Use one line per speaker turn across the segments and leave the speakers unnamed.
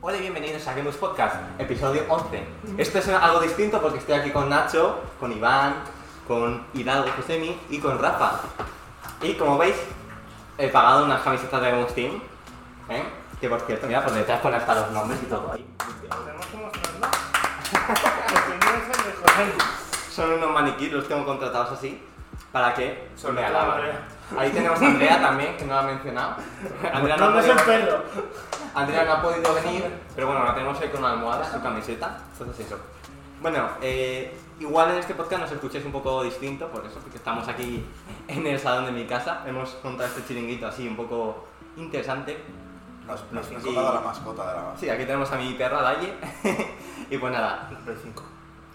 Hola y bienvenidos a Games Podcast, episodio 11. Esto es algo distinto porque estoy aquí con Nacho, con Iván, con Hidalgo Josemi y con Rafa. Y como veis, he pagado unas camisetas de Games Team, ¿eh? que por cierto, mira, por detrás ponen hasta los nombres y todo ahí.
Tenemos que mostrarlo. Porque no es el mejor.
Son unos maniquíes, los tengo contratados así, para que
Sobre
me
todo
alaban.
Andrea.
Ahí tenemos a Andrea también, que no la ha mencionado. Andrea
No,
no,
no
ha
es el
podido-
perro.
Andrea no ha podido venir, pero bueno, la tenemos ahí con una almohada, su camiseta, entonces eso. Bueno, eh, igual en este podcast nos escucháis un poco distinto, por eso, porque estamos aquí en el salón de mi casa. Hemos montado este chiringuito así un poco interesante.
Nos, nos han
Y-
tocado la mascota de la
Sí, aquí tenemos a mi perra Dalle. y pues nada.
La Play 5.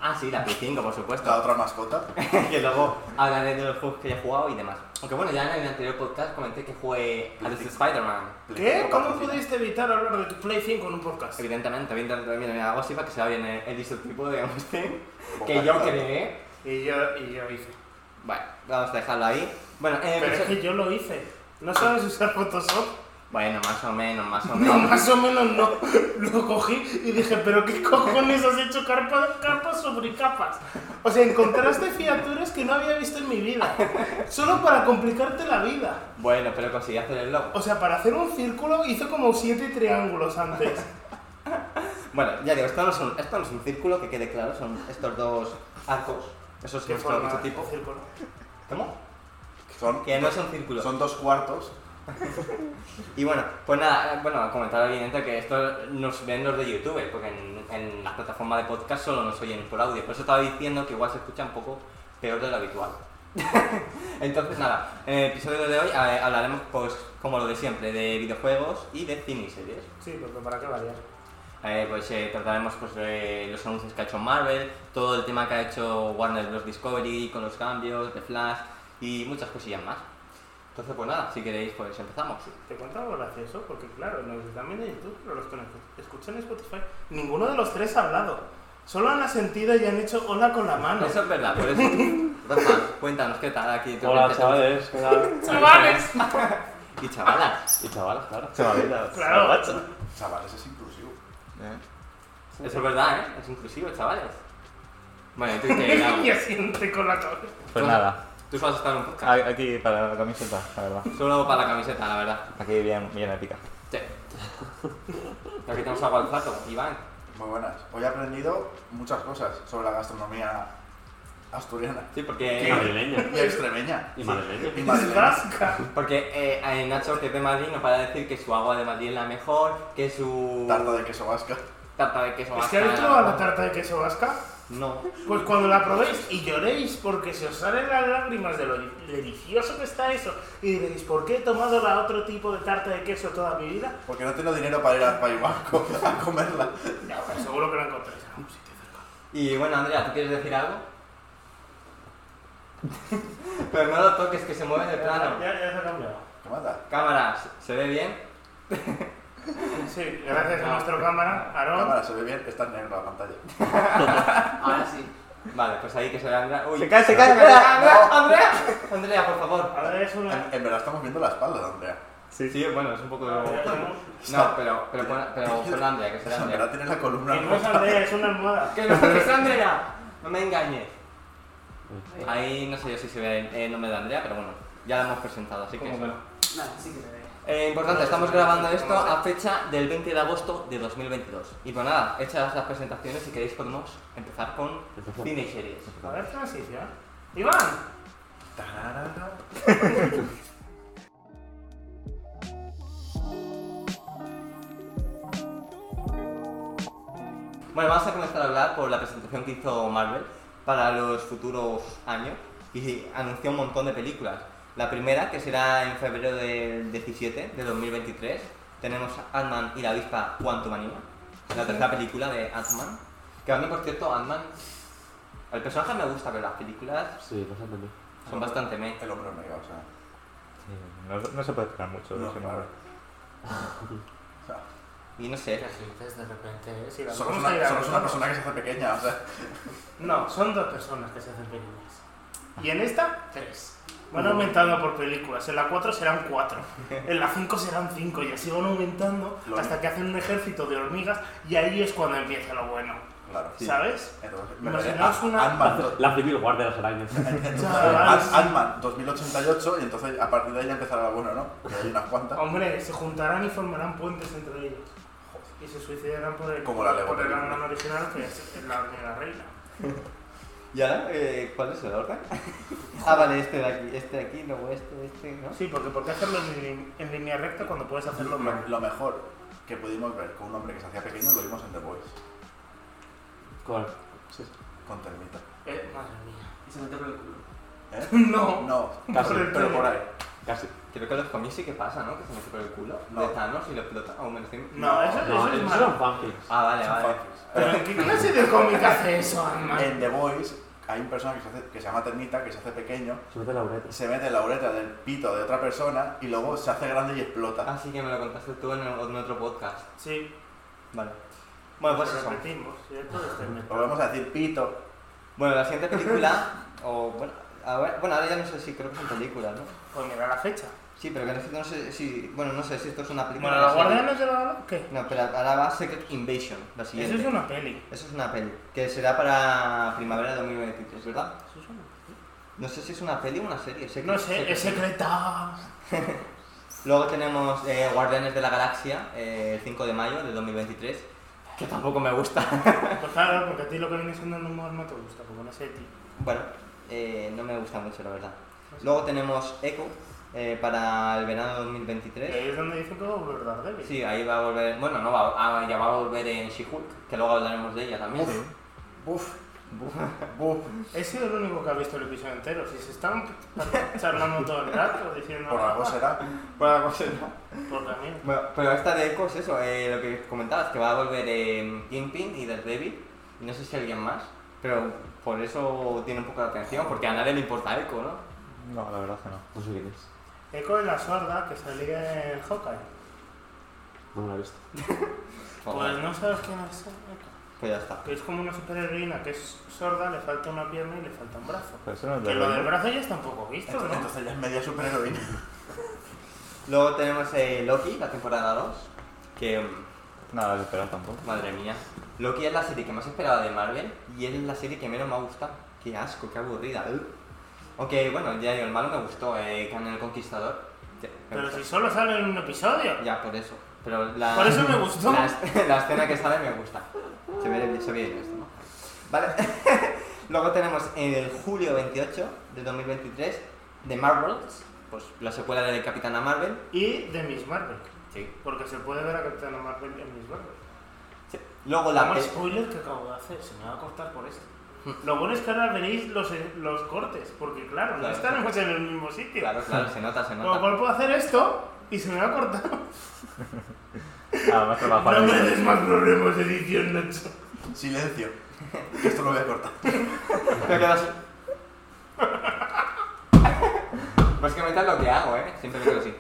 Ah, sí, la Play 5, por
La
supuesto.
otra mascota.
que luego hablaré de los juegos que he jugado y demás. Aunque bueno, ya en el anterior podcast comenté que jugué a The Spider-Man.
Play
¿Qué?
5
¿Cómo
patrocina.
pudiste evitar hablar de tu Play 5 en un podcast?
Evidentemente, evidentemente, mira, mira, algo así para que se vea bien el, el disruptivo de Agustín,
Poca
que yo
ayuda.
creé.
Y yo, y yo hice.
Bueno, vamos a dejarlo ahí. Bueno, eh,
Pero es
pues-
que yo lo hice. ¿No sabes usar Photoshop?
bueno, más o menos, más o
No,
menos.
más o menos no. Lo cogí y dije, ¿pero qué cojones has hecho carpa- capas sobre capas? O sea, encontraste fiaturas que no había visto en mi vida. Solo para complicarte la vida.
Bueno, pero conseguí hacer el logo.
O sea, para hacer un círculo hice como siete triángulos antes.
Bueno, ya digo, esto no es un, esto no es un círculo, que quede claro, son estos dos arcos. Esos que
¿Qué
hemos estado
forma?
mucho tiempo.
de círculo?
¿Cómo?
Son,
Que no es un círculo.
son dos cuartos.
Y bueno, pues nada, eh, bueno, comentar evidente que esto nos ven los de YouTube, eh, porque en, en las plataformas de podcast solo nos oyen por audio. Por eso estaba diciendo que igual se escucha un poco peor de lo habitual. Entonces nada, en el episodio de hoy eh, hablaremos pues como lo de siempre, de videojuegos y de cine y series.
Sí, porque para qué variar.
Eh, pues eh, trataremos pues, eh, los anuncios que ha hecho Marvel, todo el tema que ha hecho Warner Bros. Discovery con los cambios de Flash y muchas cosillas más. Entonces, pues nada, si queréis, pues empezamos.
Te cuento algo gracioso, porque claro, nos están viendo en YouTube, pero los que nos escuchan en Spotify, ninguno de los tres ha hablado. Solo han asentido y han hecho hola con la mano.
Eso es verdad, por eso. Rafa, cuéntanos qué tal aquí. tú que
Hola
te-
chavales, ¿qué tal?
¡Chavales!
Y chavalas.
Y chavalas, claro.
Chavales.
Claro.
Chavales es inclusivo.
Eh,
Eso es verdad, ¿eh? Es inclusivo, chavales. Bueno, ¿y tú qué
y
Laura?
asiente con la cabeza.
Pues
Pues
nada,
nada,
Tú solo has estado en un podcast.
aquí para la camiseta, la verdad.
Solo para la camiseta, la verdad.
Aquí bien, bien épica.
Sí. Aquí tenemos a Gonzalo, Iván.
Muy buenas. Hoy he aprendido muchas cosas sobre la gastronomía asturiana
Sí,
Y
porque...
madrileña.
y extremeña.
Y madrileña.
Y
Es
madrileña.
vasca.
Porque eh, eh, Nacho, que es de Madrid, nos va a decir que su agua de Madrid es la mejor, que su
Tarta de queso vasca.
tarta de queso
¿Es
vasca
que habéis
era
probado
mejor.
la tarta de queso vasca?
No.
Pues cuando la probéis y lloréis porque se os salen las lágrimas de lo delicioso que está eso y diréis, ¿por qué he tomado la otro tipo de tarta de queso toda mi vida?
Porque no tengo dinero para ir al País Vasco a comerla.
No, pero seguro que la encontráis en algún sitio cerca.
Y bueno, Andrea, ¿tú quieres decir algo? Pero no lo toques, que se mueve de plano.
Ya, ya se ha cambiado.
¿Qué mata?
Cámara, ¿se ve bien?
Sí, gracias a nuestro cámara, Aarón.
Cámara, se ve bien. Está en negro la pantalla.
Ahora sí. Vale, pues ahí que se ve Andrea. Uy.
Se cae, se cae,
Andrea, Andrea,
no.
Andrea, Andrea, por favor.
Ahora es una...
En, en verdad estamos viendo la espalda de Andrea.
Sí, bueno, es un poco... No,
Está-
pero, pero, pon, pero pon Andrea, que se ve
En
Andrea.
verdad tiene la columna
Que no es
rota.
Andrea, es una almohada.
¡Que no, que es Andrea! No me engañes. Ahí no sé yo si se ve el el nombre de Andrea, pero bueno, ya la hemos presentado, así que... eso.
Nada, sí que me veo.
Eh, importante, estamos grabando esto a fecha del 20 de agosto de 2022. Y pues nada, hechas las presentaciones, si queréis podemos empezar con cine y series.
A ver, transición. Iván,
Tararara.
Bueno, vamos a comenzar a hablar por la presentación que hizo Marvel para los futuros años y anunció un montón de películas. La primera, que será en febrero del 17 de 2023, tenemos Ant-Man y la avispa Quantumania, la tercera película de Ant-Man. Que a mí, por cierto, Ant-Man El personaje me gusta, pero las películas
Sí, bastante bien.
son bastante meh.
El hombre omega, o sea.
Sí, Mm, no, no se puede esperar mucho de
No,
ese
claro.
nombre.
O sea,
Y no sé.
Las luces de repente.
Sí, las
somos
vamos a ir
una,
a
somos
ver.
una persona que se hace pequeña, o sea.
No, son dos personas que se hacen películas. Y en esta, tres. Van aumentando por películas. En la 4 serán cuatro. En la 5 serán cinco. Y así van aumentando
Lo
hasta que hacen un ejército de hormigas. Y ahí es cuando empieza lo bueno.
Claro.
¿Sabes?
Entonces, me parece
Imaginaos una.
Ant-Man do-
La civil guardia de las arañas.
Chavales.
Ant- Ant-Man 2088 y entonces a partir de ahí ya empezará lo bueno, ¿no? Que hay unas cuantas.
Hombre, se juntarán y formarán puentes entre ellos. Y se suicidarán por el.
Como la Lego
por el
Lego.
Ant-Man original, que es la hormiga reina.
¿Y ahora eh, cuál es el orden? ah, vale, este de aquí, este de aquí, luego este, este, ¿no?
Sí, porque ¿por qué hacerlo en, lin- en línea recta cuando puedes hacerlo
Lo,
mal?
me- lo mejor que pudimos ver con un hombre que se hacía pequeño lo vimos en The Voice,
¿Cuál?
con Termita.
Eh, madre mía.
Y se mete por el culo.
¿Eh?
No.
No,
Casi,
pero por ahí.
Casi.
Creo que los cómics sí que pasa, ¿no? Que se mete por el culo
No.
de Thanos y lo explota. Aún me lo estoy...
No, eso,
No,
eso es
esos
malo.
eran fanfics.
Ah, vale,
Son
vale.
fanfics.
¿Pero en qué clase de cómic hace eso, Ant-Man?
En The Voice hay un personaje que se, hace- que se llama Termita, que se hace pequeño,
Se mete la ureta.
se mete en la uretra del pito de otra persona y luego se hace grande y
Ah,
explota.
Así Ah, que me lo contaste tú en, el- en otro podcast.
Sí,
Vale. Bueno, pues
lo
eso.
repetimos. ya todo está inventado.
Volvemos a decir pito.
Bueno, la siguiente película, o bueno, a ver, bueno, ahora ya no sé si creo que son películas, ¿no?
Pues mira la fecha.
Sí, pero que no sé, no sé si, bueno, no sé si esto es una película.
Bueno,
o
¿Los
una serie.
Guardianes de la Galaxia?
No, pero ahora va Secret Invasion, la
¿Qué? Eso
siguiente.
es una peli.
Eso es una peli, que será para primavera de 2023, ¿verdad?
Eso es una peli.
No sé si es una peli o una serie. Secret-
No sé,
Secret-
es secreta.
Luego tenemos eh, Guardianes de la Galaxia, eh, el 5 de mayo de 2023, que tampoco me gusta.
Pues claro, porque a ti lo que viene siendo el humor no te gusta, porque no sé de ti.
Bueno, eh, no me gusta mucho, la verdad. Luego tenemos Echo eh, para el verano de 2023.
Ahí es donde dicen que va a volver Daredevil.
Sí, ahí va a volver. Bueno, no va, ah, ya va a volver en She-Hulk, que luego hablaremos de ella también.
Buf, buf.
He sido el único que ha visto el episodio entero. Si se están charlando todo el rato, diciendo...
Por algo será.
Bueno, la cosa es-
Por la mía.
Bueno, pero esta de Echo es eso, eh, lo que comentabas, que va a volver eh, Kingpin y Daredevil, y no sé si alguien más, pero por eso tiene un poco de atención, porque a nadie le importa Echo, ¿no?
No, la verdad es que no.
No sé quién es.
Echo de la sorda que salía en Hawkeye.
No me la he visto.
Pues no sabes quién es Echo.
Pues ya está.
que es como una superheroína que es sorda, le falta una pierna y le falta un brazo.
Pero eso no es
Que lo del
de
brazo ya está un poco visto,
Entonces,
¿no?
entonces ya es media superheroína.
Luego tenemos eh, Loki, la temporada 2, que, mm,
Nada de esperar tampoco.
madre mía, Loki es la serie que más esperaba de Marvel y es la serie que menos me ha gustado. Qué asco, qué aburrida. Ugh. Aunque, bueno, ya digo, el malo me gustó, eh, Khan el Conquistador. Ya, me
Pero
gustó.
si solo sale en un episodio.
Ya, por eso. Pero la,
Por eso me gustó.
La, es- la escena que sale me gusta. Se ve, bien- se ve bien esto, ¿no? Vale. Luego tenemos en el julio 28 de 2023 The Marvels, pues la secuela de Capitana Marvel.
Y de Miss Marvel.
Sí.
Porque se puede ver a Capitana Marvel en Miss Marvel.
Luego la...
Como
pe-
spoiler que acabo de hacer, se me va a cortar por esto. Lo bueno es que ahora veréis los, los cortes, porque claro, no
Claro.
estaremos en el mismo sitio.
Claro, claro, se nota, se
Con lo
nota.
cual puedo hacer esto y se me va a cortar.
Además trabajar
No me des más problemas, edición Nacho.
Silencio. Que esto lo voy a cortar.
Pero queda así. Pues que metas lo que hago, ¿eh? Siempre me quedo así.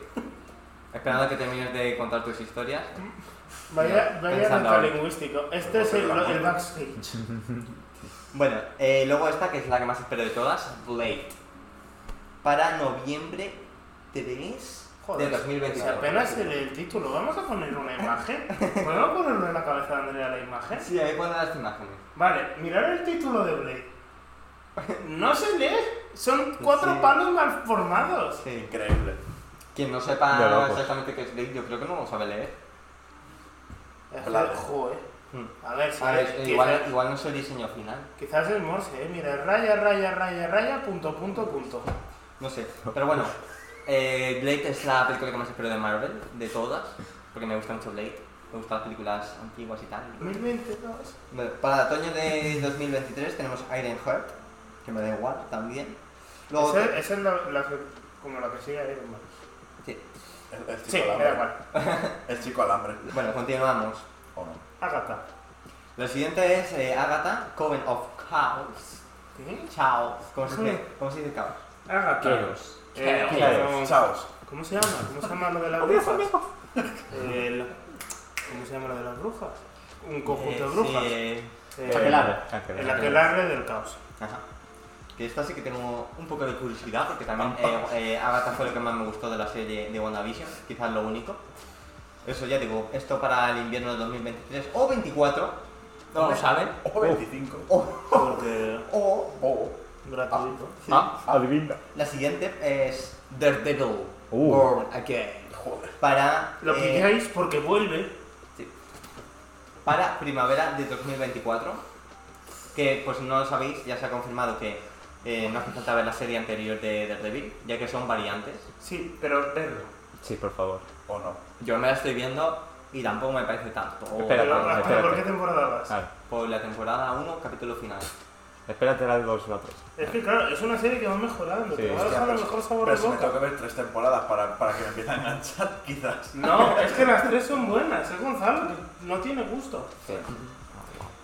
Esperando a que termines de contar tus historias.
Vaya,
Ya,
vaya
pensando ahora.
lingüístico. Este es el, el backstage.
Bueno, eh, luego esta, que es la que más espero de todas, Blade. Para noviembre 3
Joder,
de 2023.
Si apenas el, el título, vamos a poner una imagen. ¿Podemos ponerlo en la cabeza de Andrea la imagen?
Sí, ahí ponen las imágenes.
Vale, mirar el título de Blade. No se lee, son cuatro
Sí.
palos mal formados.
Sí.
Increíble.
Quien no
De
sepa
locos.
exactamente qué es Blade, yo creo que no lo sabe leer.
Es
Claro.
que, jo, eh.
Hmm.
A ver, si
A ver, eh,
quizás,
igual, igual no es el diseño final.
quizás es morse, eh. Mira, raya, raya, raya, raya, punto, punto, punto.
No sé. Pero bueno, eh, Blade es la película que más espero de Marvel, de todas. Porque me gusta mucho Blade. Me gustan las películas antiguas y tal.
1022.
Bueno, Para otoño de 2023 tenemos Iron Heart, que me da igual también. Luego,
Esa esa es la, la que- como la que sigue ahí, hermano.
sí.
El, el chico
Sí, me da
alambre.
igual.
El chico alambre.
Bueno, continuamos.
¿O no?
Agatha.
Lo siguiente es eh, Agatha, Coven of Chaos,
¿Qué?
Chao. ¿Cómo se dice? ¿Cómo se dice caos?
Ágateos. Eh,
Ágateos.
Chaos.
¿Cómo se llama? ¿Cómo se llama lo de las brujas? El- ¿Cómo se llama lo de las brujas? Un conjunto de brujas.
Eh,
Eh,
Aquelarre.
Aquelarre.
el aquelarre del caos.
Ajá. Que esta sí que tengo un poco de curiosidad, porque también eh, eh, Agatha fue lo que más me gustó de la serie de WandaVision, quizás lo único. Eso ya digo, esto para el invierno del 2023 o 24, no lo saben.
O 25.
O,
Porque
o
O.
gratuito.
ah,
Adivina.
la siguiente es Daredevil,
Uh.
Born Again,
Joder.
para,
Lo
eh,
pilláis porque vuelve.
para primavera de 2024, que pues no lo sabéis, ya se ha confirmado que eh, no hace falta ver la serie anterior de Daredevil, ya que son variantes.
Sí, pero verlo.
Sí, por favor.
O no.
Yo me la estoy viendo y tampoco me parece tanto. O-
Espera. Ah.
Pero,
espérate,
¿hasta ¿Por
espérate.
qué temporada vas?
Vale.
Por la temporada 1, capítulo final.
Espérate la de dos o la tres.
Es que claro, es una serie que va mejorando.
Sí.
Te va
Hostia,
dejando
pero-
mejor sabor
Pero
de
si me
boca.
tengo que ver tres temporadas para, para que me empiece a enganchar, quizás.
No, es que las tres son buenas. Es Gonzalo que no tiene gusto.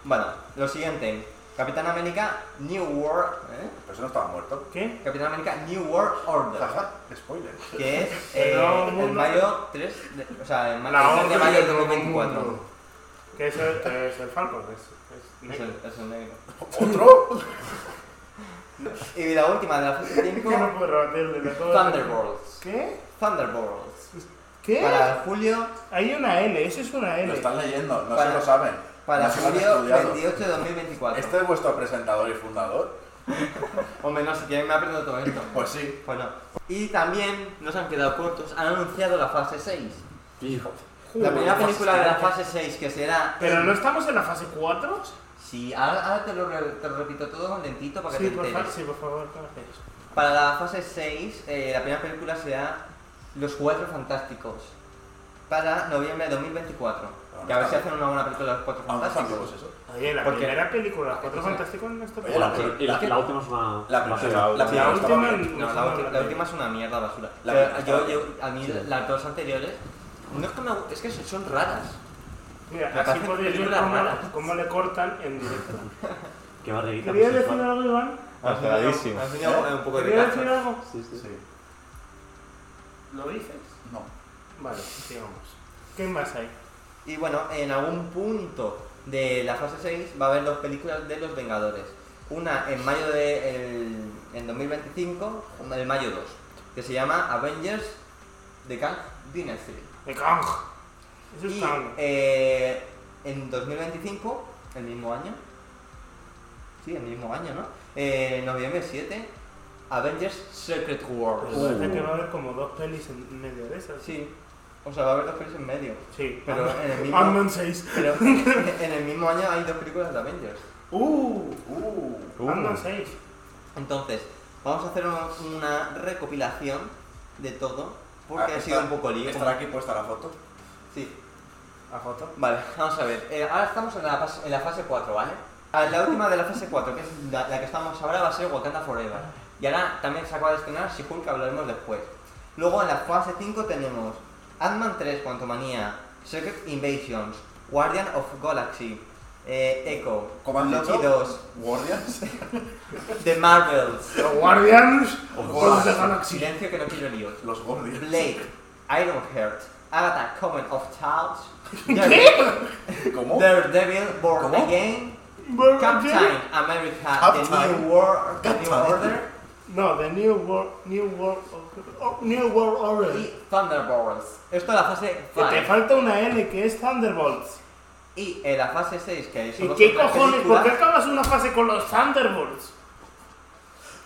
Bueno, lo siguiente. Capitán América New World... ¿eh?
Pero eso no estaba muerto.
¿Qué?
Capitán América New World Order.
Jaja, spoiler.
Que es eh,
Nuevo
en
mundo.
mayo 3... de- o sea, en mayo,
La
el 3 de
orden
mayo de
del nuevo
2024.
mundo. Que es el, es el Falcon. Es, es
Es
negro.
el, es el negro.
¿Otro?
Y la última de la fase
Es
5...
que no puedo rebatirle. le acabo de-
Thunderbolts.
¿Qué?
Thunderbolts.
¿Qué?
Para julio,
Hay una L, eso es una
Lo
L.
están leyendo, no
Para-
se lo saben.
para
no se lo han
julio
estudiado.
28 de 2024.
¿Este es vuestro presentador y fundador?
Hombre, no, si quieren me aprendo todo esto.
Pues sí.
Bueno, y también nos han quedado cortos, han anunciado la fase 6.
Hijo.
La primera
Joder,
película de la fase 6 que será...
Pero no estamos en la fase 4?
Sí, ahora, ahora te, lo, re- te lo repito todo lentito para que
Sí,
te
por favor,
enteres.
sí, por favor, no haces.
Para la fase 6, eh, la primera película será Los Cuatro Fantásticos. Para noviembre de 2024.
Aún
Que a ver
Ah, está Ah,
si hacen una buena película de Los Cuatro
Aún no
Fantásticos.
sabemos eso.
Oye, la
Porque-
primera película, Los Cuatro
Esa-
Fantásticos, no está
Oye, la
mal.
Y la, la última es una.
La
una
primera,
serie.
la
La
primera estaba
última
bien.
No,
no
la,
estaba
ulti-
mal.
la última es una mierda basura.
La
Pero
primera
yo,
está bien.
yo- a mí las dos anteriores, no es que me gu- es que son raras.
Mira,
me
así
parece
podéis ver
película rara.
cómo, cómo le cortan en directo.
Qué barriguita.
¿Quería
homosexual.
decir algo, Iván?
Canceladísimo.
Me ha enseñado, eh, un poco de
¿Quería
cacho.
decir algo?
Sí, sí, sí.
Sí.
¿Lo dices?
No.
Vale, sigamos. ¿Qué más hay?
Y bueno, en algún punto de la fase 6 va a haber dos películas de Los Vengadores. Una en mayo de el, en 2025, una de mayo 2, que se llama Avengers The Kang Dynasty.
De Kang. Eso es
Y
Kang.
eh, en 2025, el mismo año, sí, el mismo año, ¿no? Eh, noviembre 7, Avengers Secret War.
Pero parece que va a haber como dos pelis en medio de esas.
Uh. Sí, o sea, va a haber dos pelis en medio.
Sí,
Pero en el mismo,
Ant-Man 6.
pero en el mismo año hay dos películas de Avengers.
Uh,
Uh.
Uh.
Ant-Man 6.
Entonces, vamos a hacer un- una recopilación de todo, porque
Ah,
ha sido
está-
un poco lío.
Estará aquí puesta la foto.
Sí,
¿A foto?
vale, vamos a ver. Eh, ahora estamos en la, pas- en la fase 4, ¿vale? Ah, La última de la fase 4, que es la, la que estamos ahora, va a ser Wakanda Forever. Y ahora también se acaba de estrenar She-Hulk, que hablaremos después. Luego en la fase 5 tenemos Ant-Man 3, Quantumania, Secret Invasions, Guardian of Galaxy, eh, Echo,
¿Cómo han
Loki
dicho?
2,
Guardians.
The Marvels,
Los Guardians
Ojo.
of the Galaxy.
Silencio que no quiero líos.
Los Guardians.
Blade, Ironheart, Agatha Coven of Chaos,
¿Cómo?
Daredevil, Born
¿Cómo?
Again,
Burger
Captain
King.
America, The
Captain.
New World, The New
Captain.
Order
No, the New World, New World, oh, New World Order.
y Thunderbolts. Esto es la fase
Que te
5.
falta una N que es Thunderbolts.
Y en la fase 6, que
¿Y
son
qué
otras
cojones? ¿Por
películas,
qué acabas una fase con los Thunderbolts?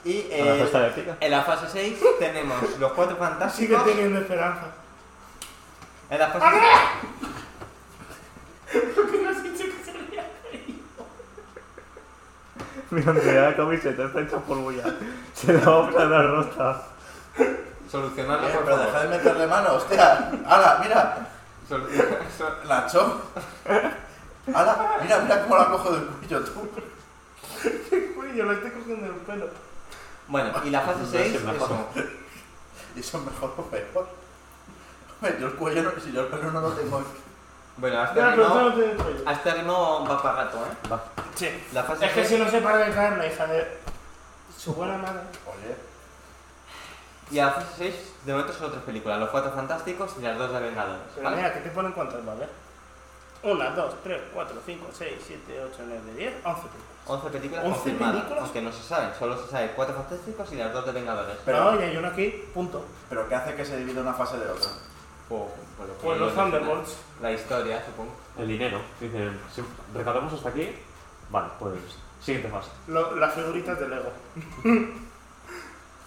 Y
¿A la fiesta
eh,
de pica?
en la fase 6 tenemos los cuatro
Sigue
fantásticos.
teniendo esperanza.
En la fase
¡Ah! ¿Por qué no has dicho que se veía?
Mi ansiedad de camiseta está hecha polvo ya. Se la vamos a dar rota.
Solucionarlo,
Eh,
por
pero
favor.
dejad de meterle mano, hostia. Ala, mira.
Solu- so-
Nacho. Ala, mira, mira cómo la cojo del cuello tú.
Uy, yo la estoy cogiendo el pelo.
Bueno, y la fase
No,
6
sí, mejor.
eso.
¿Y eso es mejor o peor? Hombre, yo el cuello, no, si yo el pelo no lo tengo aquí.
Bueno,
Ya,
hasta
pero tú no
ritmo,
tienes pelo.
hasta ritmo va para rato, ¿eh?
Va.
Sí.
La fase
Es que
6
si no se para de caer la hija de... Su buena madre.
Oye,
Y a la fase 6, de momento solo tres películas, Los Cuatro Fantásticos y las dos de Vengadores.
Pero
¿vale?
mira, que te ponen cuántas va a haber. 1, 2, 3, 4, 5, 6, 7, 8, 9, 10, 11 películas.
11 películas
11
confirmadas,
películas.
aunque no se saben, solo se sabe Cuatro Fantásticos y las dos de Vengadores.
Pero-
no, y hay uno aquí, punto.
¿pero qué hace que se divida una fase de otra?
O- o lo que
Pues los
ellos decidan.
Thunderbolts.
La historia, supongo.
El dinero. Dicen, si recaudamos hasta aquí, vale, pues siguiente fase.
Lo- las figuritas de Lego.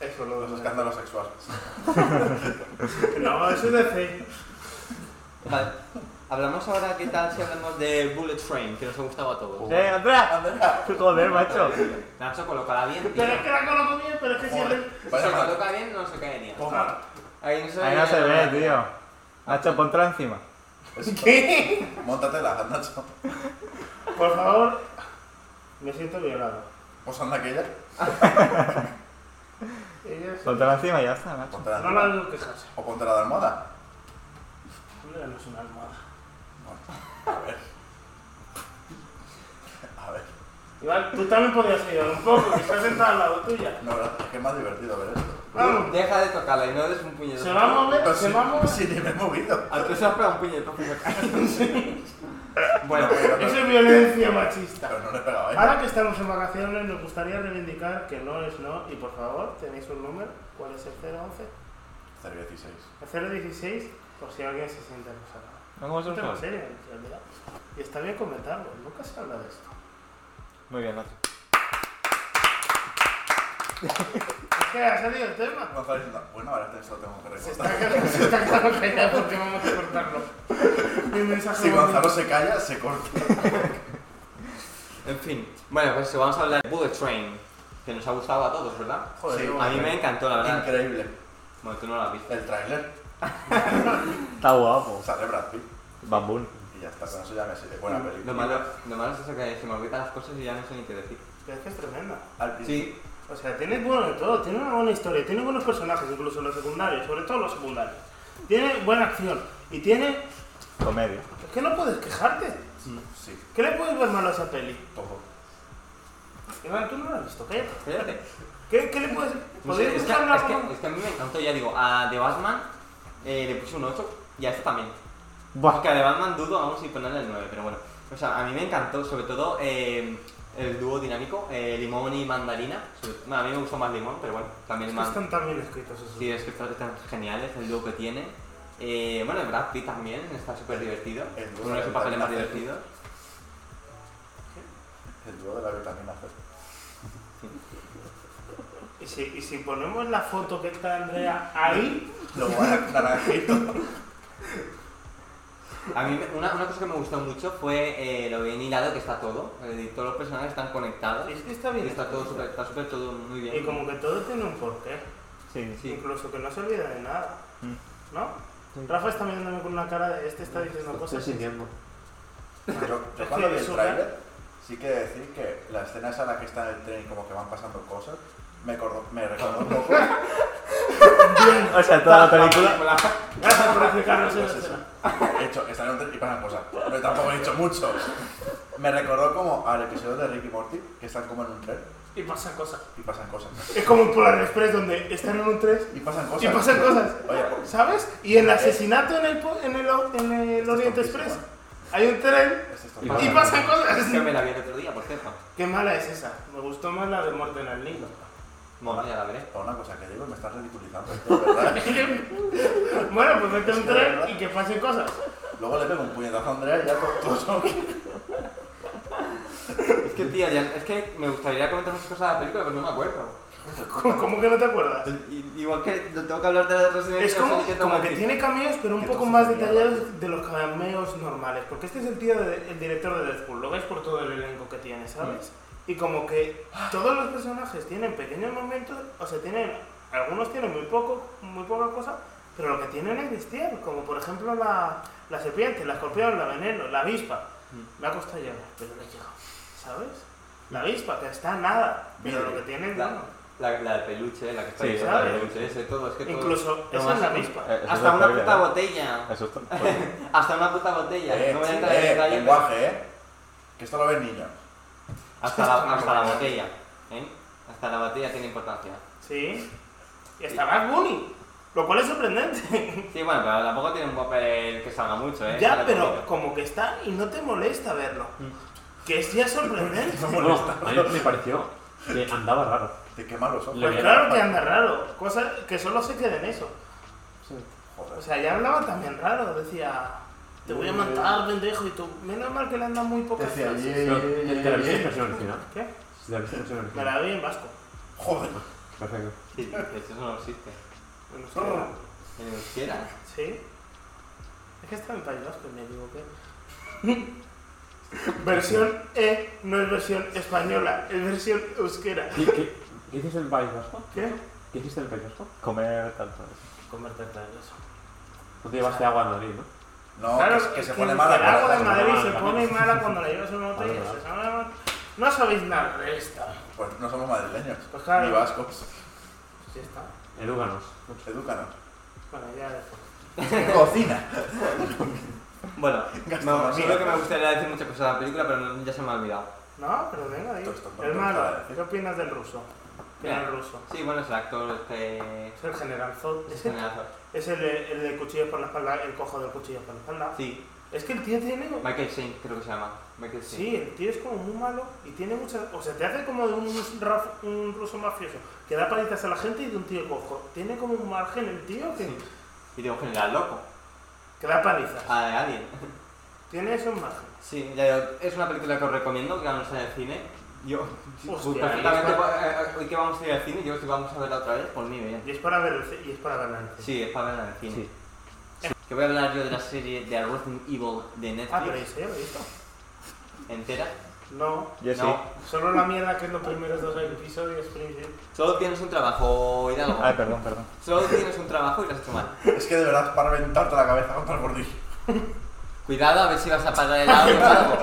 eso lo
Los escándalos sexuales.
No, eso es DC.
Vale. Hablamos ahora, ¿qué tal si hablamos de Bullet Train, que nos ha gustado a
Oh.
todos?
¡Eh, atrás! Joder, macho.
Nacho, colócala bien. tío. Pues
Pero es que la coloco bien, pero es que siempre.
Joder,
Si se
vaya mal.
coloca bien, no se cae ni nada.
Toma.
Ah,
Ahí no se,
Ahí no se ve, tío. Nacho, pontra encima.
¿Qué?
Móntatela, Nacho.
Por favor, me siento violado.
Pues anda aquella.
Ellas.
Pontra encima y ya está, Nacho.
Póntela
No
encima.
la debo quejarse.
O póntela de almohada.
Hombre, no es una almohada.
A ver.
Igual, tú también podías ayudar un poco, que estás sentado al lado tuya.
No, verdad, es que es más divertido ver esto.
Vamos.
Deja de tocarla y no des un puñetazo.
Se va a mover, se
si,
va a mover.
si ni me he movido.
Al que se ha pegado un puñetazo se cae. Bueno, pues
Pero,
Eso es violencia machista.
pero no le he pegado a ella.
Ahora que estamos en vacaciones, nos gustaría reivindicar que no es no. Y por favor, tenéis un número. ¿Cuál es el 011?
016.
El 016, por si alguien se siente acusado.
¿Cómo
Es
se
un tema
usa?
serio, en realidad. Y está bien comentarlo. Nunca se habla de esto.
Muy bien, Nacho.
Es que ha salido el tema.
Gonzalo diciendo, bueno, ahora esto lo tengo que
Se está
recortar.
quedando, se está quedando callado porque vamos a cortarlo. Mi mensaje
Si
bonito.
Gonzalo se calla, se corta.
en fin. Bueno, pues vamos a hablar de Bullet Train, que nos ha gustado a todos, ¿verdad?
Joder, Sí,
A mí me encantó, la verdad.
Increíble.
Bueno, tú no lo has visto.
El tráiler.
Está guapo.
Sale Brad Pitt.
Bambún.
Y ya está, con eso ya me sirve. Buena película.
Mm, Lo malo, lo malo es eso que se me olvidan las cosas y ya no sé ni qué decir.
Pero es que es tremenda.
Al principio-
Sí,
O sea, tiene bueno de todo, tiene una buena historia, tiene buenos personajes, incluso los secundarios, sobre todo los secundarios. Tiene buena acción y tiene.
Comedia.
Es que no puedes quejarte.
Sí,
¿Qué le puedes ver mal a esa peli?
todo.
Iván, tú no la has visto, cállate.
espérate.
¿Qué, qué le puedes.?
No sé,
¿Podrías
es, que,
buscar una
es que-
broma?
es que a mí me encantó, ya digo, a The Batman eh, le puse un 8 y a este también.
Buah.
Aunque a The Batman dudo, vamos a ir ponerle el 9, pero bueno. O sea, a mí me encantó, sobre todo eh, el dúo dinámico, eh, limón y mandarina. Sobre- bueno, a mí me gustó más limón, pero bueno, también
Es
el
que
man.
están tan bien escritos esos.
Sí, es que están están geniales el dúo que tiene. Eh, bueno, el Brad Pitt también está súper divertido.
El dúo
Uno de sus
de
papeles más
Brad Pitt.
divertidos.
El dúo de la vitamina C.
Y, si, y si ponemos la foto que está Andrea ahí,
Lo voy a naranjito.
A mí me- una, una cosa que me gustó mucho fue eh, lo bien hilado que está todo. eh, todos los personajes están conectados.
es que está
Y
bien.
está todo
escrito.
súper, está súper todo muy bien.
Y como que todo tiene un porqué,
Sí,
Sí.
incluso que no se olvida de nada.
Mm.
¿No?
Sí.
Rafa está mirándome con una cara de este está diciendo
Estoy
cosas.
sintiendo.
Yo, yo
Es
cuando
que
vi el
eso,
tráiler, sí que decir que la escena esa en la que está en el tren y como que van pasando cosas, me, acordó- me recordó un poco.
O sea, toda la película.
Gracias por explicarnos
Pues
eso.
eso. He hecho, están en un tren y pasan cosas. Pero tampoco he dicho mucho. Me recordó como al episodio de Ricky Morty, que están como en un tren
Y pasan cosas.
y pasan cosas.
Es como un Polar Express donde están en un 3
Y pasan cosas.
y pasan cosas.
Oye, pues,
¿Sabes? Y el asesinato en el, po- en el, o- en el Oriente Express. Hay un tren
este es
Y
todo.
y pasan cosas.
Es que me la vi el otro día, por cierto.
Qué mala es esa. Me gustó más la de Muerte en el Nilo.
Bueno, ya la veré.
Una cosa que digo, me estás ridiculizando, esto, ¿verdad?
bueno, pues mete un tren y que pasen cosas.
Luego le pego un puñetazo a Andrea y ya todo, todo son-
Es que, tía, ya- es que me gustaría comentar muchas cosas de la película, pero no me acuerdo.
¿Cómo, cómo que no te acuerdas?
I- Igual que no tengo que hablar de la residencia.
Es como, como que tiene cameos, pero un poco más
Entonces,
detallados de los cameos normales. Porque este es el tío del director de Deadpool. Lo ves por todo el elenco que tiene, ¿sabes?
Mm.
Y como que todos los personajes tienen pequeños momentos, o sea, tienen. Algunos tienen muy poco, muy poca cosa, pero lo que tienen es bestial. Como por ejemplo la, la serpiente, la escorpión, la veneno, la avispa.
Mm.
Me ha costado llegar, pero le he llegado, ¿sabes? La avispa, que está nada, pero lo que tiene es bueno.
La, la, la del peluche, la que está
Sí,
diciendo,
¿sabes?
la del peluche, ese, todo, es que todo.
Incluso,
lo
esa
más-
es la avispa.
Eh, eso es
Hasta una
spoiler,
puta
¿eh?
botella.
Eso Pues, está.
Hasta una puta botella.
Eh,
no voy a entrar en
eh,
detalle, pero
lenguaje, eh. Que esto lo ven niños.
hasta, la, hasta la botella. ¿eh? sea, la batería tiene importancia.
Sí. Y está Bad Bunny. Lo cual es sorprendente.
Sí, bueno, pero tampoco tiene un papel que salga mucho, ¿eh?
ya,
Sale
pero
poquito.
como que está y no te molesta verlo. Que es ya sorprendente.
Bueno, a mí me pareció que andaba raro.
De qué malos son.
Le-
Pues
veía
claro
la
que
pata.
anda raro. Cosas que solo se queden en eso.
Joder.
O sea, ya hablaba también raro. Decía, te voy a matar, pendejo. Y tú, menos mal que le andan muy pocas
Decía,
frases.
"Ye,
Pero,
ye,
¿Te
ye,
te la viste en
ye".
versión original?
¿Qué?
Si ¿Te la viste en versión
Me
original?
la vi en vasco.
Joder.
Perfecto.
Sí, de hecho, eso no existe.
En euskera.
En euskera.
Sí. Es que estaba en País Vasco y pues me equivoqué. versión E no es versión española, es versión euskera.
¿Qué, qué, qué hiciste en el País Vasco?
¿Qué?
¿Qué hiciste en el País Vasco?
Comer tanto.
Comerte eso.
No te llevaste agua a Madrid, ¿no?
No,
Claro,
que, que se
es
pone
el
mala. con
agua
la
de
taza.
Madrid se
mala,
pone
mala.
mala cuando la llevas en una botella.
Vale,
se sabe- No sabéis nada de esto.
Pues no somos madrileños.
Pues claro.
Ni vascos.
Pues ya está.
Edúganos.
Edúcanos.
Bueno, ya después.
Cocina.
Bueno,
Gastronomía.
no, sí, creo que me gustaría decir muchas cosas de la película, pero no- ya se me ha olvidado.
No, pero venga, ahí.
Esto es tonto,
Hermano,
tonto,
¿qué opinas del ruso? ¿Qué
Bien.
el ruso?
Sí, bueno, es el actor, este...
Es el general Zod.
Es
Es el, es el, de- el de cuchillos por la espalda, el cojo del cuchillo por la espalda.
Sí,
Es que el tío tiene
Michael Shane creo que se llama. Michael Shane.
Sí, el tío es como muy malo y tiene muchas. O sea, te hace como de un, raf- un ruso mafioso que da palizas a la gente y de un tío cojo. Tiene como un margen el tío que,
Sí. Y tengo un general loco.
que da palizas.
A alguien.
Tiene esos márgenes.
Sí, ya digo, es una película que os recomiendo, que vamos a ir al cine. Yo,
Hostia,
perfectamente,
es
eh, eh, hoy que vamos a ir al cine, yo si vamos a verla otra vez, por mí bien.
Y es para ver el ce- y es para verla en el cine.
Sí, es para verla en el cine.
Sí.
Que voy a hablar yo de la serie de Resident Evil de
Ah, pero
Netflix
¿y se había visto?
entera.
No.
Yo sí.
no,
Solo la mierda que es los primeros dos episodios, Springfield.
solo tienes un trabajo, Hidalgo.
Ah,
Ay, perdón, perdón.
Solo tienes un trabajo y lo has hecho mal.
Es que de verdad, para reventarte la cabeza contra el bordillo.
Cuidado a ver si vas a parar el audio o algo.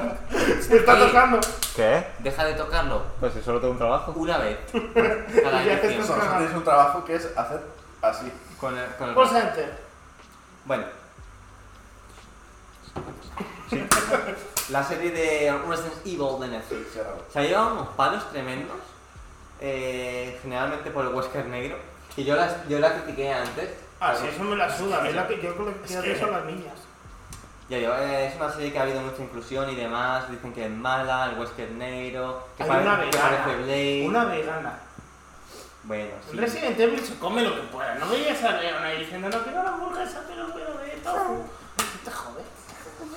Se está
Ahí.
tocando.
¿Qué?
Deja de tocarlo
Pues si solo tengo un trabajo.
una vez. Cada
Ya te
vez
estás-
Vosotros tenéis un trabajo que es hacer así.
con el, con el-
Pues enter.
Bueno. La serie de Resident Evil de Netflix.
Sí, ahora.
Se ha llevado unos palos tremendos, eh, generalmente por el Wesker negro, que yo la, yo la critiqué antes.
Ah,
pero
sí, eso me la suda. A mí la que yo creo que
Es que-
de son las niñas.
Ya digo, eh, es una serie que ha habido mucha inclusión y demás, dicen que es mala, el Wesker negro, que,
Hay
pare-
una
que
vegana.
parece Blade.
Una vegana.
Bueno, sí.
Resident Evil se come lo que pueda. No veías a Leon ahí diciendo, no quiero la hamburguesa, pero pero de todo. Te jode.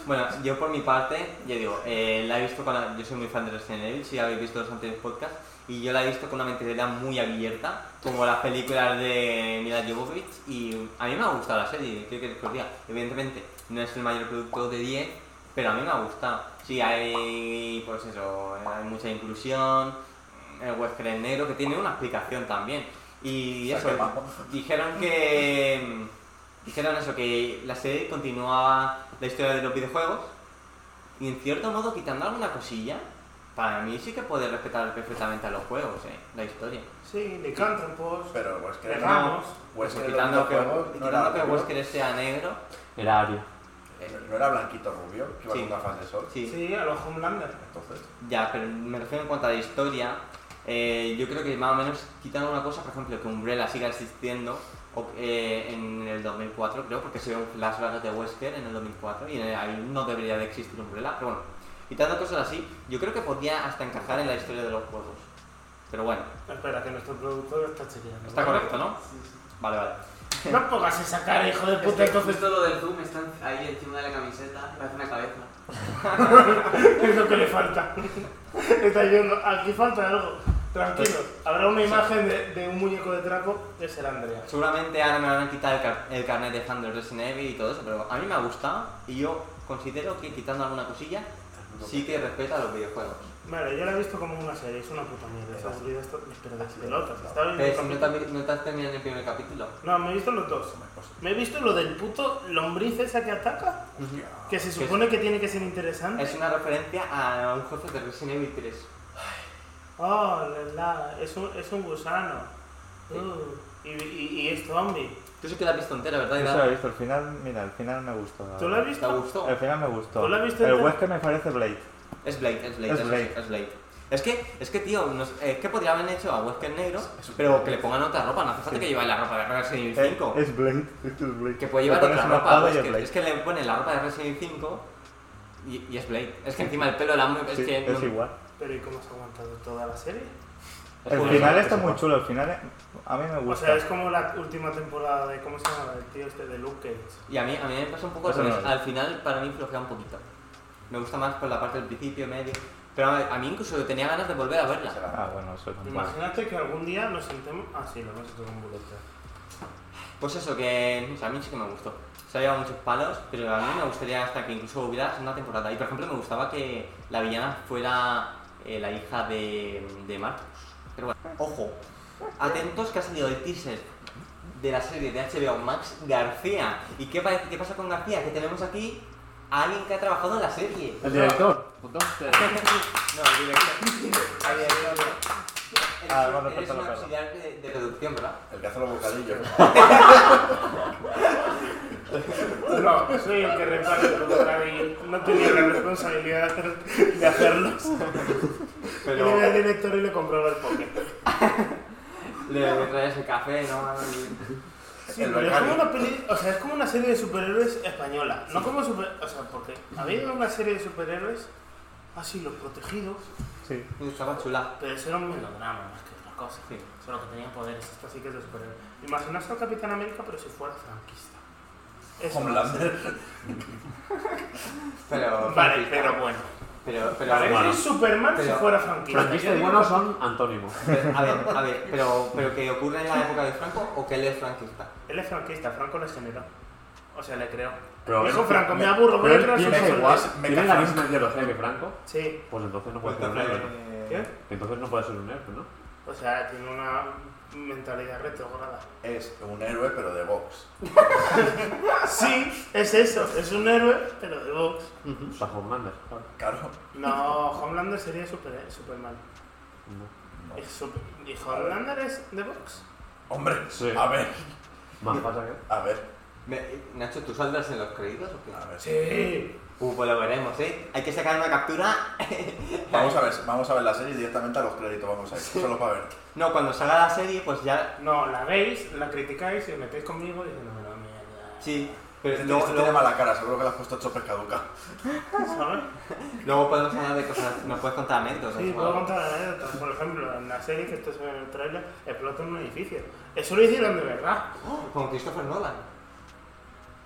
Bueno, yo por mi parte, ya digo, eh, la he visto con la- yo soy muy fan de Resident Evil, si habéis visto los anteriores podcasts, y yo la he visto con una mentalidad muy abierta, como las películas de Mila Jovovich, y a mí me ha gustado la serie, creo que os diga. Evidentemente, no es el mayor producto de 10, pero a mí me ha gustado. Sí, hay, pues eso, hay mucha inclusión, el Wesker en negro, que tiene una explicación también. Y
Se ha
eso,
quemado.
dijeron que... Dijeron eso, que la serie continuaba la historia de los videojuegos y en cierto modo quitando alguna cosilla, para mí sí que puede respetar perfectamente a los juegos, eh, la historia.
Pues
Sí, licántropos,
Pero es que
Ajá.
veganos.
Pues
Eso,
que
quitando
los
que,
videojuegos no
quitando
era
que pues,
rubio. Eh,
Wesker sea negro,
Era Aria.
no era blanquito rubio, que iba
Sí.
con gafas de sol.
sí,
Sí, a los Homelander.
Entonces,
ya, pero me refiero en cuanto a la historia, eh, yo creo que más o menos quitando una cosa, por ejemplo, que Umbrella siga existiendo o- eh, en el 2004, creo, porque se ven las vagas de Wesker en el 2004 y en el- ahí no debería de existir Umbrella, pero bueno, quitando cosas así, yo creo que podría hasta encajar en la historia de los juegos. Pero bueno,
Espera, que nuestro productor está chequeando.
está correcto, ¿no? Vale, vale.
No pongas esa cara, hijo de puta,
Este,
entonces
justo lo del Zoom está ahí encima de la camiseta, parece una cabeza.
es lo que le falta. Está yendo, aquí falta algo. Tranquilo, habrá una imagen de, de un muñeco de trapo de ser Andrea.
Seguramente ahora me van a quitar el, car- el carnet de fan de Resident Evil y todo eso, pero a mí me ha gustado y yo considero que quitando alguna cosilla sí que respeta los videojuegos.
Vale, yo la he visto como una serie, es una puta mierda. Es aburrida esto, pero de pelotas. Está bien.
Pero Ah, Eh, si no te, has vi- no te has terminado el primer capítulo.
No, me he visto los dos.
pues,
Me he visto lo del puto lombriz esa que ataca, que se supone que tiene que ser interesante.
Ah, Es una referencia a un jefe de Resident Evil 3.
Oh, la, la, es, un, es un gusano. Uh, y, y, y es zombie.
Tú sí que la has visto entera, ¿verdad?
Yo se
Iván?
lo he visto. Al final, mira, al final me gustó.
¿Tú lo has
¿Te
visto?
gustó?
Al final me gustó.
¿Tú lo has visto
El
entero?
Wesker me parece Blade.
Es Blade, es Blade,
Es
eso sí,
Blade.
es Blade. Es que, es que tío, nos- es que podría haber hecho a Wesker negro, pero que le pongan otra ropa, no hace falta que lleve la ropa de Resident Evil 5.
Es Blade, esto es Blade.
Que puede
Le
llevar
pones
otra
una
ropa,
espada
pues,
y es
que-
Blade.
es que le ponen la ropa de Resident Evil 5 y, y es Blade. Es que encima el pelo de la mujer es
Sí,
que...
es
no-
igual.
Pero ¿y cómo se ha aguantado toda la serie?
es
El
curioso.
final
que
está
sepa.
muy chulo, el final a mí me
O
gusta.
sea, es como la última temporada de. ¿Cómo se llama? El tío este de Luke Cage.
Y a mí, a mí me pasa un poco al
Eso no
revés.
lo
Al final, para mí, flojea un poquito. Me gusta más por la parte del principio, medio. Pero a a mí incluso tenía ganas de volver a verla.
Ah, bueno, eso también.
Imagínate que algún día nos sentemos. Ah, sí, lo hemos hecho con Buleta.
Pues eso, que o sea, a mí sí que me gustó. Se ha llevado muchos palos, pero a mí me gustaría hasta que incluso hubiera segunda temporada. Y por ejemplo, me gustaba que la villana fuera eh, la hija de, de Marcus. Pero bueno, ojo, atentos que ha salido el teaser de la serie de HBO Max García. ¿Y qué, pa- qué pasa con García? Que tenemos aquí a alguien que ha trabajado en la serie.
El director.
Entonces,
No, el director. A ver, a ver, a ver. Eres
Ah,
un-
vamos a
Eres
cortar
un
la cara.
auxiliar de, de producción, ¿verdad?
El que hace los bocadillos.
No, soy el que reparte el bocadillo. No tenía la responsabilidad de hacerlos. Pero... Yo al director y le compraba el poker.
Le traes el café, ¿no?
Sí,
El
pero es como,
becario.
una peli- o sea, es como una serie de superhéroes española. No como super. O sea, porque había una serie de superhéroes así, los protegidos,
Sí.
Y Estaba chula.
pero eso era un melodrama más que otra cosa.
Sí.
Solo que tenían poderes, esto sí que es de superhéroes. Imaginaos al Capitán América, pero si fuera franquista. Eso.
Homelander.
Pero.
Vale, pero bueno.
Pero, pero,
Parece
bueno.
Superman si
Pero-
fuera franquista.
Franquista y bueno son antónimos.
pero- a ver, a ver, pero, pero que ocurre en la época de Franco o que él es franquista.
Él es franquista, Franco le generó. O sea, le creó.
Pero-
Dijo Franco, me aburro, voy a crear
piensa
superhéroes".
igual,
me
tiene la
cago en-
misma ideología que Franco,
Sí.
pues entonces no puede ser un héroe.
¿Qué?
Eh,
Entonces no puede ser un héroe,
O
¿no?
sea, tiene una mentalidad retrógrada.
Es un héroe, pero de box.
Sí, es eso. Es un héroe, pero de box.
Está Homelander, claro.
Claro.
No, Homelander sería super, Superman.
No.
Es super- ¿Y Homelander es de box?
Hombre,
Sí.
a ver,
Más pasa que...
a ver,
me- Nacho, ¿tú saldrás en los créditos o qué?
a ver.
Sí.
Uh, pues lo veremos, ¿eh? Hay que sacar una captura.
Vamos a ver, vamos a ver la serie directamente a los créditos, vamos a ir, solo para ver.
No, cuando salga la serie, pues ya.
No, la veis, la criticáis y os metéis conmigo y dices, no, no, mierda.
Sí.
Este,
Pero
no,
luego,
este tiene
luego,
mala cara, seguro que le has puesto chopes caduca.
¿Sabes?
luego podemos hablar de cosas. Nos puedes contar anécdotas.
Sí,
o
puedo
algo.
contar anécdotas. Por ejemplo, en la serie que esto se ve en el trailer, explotan un edificio. Eso lo hicieron de verdad.
Oh, Con Christopher Nolan.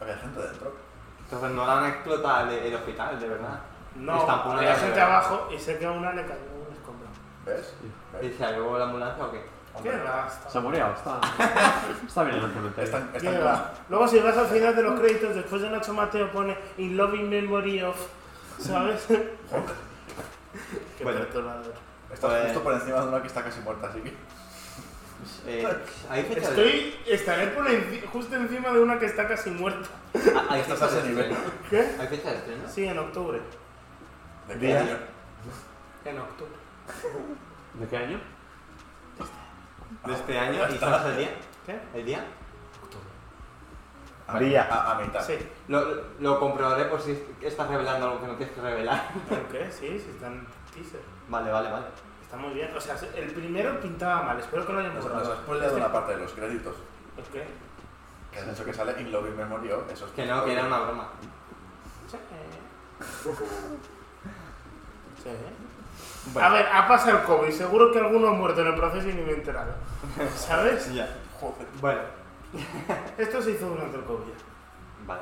Había gente dentro.
Christopher Nolan explota el, el hospital, de verdad.
No,
Estampó una
había
llave,
gente
¿verdad?
abajo y sé que a una le cayó un escombro.
¿Ves?
¿Y
¿Ves?
se llevó la ambulancia o qué?
Qué
Hombre,
rasta.
Se ha muriado, está... Está bien en el cementerio.
están, están
Llega.
como-
Luego si vas al final de los créditos, después de Nacho Mateo pone In Loving Memory of, ¿sabes? Qué
Bueno.
perturbador.
están
Pues-
justo por encima de una que está casi muerta, así que.
Eh, ¿Hay fecha de-
Estoy, estaré por enci- justo encima de una que está casi muerta.
Ah, Hay
Estás
fecha
a
de
ese nivel.
estreno.
¿Qué?
¿Hay fecha de estreno?
Sí, en octubre.
¿De qué
Día.
año?
En octubre.
¿De qué año?
De este año. ¿Y sabes el día?
¿Qué?
¿El día?
A,
Día.
A, a mitad.
Sí.
Lo, lo comprobaré por si estás revelando algo que no tienes que revelar.
¿Pero qué? Sí, sí, está en teaser.
Vale, vale, vale.
Está muy bien. O sea, el primero pintaba mal. Espero que lo hayan
Nos,
borrado.
nos has spoileado una parte de los créditos.
¿Por qué?
Que has dicho que sale In Loving Memory of. Eso es
Que no, que era una broma.
Sí. eh. Sí. eh.
Bueno.
A ver, ha pasado el COVID. Seguro que alguno ha muerto en el proceso y ni me he enterado. ¿Sabes?
Joder.
Bueno.
Esto se hizo durante el COVID.
Vale.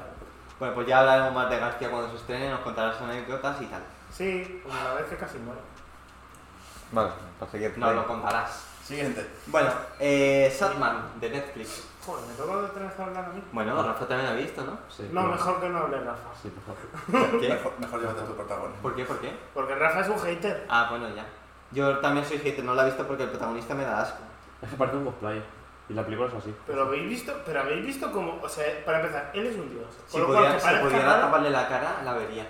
Bueno, pues ya hablaremos más de García cuando se estrene, nos contarás anécdotas y tal.
Sí, como la vez que casi muero.
Vale, para seguir.
Nos lo contarás.
Siguiente.
Bueno, eh, Sandman, de Netflix.
Joder, me toca de tener que hablar a mí.
Bueno, Rafa también lo ha visto, ¿no?
Sí.
No,
pero-
mejor que no hable Rafa.
Sí, mejor.
¿Por qué?
Mejor, mejor llévate tu protagonista.
¿Por qué? ¿Por qué?
Porque Rafa es un hater.
Ah, bueno, ya. Yo también soy hater, no la he visto porque el protagonista me da asco.
Es que parece un cosplayer. Y la película es así.
Pero habéis visto, pero habéis visto cómo, o sea, para empezar, él es un dios. Con
Si
lo
pudiera,
cual, que
si
parezca
pudiera
raro,
taparle la cara, la vería.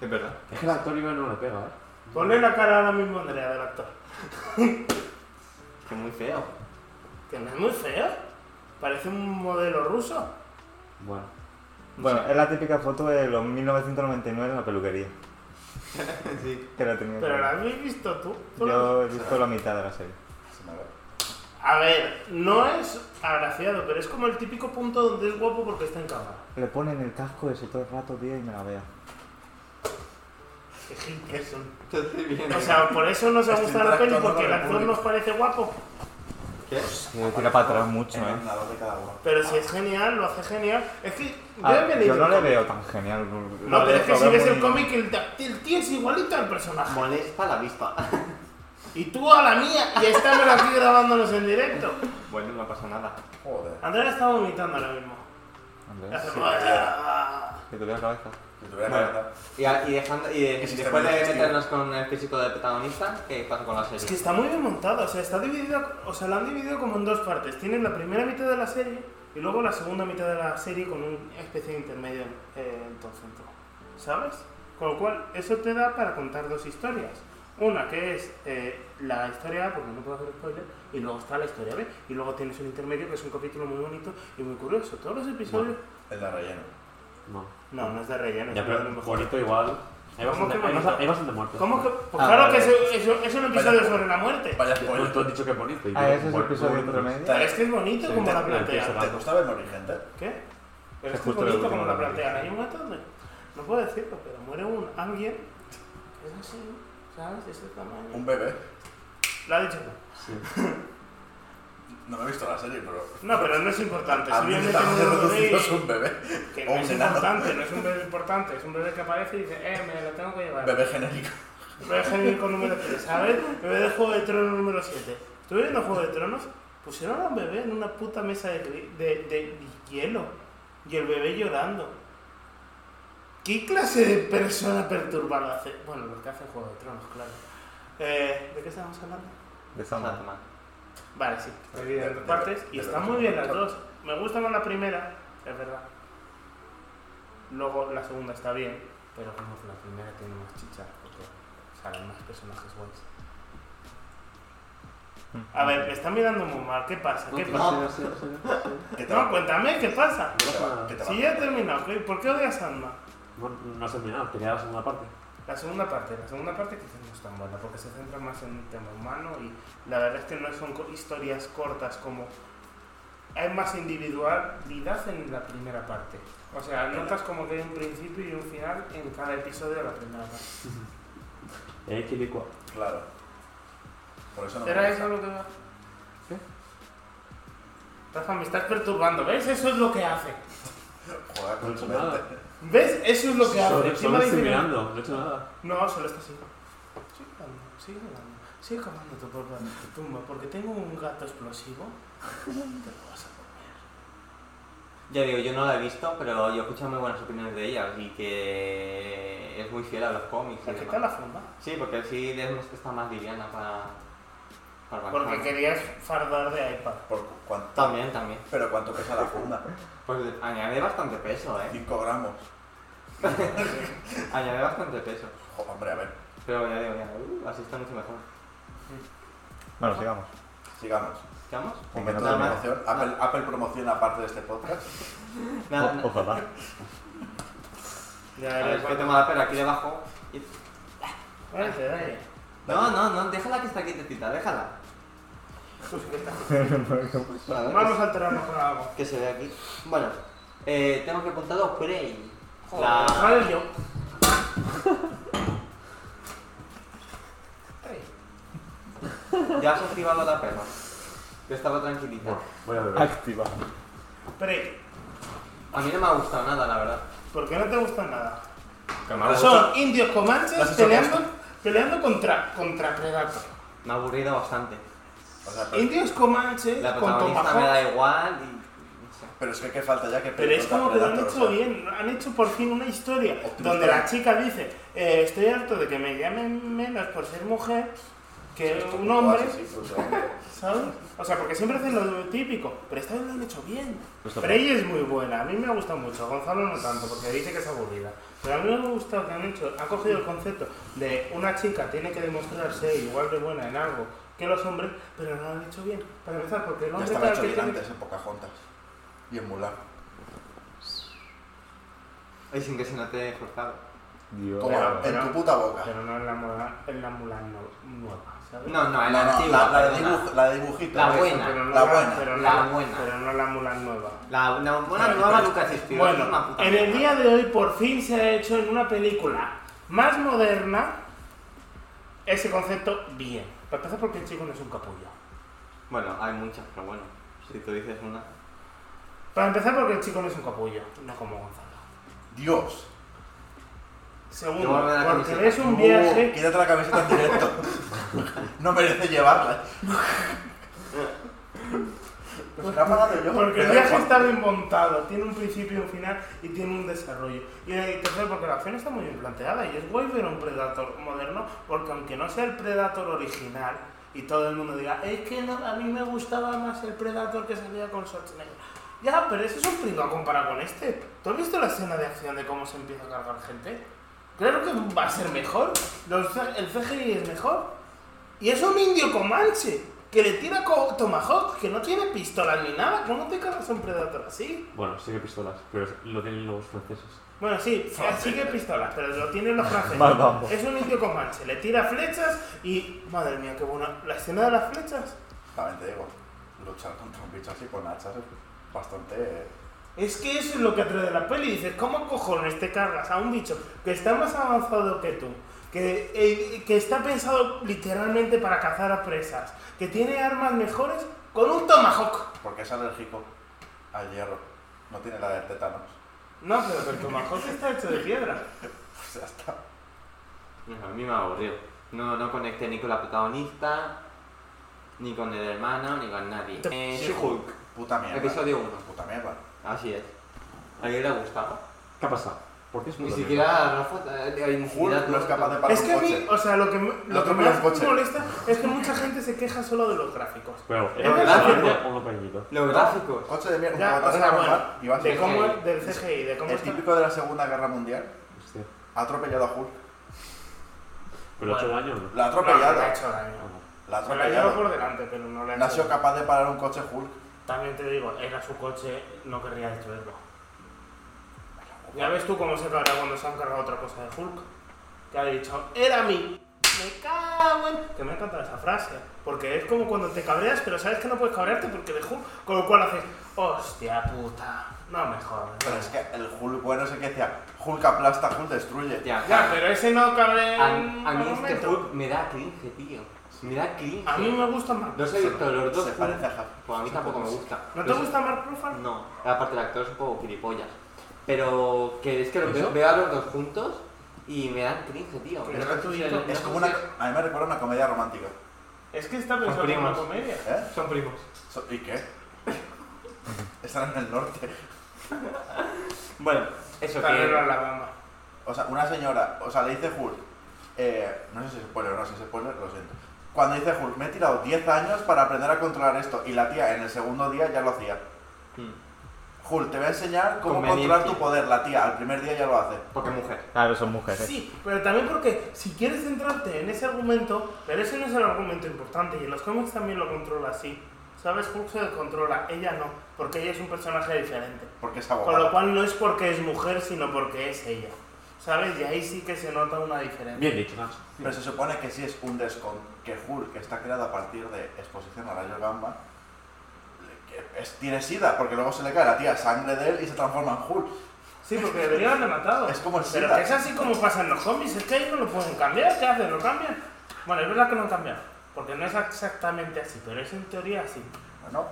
es verdad.
Es que el actor Iván no le pega, ¿eh?
ponle la cara ahora mismo a Andrea del actor.
Que muy feo.
Que no es muy feo. Parece un modelo ruso.
Bueno.
Bueno, es la típica foto de los 1999 en la peluquería.
Sí.
Te lo tenía que
Pero
ver.
la habéis visto tú. ¿Tú la-
Yo he visto la mitad de la serie.
Se me ve.
A ver, no es agraciado, pero es como el típico punto donde es guapo porque está en cámara.
Le ponen el casco ese todo el rato, tío, y me la veo.
Qué gil que son.
Entonces, bien.
O sea, por eso nos ha
Estoy
gustado la peli,
interactuando
porque el
con el
actor nos
público.
parece guapo.
¿Qué?
Yo tira para atrás mucho,
En
eh.
el lado de cada uno.
Pero si es genial, lo hace genial. Es que yo
Ah,
he leído
yo
el
no le
cómic.
veo tan genial.
No, pero es que
lo
si
veo
ves el
muy-
cómic, el, ta- el tío es igualito al personaje.
Molesta la vista.
Y tú a la mía, y estamos aquí grabándonos en directo.
Bueno, no pasa nada.
Joder.
Andrea está vomitando ahora mismo.
¿Eh? Andrés,
Hace-
que te veo la cabeza.
Si tuviera
Bueno.
cabeza.
Y, a- y dejando, y de-
¿Qué sistema
después de
digestivo?
meternos con el físico del protagonista, ¿qué pasa con la serie?
Es que está muy bien montada, o sea, está dividida, o sea, la han dividido como en dos partes. Tienes la primera mitad de la serie y luego la segunda mitad de la serie con una especie de intermedio eh, en todo centro. ¿Sabes? Con lo cual, eso te da para contar dos historias. Una que es eh, la historia A, porque no puedo hacer spoiler, y luego está la historia B. Y luego tienes un intermedio que es un capítulo muy bonito y muy curioso. Todos los episodios...
El de relleno.
No.
No, no, es de relleno, es
Ya,
de lo
pero
mejor.
bonito igual. Hay
¿Cómo
bastante,
que
hay
bonito?
basa- hay bastante muerte.
¿Cómo que...? Pues
Ah,
claro
vale.
que eso, eso- es un episodio
Vaya.
sobre la muerte.
Vaya
Pues tú has
spoiler.
dicho que es bonito. y
Ah,
yo-
ese es el
bueno,
episodio
bueno,
intermedio.
Pero es que es bonito
Sí,
como
te-
la
te
plantea.
empieza
¿Te gustaba el Morigente?
¿Qué? Pero es
Es
que es
justo lo
bonito como la
último de la
plantean.
película.
Hay un gato donde. No puedo decirlo, pero muere un alguien. Es así, ¿sabes? De ese
Un
tamaño.
bebé.
Lo ha dicho tú.
Sí.
No me he visto la serie, pero.
No, pero no es importante.
A
Si
mí
bien
me
me
está
tengo un
reducido es
bebé,
un bebé.
que
o
no
un
es
enano.
importante, no es un bebé importante. Es un bebé que aparece y dice, eh, me lo tengo que llevar.
Bebé genérico.
Voy a dejar con número 3, ¿sabes? Bebé de Juego de Tronos número 7. ¿Tú viendo Juego de Tronos? Pusieron a un bebé en una puta mesa de, gri- de, de hielo. Y el bebé llorando. ¿Qué clase de persona perturbada hace? Bueno, lo que hace Juego de Tronos, claro. Eh, ¿De qué estábamos hablando?
De Sandman.
Sandman.
Vale, sí.
De-
Dividido en
de-
dos partes.
de-
Y
de-
están
de-
muy bien las
de-
dos. Me gusta más la primera, es verdad. Luego la segunda está bien.
Pero como que la primera tiene más chicha, porque salen más personajes guays.
A ver, me están mirando muy mal. ¿Qué pasa? ¿Qué pasa?
No.
Que te
No,
va-
cuéntame, ¿qué pasa?
que te va- que te va-
Si ya he terminado, ¿qué- ¿por qué odias Sandman?
Bueno, no has terminado, quería la segunda parte.
La segunda parte, la segunda parte quizás no es tan buena porque se centra más en el tema humano y la verdad es que no son co- historias cortas como... Hay más individualidad en la primera parte. O sea, notas como que hay un principio y un final en cada episodio de la primera parte.
Eh, Kilicua.
Claro. Por eso no me
¿Era
gusta.
eso lo que va? ¿Qué? Rafa, me estás perturbando, ¿ves? Eso es lo que hace.
Juega
No he
con
hecho
tu
nada.
mente.
¿Ves? Eso es lo que hace.
Solo,
Encima
solo estoy
dice-
mirando, no he hecho nada.
No, solo está así. Sigue hablando, sigue hablando. Sigue cavando tu propia tumba, porque tengo un gato explosivo. Te lo vas a comer.
Ya digo, yo no la he visto, pero yo he escuchado muy buenas opiniones de ella y que es muy fiel a los cómics. y
¿Qué
demás.
tal la funda?
Sí, porque sí es- está más liviana para. para
Porque
avanzar.
querías fardar de iPad.
Por cuan-
También, también.
Pero cuánto pesa la funda?
Pues de- añade bastante peso, ¿eh?
5 gramos.
Añade bastante peso.
Jo, hombre, a ver.
Pero ya digo, ya, uh, así está mucho mejor.
Bueno, sigamos.
Sigamos.
¿Escuchamos?
Oh,
Momento de
nada más.
promoción.
Ah.
Apple, Apple promociona parte de este podcast.
Nada, nada.
oh,
O- ojalá.
Ya
A ver,
verás
es que
cuando-
tengo la pera aquí debajo. y-
Bueno, te da ya.
No, no, no, déjala que está quietecita, déjala. A ver,
Vamos a alterarnos con algo.
pues, que se ve aquí. Bueno, eh, tengo que apuntado Prey.
La...
La...
Joder, yo. Ey,
Ya has activado la perra. Yo estaba tranquilita.
Bueno, voy a beber.
Activa.
Prey,
A mí no me ha gustado nada, la verdad.
¿por qué no te gusta nada?
Que me, ha gustado-
Son indios comanches
Gracias,
peleando, peleando contra, contra Predator.
me ha aburrido bastante.
O sea, pero,
Indios comanches
La
con
protagonista me
tomahawk.
da igual y... no sé.
pero es que qué falta ya que
Pero es como que lo han
Predator,
hecho
o sea,
bien, han hecho por fin una historia
Optimista.
donde la chica dice, eh, estoy harto de que me llamen menos por ser mujer que
esto
un
lo
hombre,
haces, sí, pues, hombre.
¿sabes? O sea, porque siempre hacen lo típico, pero esta vez lo han hecho bien. Prey es muy buena, a mí me ha gustado mucho, Gonzalo no tanto, porque dice que es aburrida. Pero a mí me ha gustado que han hecho, han cogido el concepto de una chica tiene que demostrarse igual de buena en algo que los hombres, pero no lo han hecho bien. Para empezar, porque el
Ya
hombre
estaba
para
hecho
que
bien
tiene-
antes en Pocahontas. Y en Mulan.
Y sin que se note forzado.
Dios.
Toma,
pero-
en tu puta boca.
Pero no en la Mulan, en la Mulan no- nueva, ¿sabes?
No, no,
No,
en
no,
la antigua.
la, la de
perdona.
dibuj- la de dibujito.
La
que-
buena.
Pero no
La buena,
pero no
la buena.
Pero no la Mulan nueva.
La, la buena nueva nunca existió. es una
Bueno,
puta
en el
mierda.
día de hoy por fin se ha hecho en una película más moderna ese concepto bien. Para empezar porque el chico no es un capullo.
Bueno, hay muchas, pero bueno. Si tú dices una.
Para empezar porque el chico no es un capullo, no como Gonzalo.
Dios.
Yo voy a ver
Segundo,
la
porque
camiseta.
es un
Uh,
viaje...
quítate la camiseta en directo. no merece llevarla. Pues la he parado yo.
Porque el
pero
viaje
igual.
está bien montado, tiene un principio y un final y tiene un desarrollo. Y eh, tercero, porque la acción está muy bien planteada y es guay ver a un Predator moderno, porque aunque no sea el Predator original y todo el mundo diga, es que no, a mí me gustaba más el Predator que salía con Schwarzenegger. Ya, pero ese es un pringo comparado con este. ¿Tú has visto la escena de acción de cómo se empieza a cargar gente? Claro que va a ser mejor. Los C- el CGI es mejor. Y es un indio comanche que le tira con Tomahawk, que no tiene pistolas ni nada. ¿Cómo te cargas a un predator así?
Bueno, sí que pistolas, pero lo tienen los franceses.
Bueno, sí, así que pistolas, pero lo tienen los franceses.
Más vamos.
es un indio comanche, le tira flechas y. Madre mía, qué buena. La escena de las flechas
También te digo, luchar contra un bicho así con hachas es bastante.
es que eso es lo que atrae de la peli. Dices, ¿cómo cojones te cargas a un bicho que está más avanzado que tú? Que, eh, que está pensado literalmente para cazar a presas, que tiene armas mejores con un tomahawk.
Porque es alérgico al hierro. No tiene la de tétanos.
No, pero el tomahawk está hecho de piedra.
Pues ya está.
No, a mí me aburrió. No, no conecté ni con la protagonista, ni con el hermano, ni con nadie. Eh, She-Hulk,
Puta mierda.
episodio 1.
Puta mierda.
Así es. ¿A alguien le ha gustado?
¿Qué ha pasado? ¿Por qué es
Ni
puto
siquiera Rafa. eh, eh, ni siquiera
Hulk
tú-
no es capaz de parar
es que a
un
mí,
coche.
o sea, lo que, me- lo que
otro
más
coche.
me molesta es que mucha gente se queja solo de los gráficos.
mierda? Pero,
Es
¿es
verdad,
grande o no pequeñito?
Los gráficos.
Coche de mierda.
Ya,
como
o
te
sea,
vas a
bueno,
armar y vas
de
a-
cómo,
CGI.
del CGI, de cómo
El
está.
típico de la Segunda Guerra Mundial
Hostia.
ha atropellado a Hulk.
¿Pero ha hecho daño o no?
La ha
No, no le
atropellado.
ha hecho daño.
La ha
Se la lleva
atropellado.
por delante, pero no le ha
No ha
hecho
sido
daño.
capaz de parar un coche Hulk.
También te digo, era su coche, no querría destruirlo. Ya ves tú cómo se cabrea cuando se han cargado otra cosa de Hulk. Que ha dicho, era mí. Me cago en... Que me ha encantado esa frase. Porque es como cuando te cabreas, pero sabes que no puedes cabrearte porque de Hulk... Con lo cual haces, hostia puta, no me jodas.
Pero es que el Hulk bueno es el que decía Hulk aplasta, Hulk destruye.
Ya,
Ya, pero ese no cabe en
a, a mí
un
este
momento.
Hulk me da cringe, tío. Me da cringe.
A mí me gusta más.
No pues- soy visto los dos.
Se parece a Hulk.
Pues a mí tampoco me gusta.
¿No te
Pero-
gusta Mark Ruffalo?
No, aparte el actor es un poco gilipollas. Pero que es que los veo, veo a los dos juntos y me dan cringe, tío.
Pero
No sé
tú
si
y
el-
yo.
no
Es
sé
como
si
una. A mí me recuerda a una comedia romántica.
Es que está pensado en
primos.
una comedia.
¿Eh?
Son primos.
So- ¿Y qué? Están en el norte.
Bueno, eso
Para ver
que.
Alabama.
O sea, una señora, o sea, le dice Hulk, eh, no sé si es spoiler o no sé si es spoiler, lo siento. Cuando dice Hulk, me he tirado 10 años para aprender a controlar esto, y la tía en el segundo día ya lo hacía.
Mm,
Hulk, te voy a enseñar cómo
Conveniencia.
controlar tu poder, la tía al primer día ya lo hace.
Porque mujer.
Claro, son mujeres.
Sí, pero también porque si quieres centrarte en ese argumento, pero ese no es el argumento importante y en los cómics también lo controla así. ¿Sabes? Hulk se controla, ella no, porque ella es un personaje diferente.
Porque es
Con lo
abogada.
cual no es porque es mujer, sino porque es ella. ¿Sabes? Y ahí sí que se nota una diferencia.
Bien dicho, Nacho.
Pero se supone que sí es un descon, que Hulk está creado a partir de exposición a rayos gamma, le- que es, tiene sida, porque luego se le cae a la tía sangre de él y se transforma en Hulk.
Sí, porque deberían haberle matado.
Es como el
Pero
SIDA.
que es así como pasa en los zombies, es que ahí no lo pueden cambiar, ¿qué hacen? ¿Lo cambian? Bueno, es verdad que no han cambiado, porque no es exactamente así, pero es en teoría así.
Bueno,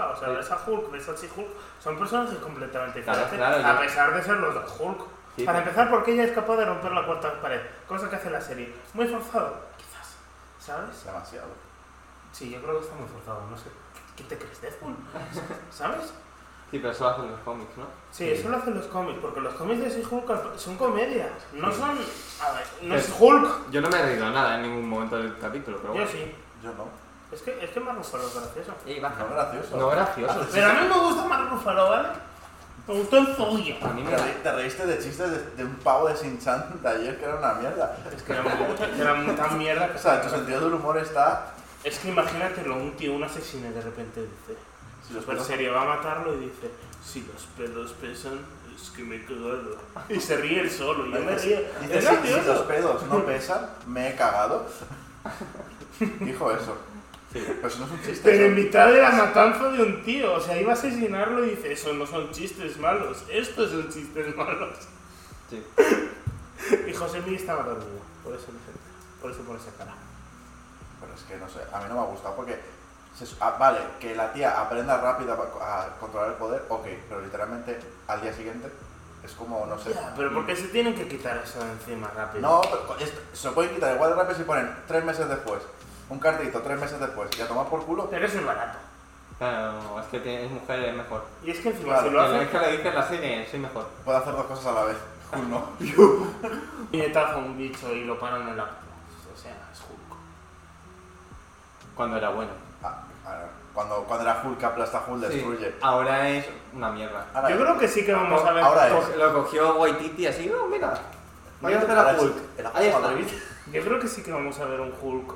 Ah, O sea, ves a Hulk, ves a She-Hulk, son personajes completamente
Claro,
diferentes,
claro, yo-
a pesar de ser los dos Hulk.
Sí,
Para
pero-
empezar, porque ella es capaz de romper la cuarta pared, cosa que hace la serie. Muy forzado, quizás, ¿sabes?
es demasiado.
Sí, yo creo que está muy forzado, no sé. ¿Qué te crees, Deadpool? ¿Sabes?
Sí, pero eso lo hacen los cómics, ¿no?
Sí, eso lo hacen los cómics, porque los cómics de She-Hulk son comedias, no son... A ver, no es
Sí.
Hulk.
Yo no me he reído nada en ningún momento del capítulo, pero
Yo
bueno.
sí.
Yo no.
Es que, es que Mark Ruffalo es gracioso.
Ey,
No,
baja.
gracioso.
No, gracioso.
Pero a mí me gusta Mark Ruffalo, ¿vale? Me gustó el Zoya.
A mí me
Te, re- te reíste de chistes de, de un pavo de Sinchan de ayer que era una mierda.
Es que era, muy- era muy tan mierda
O
que...
sea, tu sentido del humor está.
Es que imagínatelo, un tío, un asesino, y de repente dice...
Si los
Super
pelos,
serio, va a matarlo y dice... Si los pelos pesan, es que me he cagado. Y se ríe él solo, yo me río.
Dice,
Es
si, si los
gracioso.
pedos no pesan, me he cagado. Dijo eso. Pero eso no es un chiste.
Pero
eso-
en mitad de la matanza de un tío, o sea, iba a asesinarlo y dice, eso no son chistes malos, estos son chistes malos.
Sí.
Y José Mí estaba dormido, por eso me senté, por eso pone esa cara.
Pero es que no sé, a mí no me ha gustado porque. se su- ah, vale, que la tía aprenda rápido a, a controlar el poder, ok, pero literalmente al día siguiente es como, no sé.
Ya, pero ¿por qué se tienen que quitar eso de encima rápido?
No, pero esto- se lo pueden quitar igual de rápido si ponen tres meses después, un cartelito tres meses después y a tomar por culo.
Pero es el barato.
Claro, es que tiene- es mujer, es mejor.
Y es que encima
Claro,
se lo
La
hace
vez que le dices la serie, soy mejor.
Puede hacer dos cosas a la vez. Hulk no.
un puñetazo a un bicho y lo paran en el acto. O sea, es Hulk.
Cuando era bueno.
Ah, ahora, cuando, cuando era Hulk que aplasta Hulk
Sí,
destruye.
Ahora es una mierda.
Ahora,
Yo creo que sí que vamos a ver.
Ahora
Co- Lo cogió Waititi así, no, mira. Voy a hacer
Ahora
a
es-
Hulk.
era
Ahí está.
Hulk.
Yo creo que sí que vamos a ver un Hulk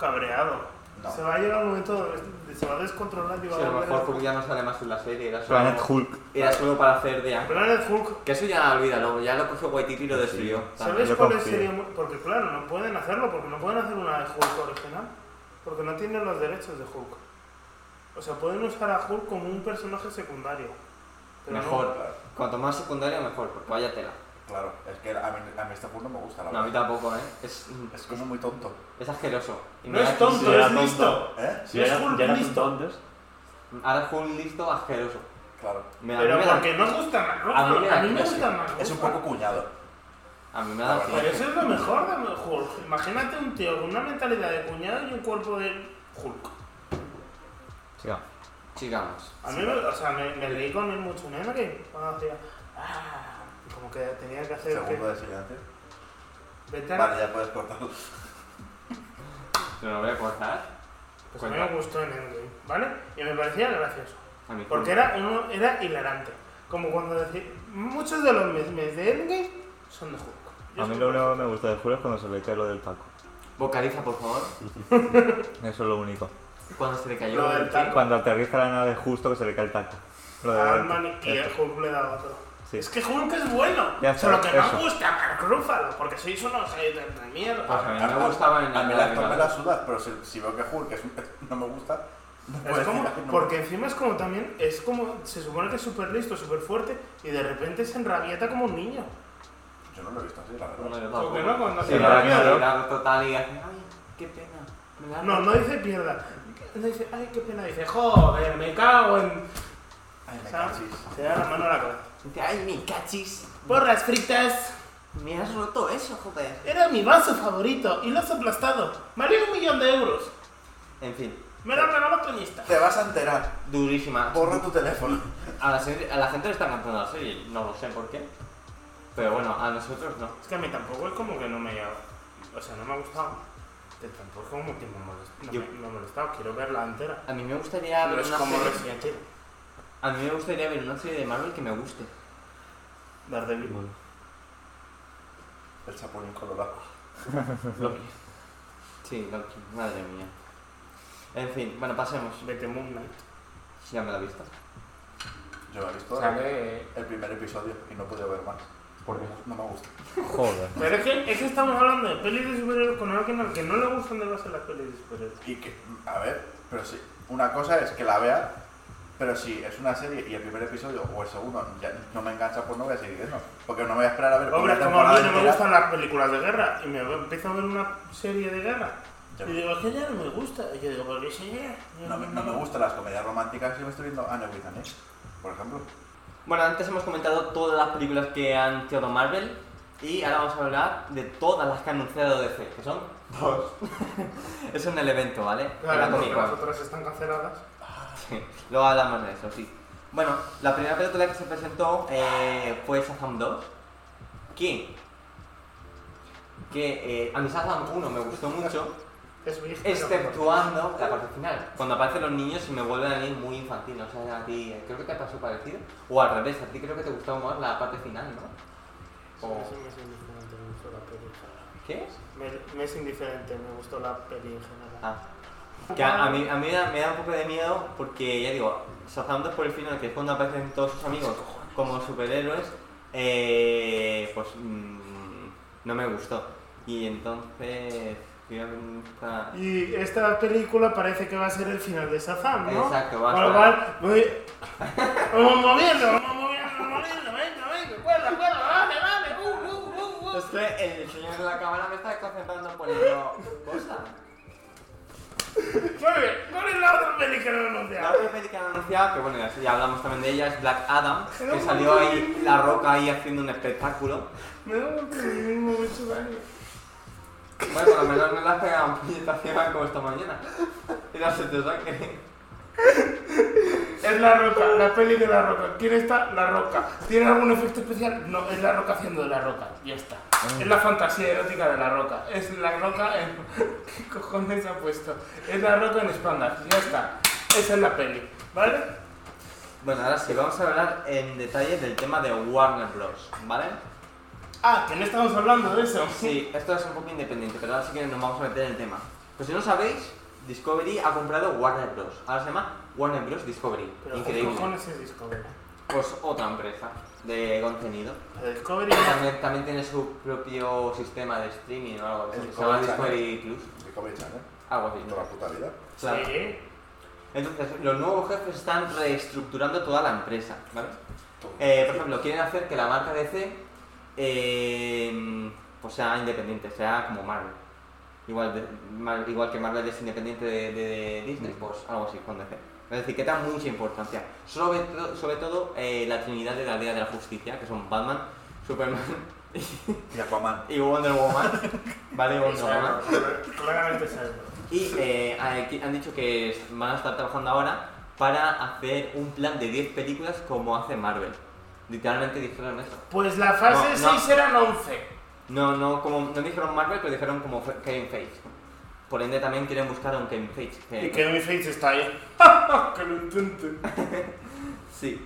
cabreado.
No.
Se va a llegar un momento donde se va a descontrolar y va
Sí, a
a
lo
volver
mejor Hulk ya no sale más en la serie, era
Planet
solo,
Hulk.
era solo para hacer de Ang-
Planet Hulk,
Que eso ya olvídalo, ya lo cogió Waititi y lo destruyó.
¿sabes
yo
cuál
confío.
sería? mu- Porque claro, no pueden hacerlo, porque no pueden hacer una de Hulk original, porque no tienen los derechos de Hulk. O sea, pueden usar a Hulk como un personaje secundario. pero no-
Mejor. Cuanto más secundaria, mejor, porque vaya tela.
Claro, es que a mí, a mí este Hulk no me gusta, la
No, a mí
verdad.
tampoco, ¿eh? Es,
Es que es muy tonto.
es asqueroso. Y
No
mira
es
que
tonto,
era
es
tonto.
listo.
¿Eh?
Si
Es
ya,
Hulk
ya era
listo.
tonto antes,
Ahora Hulk listo, asqueroso.
Claro.
Me- a mí
Pero
me da-
porque no gusta más
A mí me da
A mí me
clase.
gusta más
Es un poco cuñado.
A mí me da
Pero
Pero
asqueroso.
eso es lo mejor de Hulk. Imagínate un tío con una mentalidad de cuñado y un cuerpo de Hulk.
Sigamos.
A mí, me- o sea, me, me leí con él mucho un que cuando hacía. "Ah", como que tenía que hacer.
Segundo de silencio.
que- vete a-
Vale, ya puedes cortarlo.
Te lo voy a cortar.
Pues a mí me gustó en Endgame, ¿vale? Y me parecía gracioso.
A mí
Porque era, uno, era hilarante. Como cuando decía. Muchos de los memes de Endgame son de Hulk. Yo
A mí
soy
lo
Hulk.
único que me gusta de Hulk es cuando se le cae lo del taco.
Vocaliza, por favor.
Eso es lo único.
Cuando se le cayó
Lo del
el
taco.
Cuando aterriza la nave justo que se le cae el taco. Lo de
A
delante.
Ant-Man "Ah, y a
Eso.
Hulk le da otro.
Sí.
Es que Hulk es bueno.
Ya
solo
está,
que no
eso.
me gusta Mark Ruffalo, porque sois unos haters de mierda.
Pues a mí me gustaba en
A
la
mí
en
el
la
actor Ah, me
primera.
la sudas, pero si, si veo que Hulk es un- no me gusta, no puedo
Es
decir
como,
"Ay, no me
porque encima es como también, es como, se supone que es súper listo, súper fuerte, y de repente se enrabieta como un niño.
gusta". Yo no lo he visto así, la
No, yo
verdad.
Como
tampoco.
que no, cuando
Sí,
se
la
enrabia-
verdad, era total y hace, ay, qué pena. me da-
Ah, No, no dice pierda. No dice, ay, qué pena, dice, joder, me cago en...
Ay, me
¿sabes?
cachis.
Se da la mano a la cabeza.
Dice, ay, mi cachis.
Porras fritas,
Me has roto eso, joder.
era mi vaso favorito, y lo has aplastado. Me haría un millón de euros.
En fin,
Me lo regaló Toñista.
Te vas a enterar.
durísima.
Borra tu teléfono.
A la, serie- a la gente le está cantando la serie, no lo sé por qué. Pero bueno, a nosotros no.
Es que a mí tampoco es como que no me haya... O sea, no me ha gustado. Que Tampoco es como que me ha molest- no
Yo-
me- me ha molestado, quiero verla entera.
A mí me gustaría
No
ver
es
una
como
serie.
Resident Evil.
A mí me gustaría ver una serie de Marvel que me guste.
Daredevil.
bueno,
El chapulín colorado.
Sí, Loki, madre mía. En fin, bueno, pasemos.
Vete Moon Knight.
Ya me la he visto.
Yo lo he visto
Sale.
el primer episodio y no pude ver más.
¿por qué?
No me gusta.
Joder.
Pero es que, es que estamos hablando de pelis de superhéroes con alguien al que no le gustan de base las pelis de superhéroes.
Y que, a ver, pero sí. Una cosa es que la vea, pero si es una serie y el primer episodio o el segundo ya no me engancha, pues no voy a seguir viendo. Porque no me voy a esperar a ver
Hombre,
una
como a mí no me
entera.
gustan las películas de guerra y me empiezo a ver una serie de guerra.
Yo
Y digo, es que ya no me gusta. Y yo digo, ¿por qué se llega?
No, me- no me gustan las comedias románticas. Yo me estoy viendo Anne with an X, por ejemplo.
Bueno, antes hemos comentado todas las películas que ha anunciado Marvel y ahora vamos a hablar de todas las que ha anunciado DC, que son dos. es en el evento, ¿vale? En la
Ah, Claro, porque
Comic Con.
las otras están canceladas.
Sí, luego hablamos de eso, sí. Bueno, la primera película que se presentó eh, fue Shazam 2. ¿Qué? Que eh, a mí Shazam 1 me gustó mucho,
Es mi hija, pero-
exceptuando la parte final. Cuando aparecen los niños se me vuelven a mí muy infantil, o sea, a ti eh, creo que te pasó parecido. O al revés, a ti creo que te gustó más la parte final, ¿no? O-
Sí, me es indiferente, me gustó la peli.
¿Qué?
Me, me es indiferente, me gustó la peli en general.
Ah. Que a, a mí, a mí da- me da un poco de miedo porque, ya digo, Shazam 2 por el final, que es cuando aparecen todos sus amigos como superhéroes, eh, pues mm, no me gustó. Y entonces fui a ver esta-
Y esta película parece que va a ser el final de Shazam, ¿no?
Exacto, va a
Con lo
estar-
cual, voy... vamos moviendo, vamos moviendo, vamos moviendo, venga, venga, cuerda, cuerda, vale, vale, uh, uh, uh, uh.
Es que el señor de la cámara me está desconcentrando poniendo cosas.
Muy bien, ¿cuál es la otra película que no hemos
La
anunciado?
otra peli que han anunciado, que bueno, ya, ya hablamos también de ella, es Black Adam, que salió ahí la roca ahí haciendo un espectáculo.
Me da un mismo mucho daño.
Bueno, por lo menos no le has pegado un puñetazo encima como esta mañana. Y no se te sangre.
Es La Roca, la peli de La Roca. ¿Quién está? La Roca. ¿Tiene algún efecto especial? No, es La Roca haciendo de La Roca. Ya está.
Ah.
Es la fantasía erótica de La Roca. Es La Roca en... ¿Qué cojones ha puesto? Es La Roca en Spandax. Ya está. Esa es la peli. ¿Vale?
Bueno, ahora sí, vamos a hablar en detalle del tema de Warner Bros. ¿Vale?
Ah, que no estamos hablando de eso.
Sí, esto es un poco independiente, pero ahora sí que nos vamos a meter en el tema. Pues si no sabéis, Discovery ha comprado Warner Bros. Ahora se llama Warner Bros. Discovery.
Pero ¿qué
Increíble.
cojones es Discovery?
Pues otra empresa de contenido.
La Discovery es
También, también tiene su propio sistema de streaming o algo así.
El
Se llama
Discovery
Discovery Plus.
Discovery Channel,
Algo así. ¿no?
¿eh? toda la puta vida.
Claro.
Sí.
Entonces, los nuevos jefes están reestructurando toda la empresa, ¿vale?
Todo.
Eh, por ejemplo, quieren hacer que la marca DC eh, pues sea independiente, sea como Marvel. Igual, de- Mar- igual que Marvel es independiente de, de
Mm.
Disney, pues algo así con DC. Es decir, que da mucha importancia. Sobre, to- sobre todo eh, la Trinidad de la Liga de la Justicia, que son Batman, Superman
Y Aquaman.
y Wonder Woman. ¿Vale? Wonder Woman.
Claramente sabemos.
Y eh, aquí han dicho que van a estar trabajando ahora para hacer un plan de 10 películas como hace Marvel. Literalmente dijeron eso.
Pues la fase
No, no.
6 eran 11.
No, no, como, no dijeron Marvel, pero dijeron como fe- Kevin Feige. Por ende también quieren buscar a un Kevin Feige. que-
Y que mi face está ahí. que lo intenten.
Sí.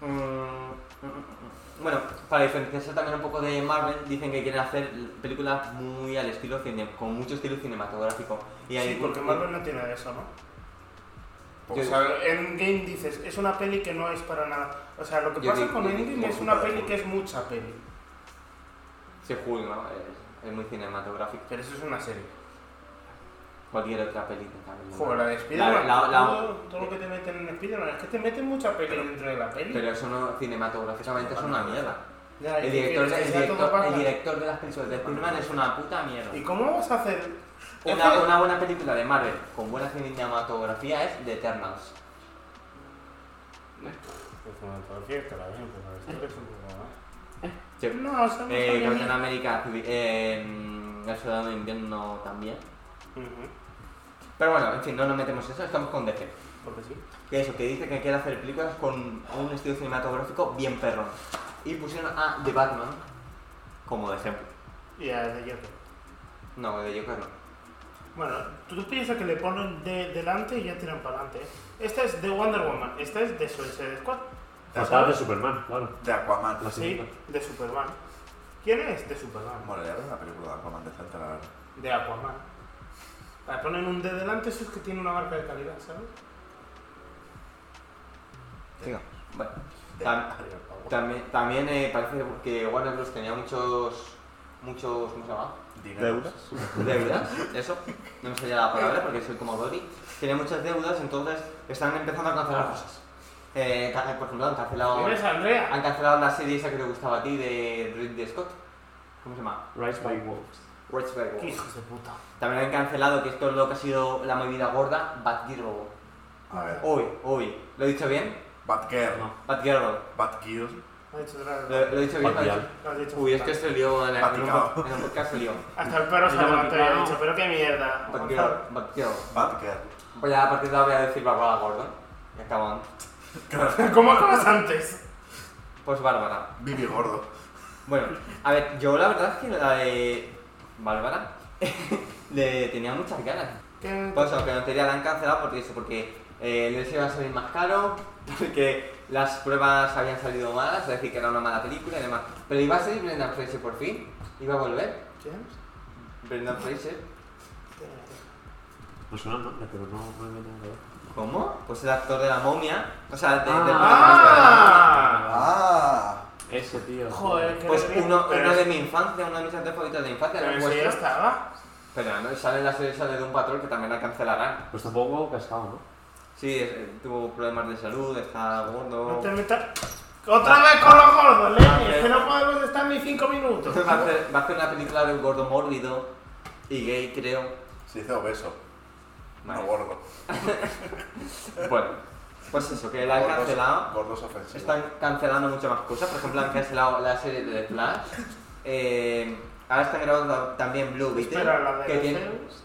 Mm, mm, mm, mm. Bueno, para diferenciarse también un poco de Marvel, dicen que quieren hacer películas muy al estilo cine, con mucho estilo cinematográfico. Y hay-
Sí, porque Marvel no tiene eso, ¿no?
Yo-
O sea, Endgame dices, es una peli que no es para nada. O sea, lo que
Yo
pasa
digo-
con
yo
Endgame
digo-
es una peli que es mucha peli.
se juzga, ¿no? es, es muy cinematográfico.
Pero eso es una serie.
Cualquier otra película.
Joder, la de Spider-Man,
La- la- la-
todo, todo lo que te meten en Spider-Man, es que te meten mucha peli dentro de la peli.
Pero eso no, cinematográficamente es una mierda.
Ya, ¿y
El
qué
director,
quieres,
de-
que
el
sea todo
director, el
paja?
director de las películas de Spider-Man es una puta mierda.
¿Y cómo vas a hacer? Es
Una,
que-
una buena película de Marvel con buena cinematografía es The Eternals.
Pues como en todo cierto, la bien, pues a ver si eres un poco más.
No, o sea, no
Eh,
sabía
Capitán
ni-
América, Civi- eh, mm, El Soldado de Invierno también.
Ujú,
Pero bueno, en fin, no nos metemos en eso, estamos con DC.
Porque sí.
Que eso, que dice que quiere hacer películas con un estilo cinematográfico bien perrón. Y pusieron a The Batman como de ejemplo.
Y a The Joker.
No, de Joker no.
Bueno, tú piensas que le ponen de delante y ya tiran para adelante. ¿eh? Esta es de Wonder Woman, esta es de Suicide Squad.
Fatal de Superman, claro.
De
¿Ah,
Aquaman.
La
Sí,
segunda.
de Superman. ¿Quién es? De Superman.
Bueno, ya ves una película de Aquaman decente, la verdad.
De Aquaman. Para poner un D delante, eso es que tiene una marca de calidad, ¿sabes?
Siga. Bueno. Tam- también también eh, parece que Warner Bros. tenía muchos. muchos. ¿Cómo se llama?
Dinero.
Deudas, eso. No me salía la palabra porque soy como Dory. Tiene muchas deudas, entonces están empezando a cancelar cosas. Eh, ca- por ejemplo, han cancelado,
¿Quién es Andrea?
han cancelado la serie esa que te gustaba a ti de Ridley Scott. ¿Cómo se llama?
Rise by Wolves.
Rich Bad
¿Qué
Wolf.
hijos de puta?
También han cancelado, que esto es lo que ha sido la movida gorda, Batgirl.
A ver.
Hoy, hoy. ¿Lo he dicho bien? Ah.
Batgirl.
No.
Batgirl.
Batgirl.
Ha dicho otra
¿Lo,
vez.
lo he dicho bien?
Batgirl.
Lo has dicho
Eh, Uy, es que
fatal.
se lió en, en, un,
Vaticano.
en un podcast se lió.
Hasta el perro se
Llama
levantó y ha
Picaro.
dicho, pero qué mierda.
Batgirl, Batgirl.
Batgirl.
Pues ya a partir de ahora voy a decir Bárbara Gordon. Y acaban.
¿Cómo acabas antes?
Pues Bárbara.
Bibi Gordo.
Bueno, a ver, yo la verdad es que la de Bárbara le tenía muchas ganas.
¿Qué-
Pues aunque no tenía la han cancelado porque eso, porque eh, el DLC iba a salir más caro, porque las pruebas habían salido malas, es decir, que era una mala película y demás. Pero iba a salir Brendan Fraser por fin, iba a volver.
¿Quién?
Brendan Fraser.
Me suena el nombre, pero no no me viene nada.
¿Cómo? Pues el actor de la momia. O sea, de, del
Ah.
protagonista de la momia.
¡Ah!
Ah.
Ese tío.
Joder, qué
Pues
alegría.
uno,
pero,
uno de mi infancia, una de mis artes favoritas de infancia,
pero
no
eso ya
vuestro.
estaba.
Pero no, sale la serie esa de un patrón que también la cancelarán.
Pues tampoco cascado, ¿no?
Sí, es- eh, tuvo problemas de salud, está
No
gordo.
te metas. Otra vez con los gordos,
Ah,
Lenny, que no podemos estar ni cinco minutos.
Va a, hacer, va a hacer una película de un gordo mórbido y gay, creo.
Se dice obeso,
Vale.
no gordo.
Bueno, pues eso, que la han
Gordos-
cancelado.
Gordos ofensivos.
Están cancelando muchas más cosas. Por ejemplo, han cancelado la serie de The Flash. Eh, ahora están grabando también Blue Beetle.
Espera, la de
que
los
tiene- este
Zeus.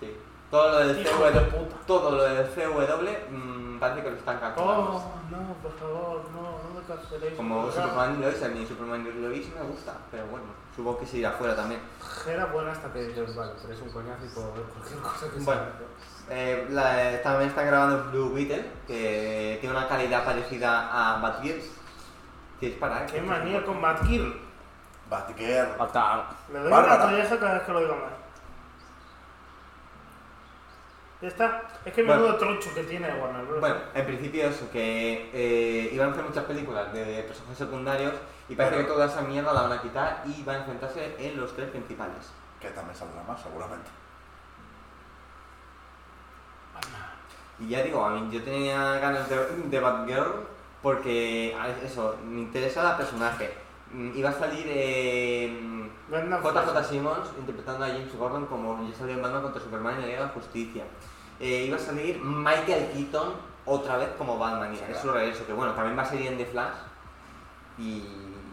Sí. Todo lo del
Hijo de
CW.
puta.
Todo lo del CW mm, parece que lo están cancelando.
Oh, no, por favor, no, no me canceléis.
Como
Era-
Superman y Lois, a mí Superman y Lois me gusta, pero bueno, supongo que se irá afuera también.
Era buena hasta
Que dices, vale, pero es un coñazo y puedo ver cualquier cosa que
Bueno. Eh, la- también están grabando Blue Beetle, que tiene una calidad parecida a Batgirl. Que es para este
Qué manía con Batgirl.
Batgirl.
Le doy
Bárbara.
una colleja cada vez que lo digo mal. Ya está. Es que
Bueno.
menudo troncho que tiene Warner Bros.
Bueno, en principio eso, que eh, iban a hacer muchas películas de personajes secundarios y parece
Pero-
que toda esa mierda la van a quitar y van a enfrentarse en los tres principales.
Que también saldrá más, seguramente.
Y ya digo, a mí yo tenía ganas de, de Batgirl porque a ver, eso, me interesa el personaje. Mm, Iba a salir eh,
Brandon
JJ
Fraser.
Simmons interpretando a James Gordon como ya salió en Batman contra Superman y la Liga de la Justicia. Eh, iba a salir Michael Keaton otra vez como Batman y es su regreso, que bueno, también va a salir en The Flash. Y...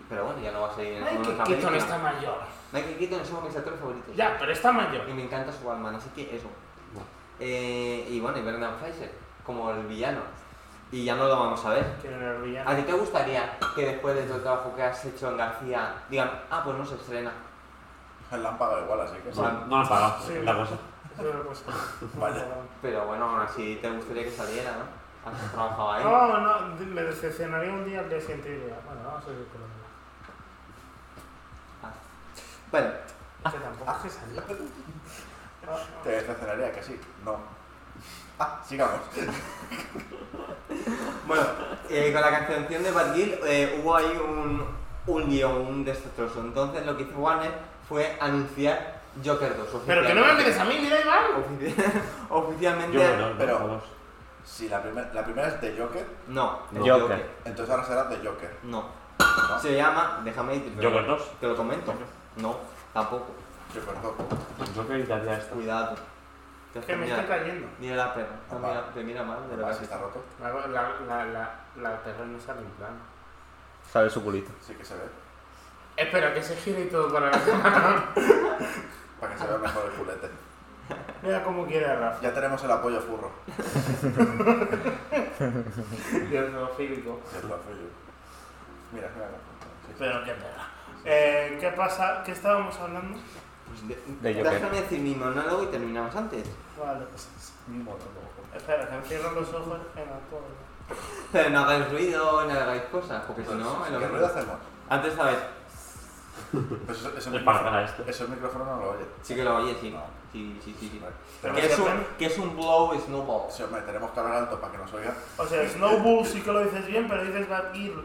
Pero bueno, ya no va a salir en
Ay,
ninguna
que
otra
Keaton
película.
está mayor.
Michael Keaton es uno de mis actores favoritos.
Ya, pero está mayor.
Y me encanta su Batman, así que eso.
Bueno.
Eh, y bueno, y Brendan Fraser como el villano. Y ya no lo vamos a ver.
Que era el villano.
¿A ti te gustaría que después de todo el trabajo que has hecho en García digan, ah, pues no se estrena?
El lámpago igual, así que sí.
No, no han pagado,
Sí.
la cosa.
Eso era cosa.
Vaya.
Pero bueno, aún así te gustaría que saliera, ¿no? Has trabajado ahí.
No, no, me decepcionaría un día al día siguiente y diría, bueno, vamos a seguir con lo mismo.
Bueno,
Que tampoco Ah, es que salió.
Te decepcionaría que sí. No. Ah, sigamos.
bueno eh, con la canción de Batgirl eh, hubo ahí un, un lío, un desastroso. Entonces lo que hizo Warner fue anunciar Joker 2.
Pero que no me mires a mí, mira Iván.
Ofici- Oficialmente.
Yo no,
Pero-
no, pero... Vamos.
Si la, primer- la primera es de Joker,
No, no,
Joker.
entonces ahora será de Joker.
No.
¿No?
Se llama. Déjame ir.
Joker 2.
Te lo comento. No, tampoco.
Joker 2.
Ah,
Yo que evitaría esto.
Cuidado. Te
Que me
mira-
está cayendo.
Mira la perra. Te
Papá.
mira- Te mira mal de lo que
Ah,
has
sí está
hecho.
roto.
La, la, la, la, la perra no sale en plan.
Sale su culito.
Sí que se ve.
Espera, que se gire y todo para la
Para que se vea mejor el culete.
Mira cómo quiere Rafa.
Ya tenemos el apoyo furro.
Dios zoofílico.
El apoyo. Mira, mira. Sí.
Pero qué pena. Eh, ¿Qué pasa? ¿Qué estábamos hablando?
Pues de-
De Joker.
Déjame decir mi monólogo y terminamos antes.
Vale. pues,
Mi monólogo.
Espera, que encierro los ojos en la torre.
Pero no hagáis ruido, no hagáis cosas, porque si no...
¿Qué
lo-
ruido hacemos?
Antes, ¿sabes?
Pues eso, eso,
Es para este. nada esto.
eso el micrófono no lo oye.
Sí que lo oye, sí.
No.
Sí, sí, sí. sí.
Vale.
Pero
Que,
es
es
que
un, que es un blow snowball.
Sí, hombre, tenemos que hablar alto para que nos oiga.
O sea, Snowball sí que lo dices bien, pero dices Bad Girl.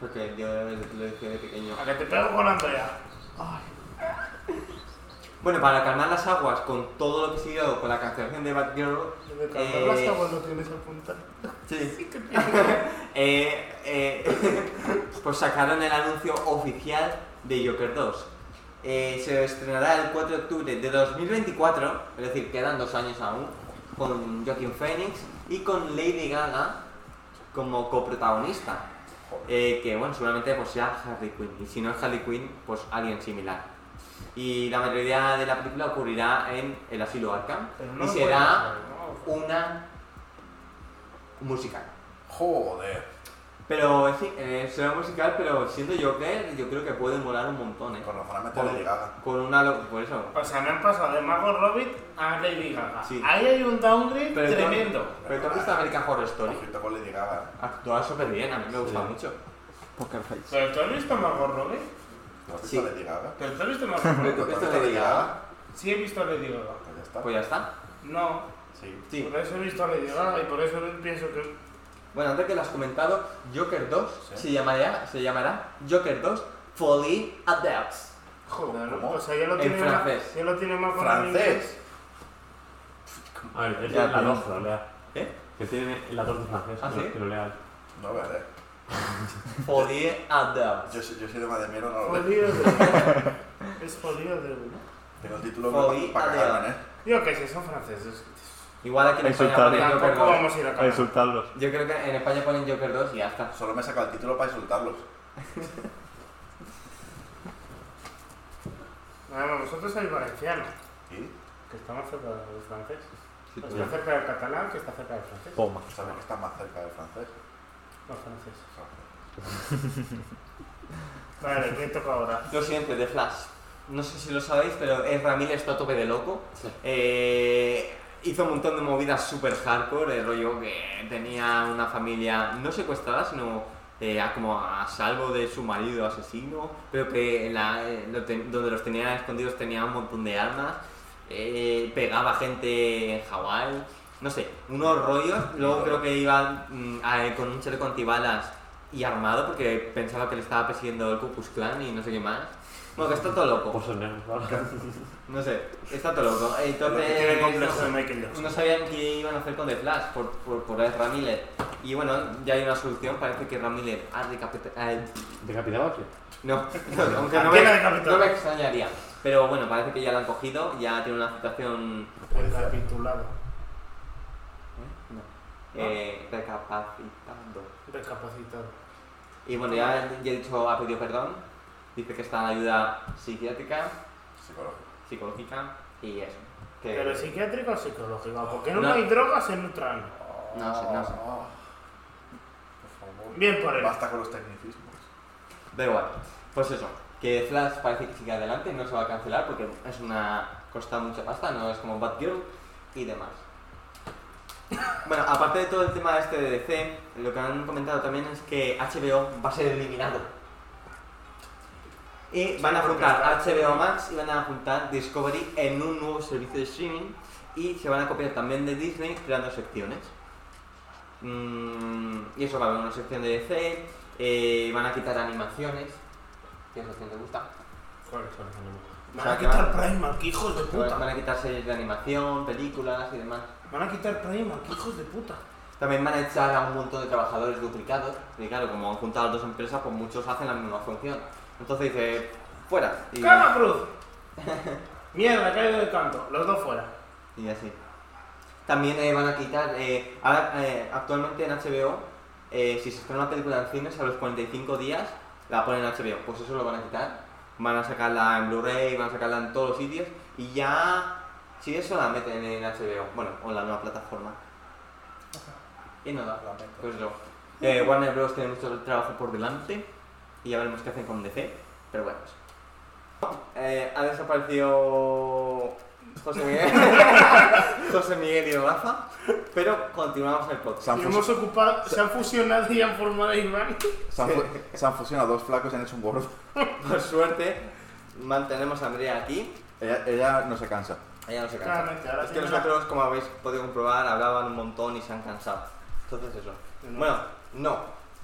Porque yo lo dije de pequeño.
A que te pego con Andrea.
Bueno, para calmar las aguas con todo lo que siguió con la cancelación de Batgirl,
De
Eh.
calmarlas hasta cuando tienes apuntado.
sí. Eh, eh, pues sacaron el anuncio oficial de Joker 2. Eh, se estrenará el 4 de octubre de 2024, es decir, quedan dos años aún, con Joaquin Phoenix y con Lady Gaga como coprotagonista. Eh, que bueno, seguramente pues sea Harley Quinn, y si no es Harley Quinn, pues alguien similar. Y la mayoría de la película ocurrirá en el asilo Arkham
Pero no
y
lo
será
puedes
una musical.
Joder.
Pero en fin, eh, será musical, pero siendo Joker, yo creo que puede molar un montón, ¿eh?
Con razón a meter la llegada.
Con una... lo- Por eso.
O sea, Pues me han pasado de Margot Robbie a Lady Gaga.
Sí.
Ahí hay un downgrade
Pero tú-
tremendo.
Pero tú has visto American Horror Story.
Ojito con Lady Gaga.
Actúa súper bien, a mí me gusta
Sí.
mucho. Poker Face.
¿Pero tú has visto a Margot Robbie?
¿Tú has
Sí.
visto a Lady Gaga?
¿Pero tú has visto a Margot Robbie?
¿Tú has visto
¿Tú has
Lady Gaga?
Sí he visto a Lady Gaga.
Pues ya está.
Pues ya está.
No,
Sí.
Sí.
Por eso he visto a Lady Gaga y por eso pienso que
Bueno, antes que lo has comentado, Joker 2
Sí.
se, llamará, se llamará Joker 2 Folie Adepts.
Joder,
¿Cómo?
o sea, ya lo
En
tiene más-
francés.
Ya lo tiene más con el
Francés.
inglés.
A ver,
Ya,
él tiene la
pero-
2, lo lea.
¿Eh?
Que tiene la 2 de francés,
¿Ah,
que,
sí?
lo- que lo lea él.
No, vale.
Folie Adepts.
Yo, soy- yo soy de madre mierda, no lo veo.
Jodido de Es jodido de uno.
Tengo el título
Jodí
para
a
cagarme,
Dios.
¿eh?
Yo qué sé, son franceses.
Igual aquí en España
Insultable.
ponen Joker
Tampoco
2.
vamos a ir a
A
cagar.
insultarlos.
Yo creo que en España ponen Joker 2 y ya está.
Solo me he sacado el título para insultarlos.
Bueno, vosotros sois valencianos,
¿Y?
que está más cerca del francés.
Sí, pues
Está cerca del catalán, que está cerca del francés.
Poma.
¿Sabes que estás más cerca del francés?
No, francés. Vale, ¿quién toca ahora?
Lo siguiente, The Flash. No sé si lo sabéis, pero es Ramírez está a tope de loco. Eh, hizo un montón de movidas super hardcore, el rollo que tenía una familia no secuestrada, sino eh, a- como a salvo de su marido asesino, pero que en la- eh, lo ten- donde los tenía escondidos tenía un montón de armas, eh, pegaba gente en Hawái, no sé, unos rollos. Luego creo que iba mm, a- con un chaleco antibalas y armado porque pensaba que le estaba persiguiendo el Ku Klux Klan y no sé qué más. Bueno, que está todo loco.
Por ser negro, claro.
No sé, está todo loco.
Lo
Entonces,
que tiene el complejo de Michael Jackson.
no sabían qué iban a hacer con The Flash por, por, por Ed Ramírez. Y bueno, ya hay una solución, parece que Ramírez ha decapitado...
¿Decapitado aquí?
no, no, aunque no
¿A quién
me,
ha decapitado?
no me extrañaría. Pero bueno, parece que ya la han cogido, ya tiene una aceptación...
Puede ser.
Recapitulado.
eh, recapacitando.
Recapacitado.
Y bueno, ya, ya he dicho, ha pedido perdón, dice que está en ayuda psiquiátrica,
Psicológico.
psicológica y eso. Que,
¿Pero psiquiátrico o psicológico? Porque no,
No.
hay drogas en Utrano.
No sé, no sé.
Oh, Por favor.
Bien por él.
Basta con los tecnicismos.
Da igual. Pues eso, que Flash parece que sigue adelante, no se va a cancelar porque es una. costa mucha pasta, no es como Batgirl y demás. Bueno, aparte de todo el tema este de DC, lo que han comentado también es que HBO va a ser eliminado. Y van a juntar HBO Max y van a juntar Discovery en un nuevo servicio de streaming y se van a copiar también de Disney creando secciones. Mm, y eso va a haber una sección de DC, eh, van a quitar animaciones, que es lo que me gusta.
¿Cuáles son los animales?
Van a quitar Primark, hijos de
Pues Van
puta.
a quitar series de animación, películas y demás.
Van a quitar Primark, hijos de puta.
También van a echar a un montón de trabajadores duplicados, y claro, como han juntado las dos empresas, pues muchos hacen la misma función. Entonces dice, fuera, y,
¡Cama Cruz! Mierda, caído de canto. Los dos fuera.
y así. También eh, van a quitar, eh, ahora, eh, actualmente en HBO, eh, si se estrena una película en cines a los 45 días, la ponen en HBO, pues eso lo van a quitar. Van a sacarla en Blu-ray, van a sacarla en todos los sitios, y ya, si eso la meten en HBO, bueno, o en la nueva plataforma. Y nada. Pues no. Eh, Warner Bros. tiene mucho trabajo por delante y ya veremos qué hacen con DC, pero bueno. pues. Eh, ha desaparecido José Miguel, José Miguel y Rafa, pero continuamos el podcast.
Se han,
Y
fus-
hemos ocupado, se han fusionado y han formado a Iván.
se han fu- se han fusionado dos flacos y han hecho un gordo.
Por suerte, mantenemos a Andrea aquí.
Ella, ella no se cansa.
Ella no se cansa.
Claramente, ahora
Es que
tiene una-
nosotros, como habéis podido comprobar, hablaban un montón y se han cansado. Entonces eso.
No.
Bueno, no.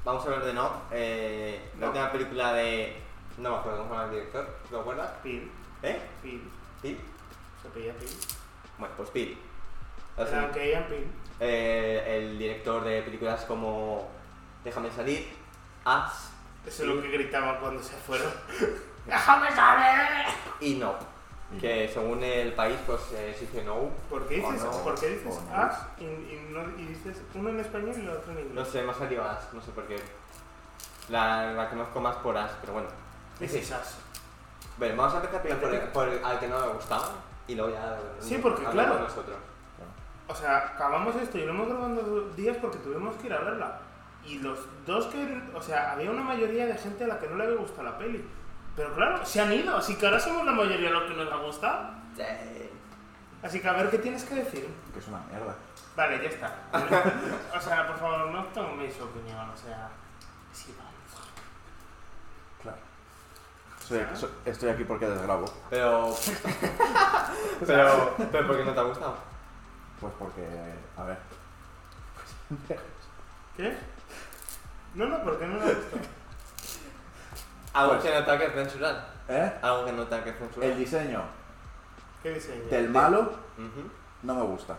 Vamos a hablar de no. Eh, La
No.
última película de... No me acuerdo cómo se llama el director. ¿Te acuerdas?
Pil,
¿Eh?
Pil,
¿Pil?
se pedía Pil.
Bueno, pues Pil. Así,
Era que ella Pil.
eh, el director de películas como Déjame salir, As
Eso es lo que gritaban cuando se fueron. ¡Déjame salir!
y No. Que según el país, pues eh, se dice No.
¿Por qué dices,
Oh, no.
¿por qué dices
Oh, no.
as y, y no- y dices uno en español y el otro en
No
inglés?
sé, me ha salido As, no sé por qué. La, la conozco más por As, pero bueno.
Dices as.
Bueno, vamos a empezar primero por, el, por el- al que no me gustaba y luego ya.
Sí, porque
hablamos
claro.
Nosotros.
O sea, acabamos esto y lo hemos grabando dos días porque tuvimos que ir a verla. Y los dos que. O sea, había una mayoría de gente a la que no le había gustado la peli. Pero claro, se han ido. Así que ahora somos la mayoría los que nos ha gustado.
Eh,
Así que a ver qué tienes que decir.
Que es una mierda.
Vale, ya está. o sea, por favor, no toméis opinión. O sea, sí, vamos.
Claro. Soy- so- estoy aquí porque desgrabo.
Pero. pero. Pero
Pues
¿por qué no te ha gustado?
Pues porque. A ver.
¿Qué? No, no, porque no me gusta.
Algo que no tenga que censurar.
¿Eh?
Algo que no tenga que censurar.
El diseño
¿Qué diseño?
del malo
Ujú.
no me gusta.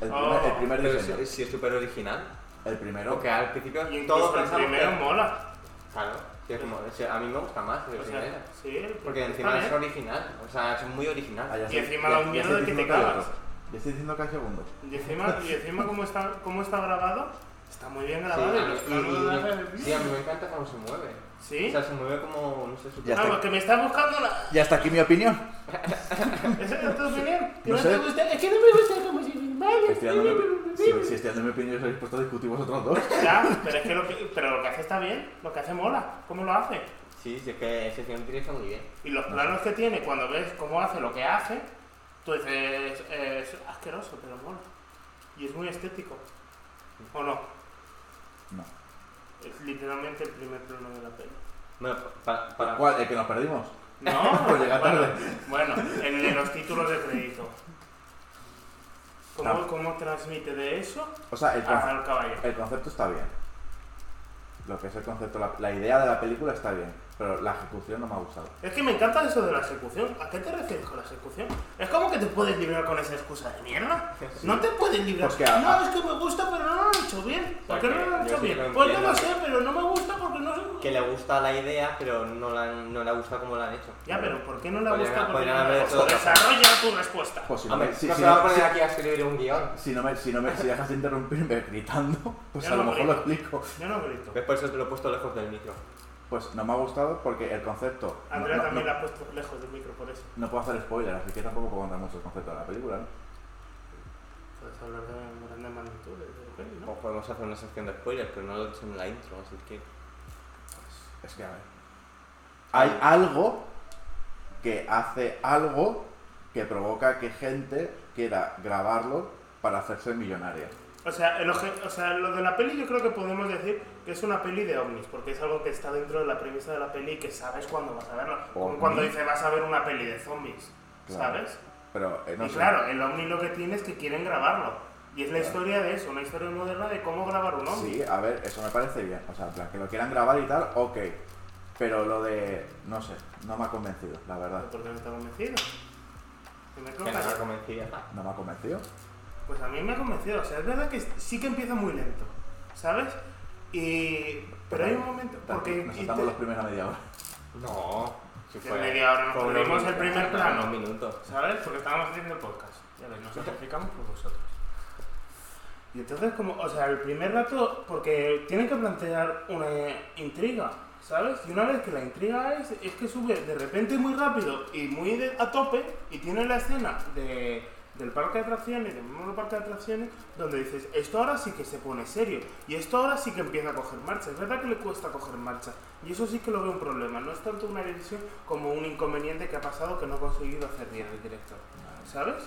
El
Oh.
primer, el primer
Pero
diseño.
si, si es súper original.
El primero.
Porque al principio
Y
todos
incluso el
pensamos
primero
que...
mola.
Claro, sí, es como- o sea, a mí me gusta más el
O
primero.
sea, sí,
porque
está
encima
bien.
es original, o sea, es muy original.
Ah, ya
Y
sé-
encima
ya-
la
ya
mierda de
estoy
que te
diciendo hay
cagas.
otro. Ya estoy diciendo que hay segundo.
Y encima, y encima cómo, está, cómo está grabado, está muy bien
Sí,
grabado.
a
y
mí-
los
y-
planos
y-
de la-
sí, a mí me encanta cómo se mueve. O
¿Sí?
sea, se mueve como, no sé, súper-
Ya
Ah,
está.
porque me estás buscando la...
Y hasta aquí mi opinión.
¿Esa es tu opinión? Que
No
no,
sé.
te gusta... Es que no me gusta como si... Vale,
Estoy dándome- si, si estoy dando mi opinión, os habéis puesto a discutir vosotros dos.
Ya, pero es que lo que, pero lo que hace está bien, lo que hace mola, cómo lo hace.
Sí, sí, es que ese film utiliza muy bien.
Y los planos que tiene, cuando ves cómo hace lo que hace, tú dices, es, asqueroso, pero mola. Y es muy estético. ¿O no?
No.
Es literalmente el primer plano de la peli.
Bueno, para, para,
¿Cuál? ¿El que nos perdimos?
No,
Pues llega tarde.
Bueno, bueno, en de los títulos de crédito. ¿Cómo,
Ah.
cómo transmite de eso
O sea, el, conce-
hasta el caballero?
el concepto está bien. Lo que es el concepto, la, la idea de la película está bien, pero la ejecución no me ha gustado.
Es que me encanta eso de la ejecución. ¿A qué te refieres con la ejecución? Es como que te puedes librar con esa excusa de mierda. No te puedes librar.
Pues que a-
no, es que me gusta, pero no lo han hecho bien. ¿Por qué no lo han
Yo
hecho
sí
bien?
lo
Pues yo
entiendo.
lo sé, pero no me gusta porque no sé.
que le gusta la idea, pero no, la, han- no le gusta cómo la han hecho.
Ya, pero ¿por qué no la
Podrían-
gusta? Porque
podrían
no
haber
la
hecho
gusta?
otra cosa.
Desarrolla tu respuesta.
Pues si no,
Hombre,
me, si,
no
si
se va a
no,
poner
si-
aquí a escribir un guión.
si no me, si no me- si dejas de interrumpirme gritando, pues
Ya
a lo
lo
mejor lo explico.
Yo no grito.
¿Ves? Por eso te lo he puesto lejos del micro.
Pues no me ha gustado porque el concepto. no-
Andrea
no,
también
no-
la ha puesto lejos del micro por eso.
no puedo hacer spoiler, así que tampoco puedo contar mucho el concepto de la película. ¿no?
Puedes hablar de grandes magnitudes de la peli,
O
¿no?
Pues podemos hacer una sección de spoilers, pero no lo he hecho en la intro, así que.
Es que a ver. Hay algo que hace algo que provoca que gente quiera grabarlo para hacerse millonaria.
O sea, el oje- o sea, lo de la peli yo creo que podemos decir que es una peli de ovnis, porque es algo que está dentro de la premisa de la peli y que sabes cuándo vas a verlo. Como
Ovni.
cuando dice vas a ver una peli de zombies,
Claro.
¿sabes?
Pero eh, no
y
sé.
claro, el ovni lo que tiene es que quieren grabarlo. Y es la
Claro.
historia de eso, una historia moderna de cómo grabar un ovni.
Sí, a ver, eso me parece bien. O sea, en plan, que lo quieran grabar y tal, ok. Pero lo de. No sé, no me ha convencido, la verdad.
¿Por qué no está convencido? ¿Que me
Que no me
cojas?
ha convencido.
No me ha convencido.
Pues a mí me ha convencido. O sea, es verdad que sí que empieza muy lento, ¿sabes? Y... Pero hay un momento... Porque...
Nos
y
saltamos
te-
los primeros a media hora.
No. Si
Que media hora nos
fue unos
perdimos el
minutos,
primer
no,
plano.
Unos minutos.
¿Sabes? Porque estábamos haciendo podcast. Ya ves, nos sacrificamos por vosotros. Y entonces, como, o sea, el primer rato, porque tienen que plantear una intriga, ¿sabes? Y una vez que la intriga es, es que sube de repente muy rápido y muy de- a tope, y tiene la escena de, del parque de atracciones, del mismo parque de atracciones, donde dices, esto ahora sí que se pone serio, y esto ahora sí que empieza a coger marcha. Es verdad que le cuesta coger marcha, y eso sí que lo veo un problema. No es tanto una decisión como un inconveniente que ha pasado que no ha conseguido hacer bien el director, ¿sabes?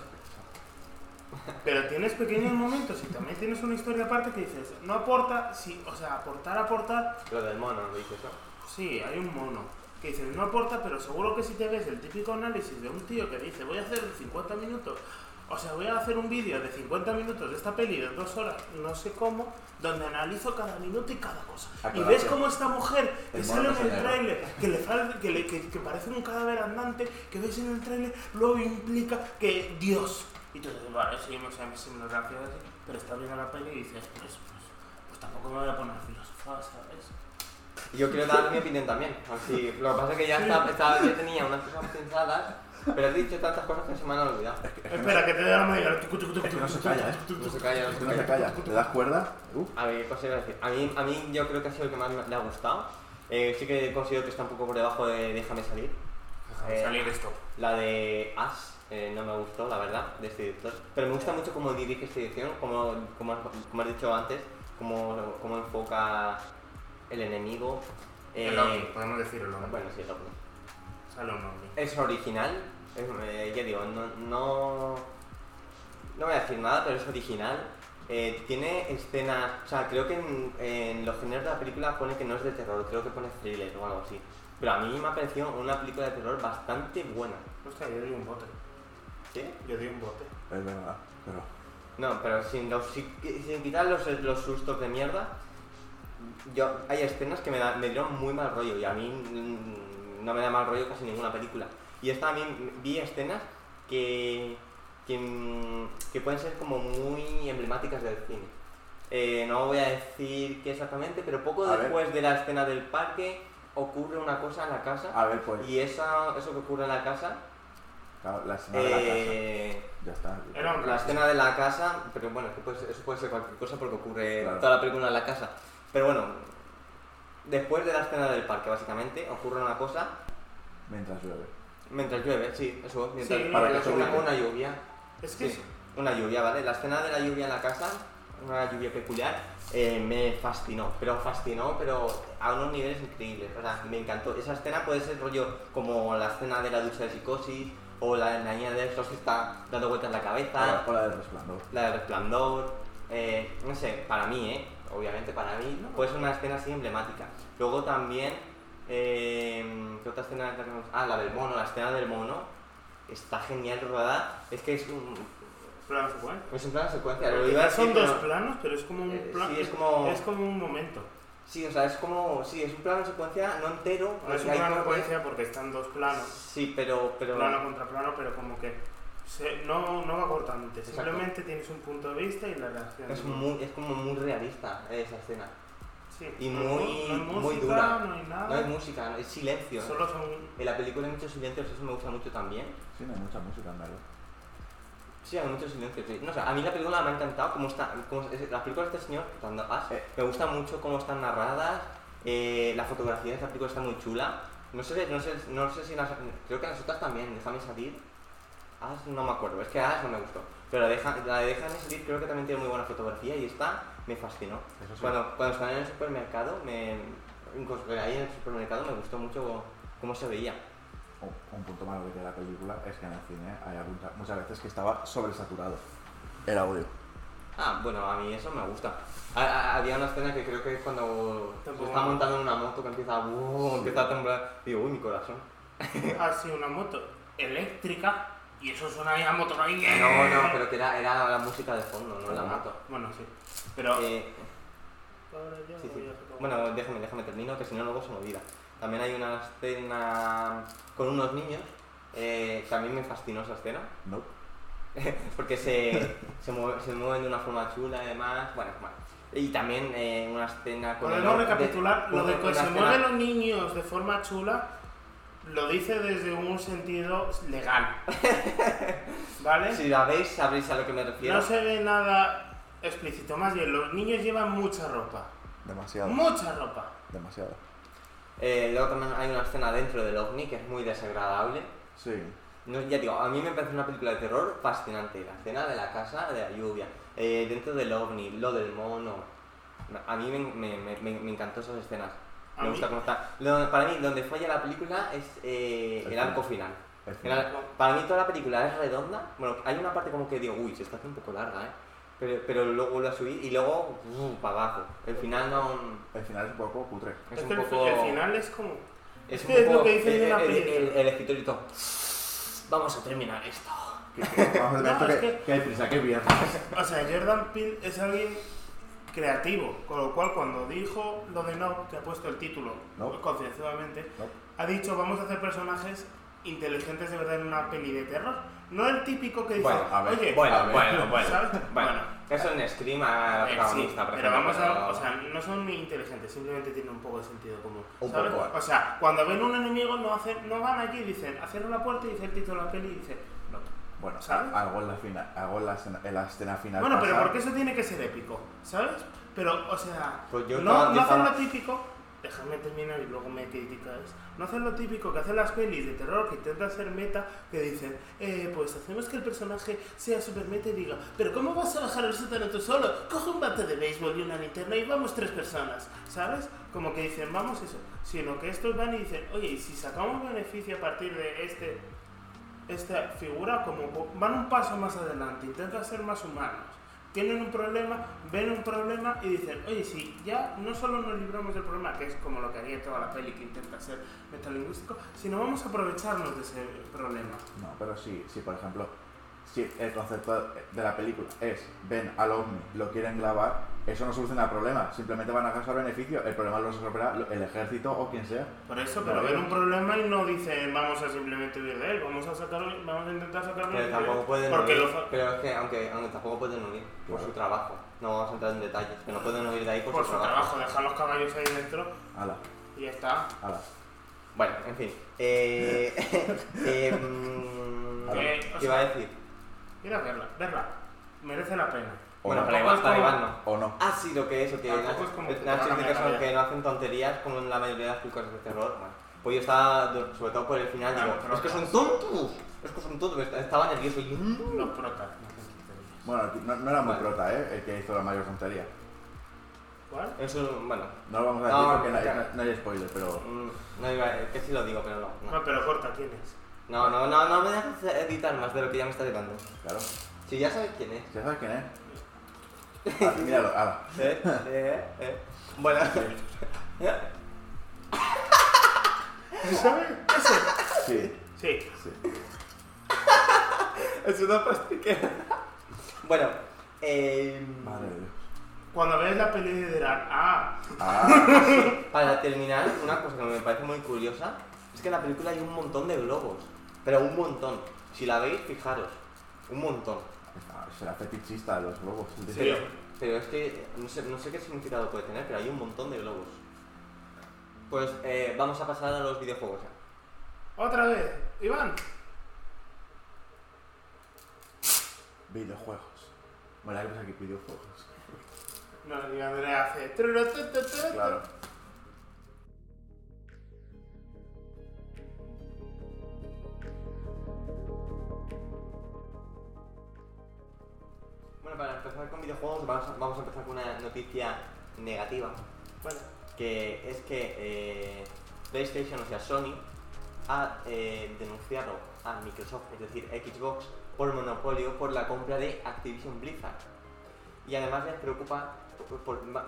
Pero tienes pequeños momentos y también tienes una historia aparte que dices, no aporta, sí, o sea, aportar, aportar,
Lo del mono, ¿no dices, no?
sí, hay un mono. Que dices, no aporta, pero seguro que si te ves el típico análisis de un tío que dice, voy a hacer 50 minutos, o sea, voy a hacer un vídeo de 50 minutos de esta peli de dos horas, no sé cómo, donde analizo cada minuto y cada cosa. Y ves
Aclaración.
cómo esta mujer que
Ah, El
sale en
mono
el
negro.
tráiler, que, le fal- que, le- que- que parece un cadáver andante, que ves en el tráiler, luego implica que Dios. Y tú dices, vale, sí, no sé, si me lo gracias, pero está bien a la peli y dices, pues, pues, pues tampoco me voy a poner filósofa, ¿sabes?
Y Yo quiero dar mi opinión también. Así, lo que pasa es que ya, está, estaba- ya tenía unas cosas pensadas, pero he dicho tantas cosas que se me han olvidado.
Espera, que te dé la mayor.
que no se calla, ¿eh?
No se calla, no
Es que
se
no se
calla.
calla. ¿Le das cuerda? Uh,
A ver, ¿qué cosa iba a decir? A mí, a mí yo creo que ha sido el que más me le ha gustado. Eh, sí que considero que está un poco por debajo de Déjame salir. Eh,
Salir esto.
La de Ash eh, no me gustó, la verdad, de este director. Pero me gusta mucho cómo dirige esta edición, como, como, has, como has dicho antes, cómo, cómo enfoca el enemigo. Eh,
El ovni, podemos decir el ovni.
bueno, sí, el ovni.
Sale un ovni.
Es original, es- eh, ya digo, no, no, no voy a decir nada, pero es original. Eh, tiene escenas, o sea, creo que en, en los géneros de la película pone que no es de terror, creo que pone thriller o algo así. Pero a mí me ha parecido una película de terror bastante buena.
Hostia, yo di un bote.
¿Sí?
Yo di un bote.
es verdad, pero.
No, pero sin, los- sin, sin quitar los, los sustos de mierda, yo, hay escenas que me, da- me dieron muy mal rollo y a mí mm, no me da mal rollo casi ninguna película. Y esta también vi escenas que, que, mm, que pueden ser como muy emblemáticas del cine. Eh, no voy a decir qué exactamente, pero poco
A ver.
después de la escena del parque ocurre una cosa en la casa
A ver, pues.
y esa, eso que ocurre en la casa...
claro, la escena de la casa.
eh,
Ya está.
Era un
la escena de la casa, pero bueno, que puede ser- eso puede ser cualquier cosa porque ocurre
Claro.
toda la película en la casa. Pero bueno, después de la escena del parque, básicamente, ocurre una cosa
Mientras llueve.
mientras llueve, sí, eso, mientras
Sí,
para que
es una,
llueve.
una lluvia.
Es que
sí, una lluvia, ¿vale? La escena de la lluvia en la casa, una lluvia peculiar, eh, me fascinó, pero fascinó, pero a unos niveles increíbles, o sea, me encantó. Esa escena puede ser rollo como la escena de la ducha de psicosis o la de la niña de estos que está dando vueltas la cabeza.
Ahora, Hora del resplandor.
La del resplandor, eh, no sé, para mí, ¿eh? Obviamente para mí, puede ser una escena así emblemática. Luego también, eh, ¿qué otra escena? tenemos? Ah, la del mono, la escena del mono. Está genial rodada. Es que es un,
plano secuencia.
es un plano secuencia. Lo iba a
Porque
decir,
Son dos
pero-
planos, pero es como
Eh,
un plano.
sí, es como-
es como un momento.
Sí, o sea, es como, sí, es un plano secuencia no entero.
No
porque
es un
hay
plano
cortes.
secuencia porque están dos planos.
Sí, pero, pero
Plano contra plano, pero como que se- no, no va cortante.
Exacto.
Simplemente tienes un punto de vista y la reacción.
es, muy, es como muy realista eh, esa escena.
Sí.
y
No
muy-
hay mu- no hay
muy
música,
dura.
No hay
No hay
nada.
música, no- es silencio. ¿eh?
Ah. Solo son
En la película hay muchos silencios, eso me gusta mucho también.
Sí, no hay mucha música en verdad.
Sí, hay mucho silencio. sí. No, o sea, a mí la película me ha encantado. Cómo está, cómo, es- las películas de este señor, Fernando Paz,
Eh.
me gustan mucho cómo están narradas. eh, la fotografía de esta película está muy chula. No sé, no sé, no sé si las. Creo que las otras también, déjame salir. As no me acuerdo, es que As no me gustó. Pero la, deja, la de Déjame salir creo que también tiene muy buena fotografía y esta me fascinó.
Eso sí.
Cuando, cuando estaba en el supermercado, me, incluso ahí en el supermercado me gustó mucho cómo se veía.
Un, un punto malo que tiene la película es que en el cine hay algún- muchas veces que estaba sobresaturado el audio.
Ah, bueno, a mí eso me gusta. A- a- había una escena que creo que es cuando se
Tampoco.
está montando en una moto que empieza a, "Buh", empieza a temblar. Digo, uy, mi corazón.
ha sido una moto eléctrica y eso suena ahí a moto ahí.
No, no, pero que era, era la música de fondo, no la moto.
Bueno, sí. Pero.
Eh,
Ahora ya
sí,
voy
sí.
a sacar-
Bueno, déjame, déjame termino, que si no luego se me olvida. También hay una escena con unos niños. eh, también me fascinó esa escena.
No.
porque se, se, mueve- se mueven de una forma chula además, bueno, bueno. Y también eh, una escena con... el-
Podemos
de-
recapitular, lo
una-
de que
una
se
escena-
mueven los niños de forma chula lo dice desde un sentido legal. ¿Vale?
Si la veis, sabréis a lo que me refiero.
No se ve nada explícito, más bien los niños llevan mucha ropa.
Demasiado.
Mucha ropa.
Demasiado.
Eh, luego también hay una escena dentro del ovni que es muy desagradable.
Sí.
No, ya digo, a mí me parece una película de terror fascinante. La escena de la casa, de la lluvia, eh, dentro del ovni, lo del mono. A mí me, me- me- me- me encantó esas escenas.
A
Me
mí-
gusta cómo está. Lo- para mí, donde falla la película es eh,
El
el arco final.
El
El ar- para mí toda la película es redonda. Bueno, hay una parte como que digo, uy, se está haciendo un poco larga, ¿eh? Pero, pero luego vuelve a subir y luego uh, para abajo. El final no...
El final es un poco cutre.
Es,
Es
un
que el,
poco...
el final es como.
Es,
Es
un
que es
poco-
lo que dicen en la
el, el,
película.
el, el escritor y todo. Vamos a terminar esto.
Que- que- Vamos a ver
No,
esto
es
que,
que-
que hay prisa, que bien.
O sea, Jordan Peele es alguien creativo, con lo cual cuando dijo lo de no, que ha puesto el título
No.
concienzudamente,
No.
ha dicho vamos a hacer personajes inteligentes de verdad en una peli de terror. No el típico que dice,
Bueno,
a ver,
oye,
Bueno,
A ver,
bueno, bueno.
¿sabes?
Bueno, eso en Scream a
eh, sí,
protagonista, por
pero
ejemplo,
vamos a,
pero-
o sea, no son ni inteligentes, simplemente tienen un poco de sentido común.
Un
¿sabes?
poco.
O sea, cuando ven un enemigo no hacen, no van allí y dicen, hacer una puerta y dice el título de la peli y dice, no.
Bueno,
¿Sabes?
algo en la, fina- algo en la, escena, en la escena final.
Bueno, pero
pasar.
porque eso tiene que ser épico, ¿sabes? Pero, o sea,
Pues yo
no,
estaba-
no
yo
hacer
estaba-
lo típico, déjame terminar y luego me criticáis, no hacer lo típico que hacen las pelis de terror que intentan ser meta, que dicen, eh, pues hacemos que el personaje sea super meta y diga, pero ¿cómo vas a bajar el sótano tú solo? Coge un bate de béisbol y una linterna y vamos tres personas, ¿sabes? Como que dicen, vamos eso, sino que estos van y dicen, oye, y si sacamos beneficio a partir de este esta figura como po- van un paso más adelante, intentan ser más humanos. Tienen un problema, ven un problema y dicen, oye, si ya no solo nos libramos del problema, que es como lo que haría toda la peli que intenta ser metalingüístico, sino vamos a aprovecharnos de ese problema.
No, pero sí, sí, por ejemplo, si el concepto de la película es ven al ovni, lo quieren grabar, eso no soluciona el problema, simplemente van a causar beneficio, el problema lo resolverá lo- el ejército o quien sea.
Por eso,
No,
pero ven
yo-
un problema y no dicen vamos a simplemente huir de él, vamos a sacarlo, vamos a intentar sacarlo.
Pero tampoco pueden
Porque
huir.
lo fa-
Pero es que, aunque, aunque tampoco pueden huir por
Claro.
su trabajo. No vamos a entrar en detalles. Que no pueden huir de ahí por,
por su trabajo, dejar los caballos ahí dentro
Ala,
y ya está.
ala.
Bueno, en fin. Eh, eh, mm,
Eh, o
¿Qué iba a
sea-
decir?
Ir a verla, verla. Merece la pena.
O
Bueno,
no.
para Iván,
tampoco es
para
como-
Iván no.
O no.
Ah, sí, lo que eso, que
Tampoco
Nacho,
es como que te
Nacho
van a
dice que, son-
cambiar la
que no hacen tonterías como en la mayoría de las películas de terror. Bueno, pues yo estaba, do- sobre todo por el final,
Claro,
digo,
pero
es que son
no.
tontos, es que son tontos, estaba nervioso y... mm.
Los protas.
Bueno, no, no era muy
Vale.
prota, ¿eh? El que hizo la mayor tontería.
¿Cuál?
Eso, bueno,
No lo vamos a
No,
decir
no,
porque no, hay-
claro.
no hay spoiler, pero...
mm, no iba, es que sí lo digo, pero no. no.
No, Ah, pero corta, ¿quién es?
No, no, no, no me dejes editar más de lo que ya me está llevando.
Claro.
Si ya sabes quién es.
¿Ya sabes quién es? Ah, míralo, ala.
Eh, eh, eh. Bueno,
¿Sabes? Ese.
Sí,
Sí.
sí.
es una pastiquera. Bueno, eh,
Madre de Dios.
Cuando veas la peli dirán, ah,
Ah,
para terminar, una cosa que me parece muy curiosa es que en la película hay un montón de globos. Pero un montón. Si la veis, fijaros. Un montón.
ah, será fetichista los globos.
Sí.
Pero es que no sé, no sé qué significado puede tener, pero hay un montón de globos. Pues eh, vamos a pasar a los videojuegos. ya.
otra vez. Iván.
Videojuegos. Bueno, hay que aquí videojuegos.
No, y Andrea hace. "Truro, tu, tu, tu".
Claro.
Bueno, para empezar con videojuegos, vamos a, vamos a empezar con una noticia negativa,
Bueno,
que es que eh, PlayStation, o sea, Sony, ha eh, denunciado a Microsoft, es decir, Xbox, por monopolio por la compra de Activision Blizzard. Y además les preocupa, por- por- ma-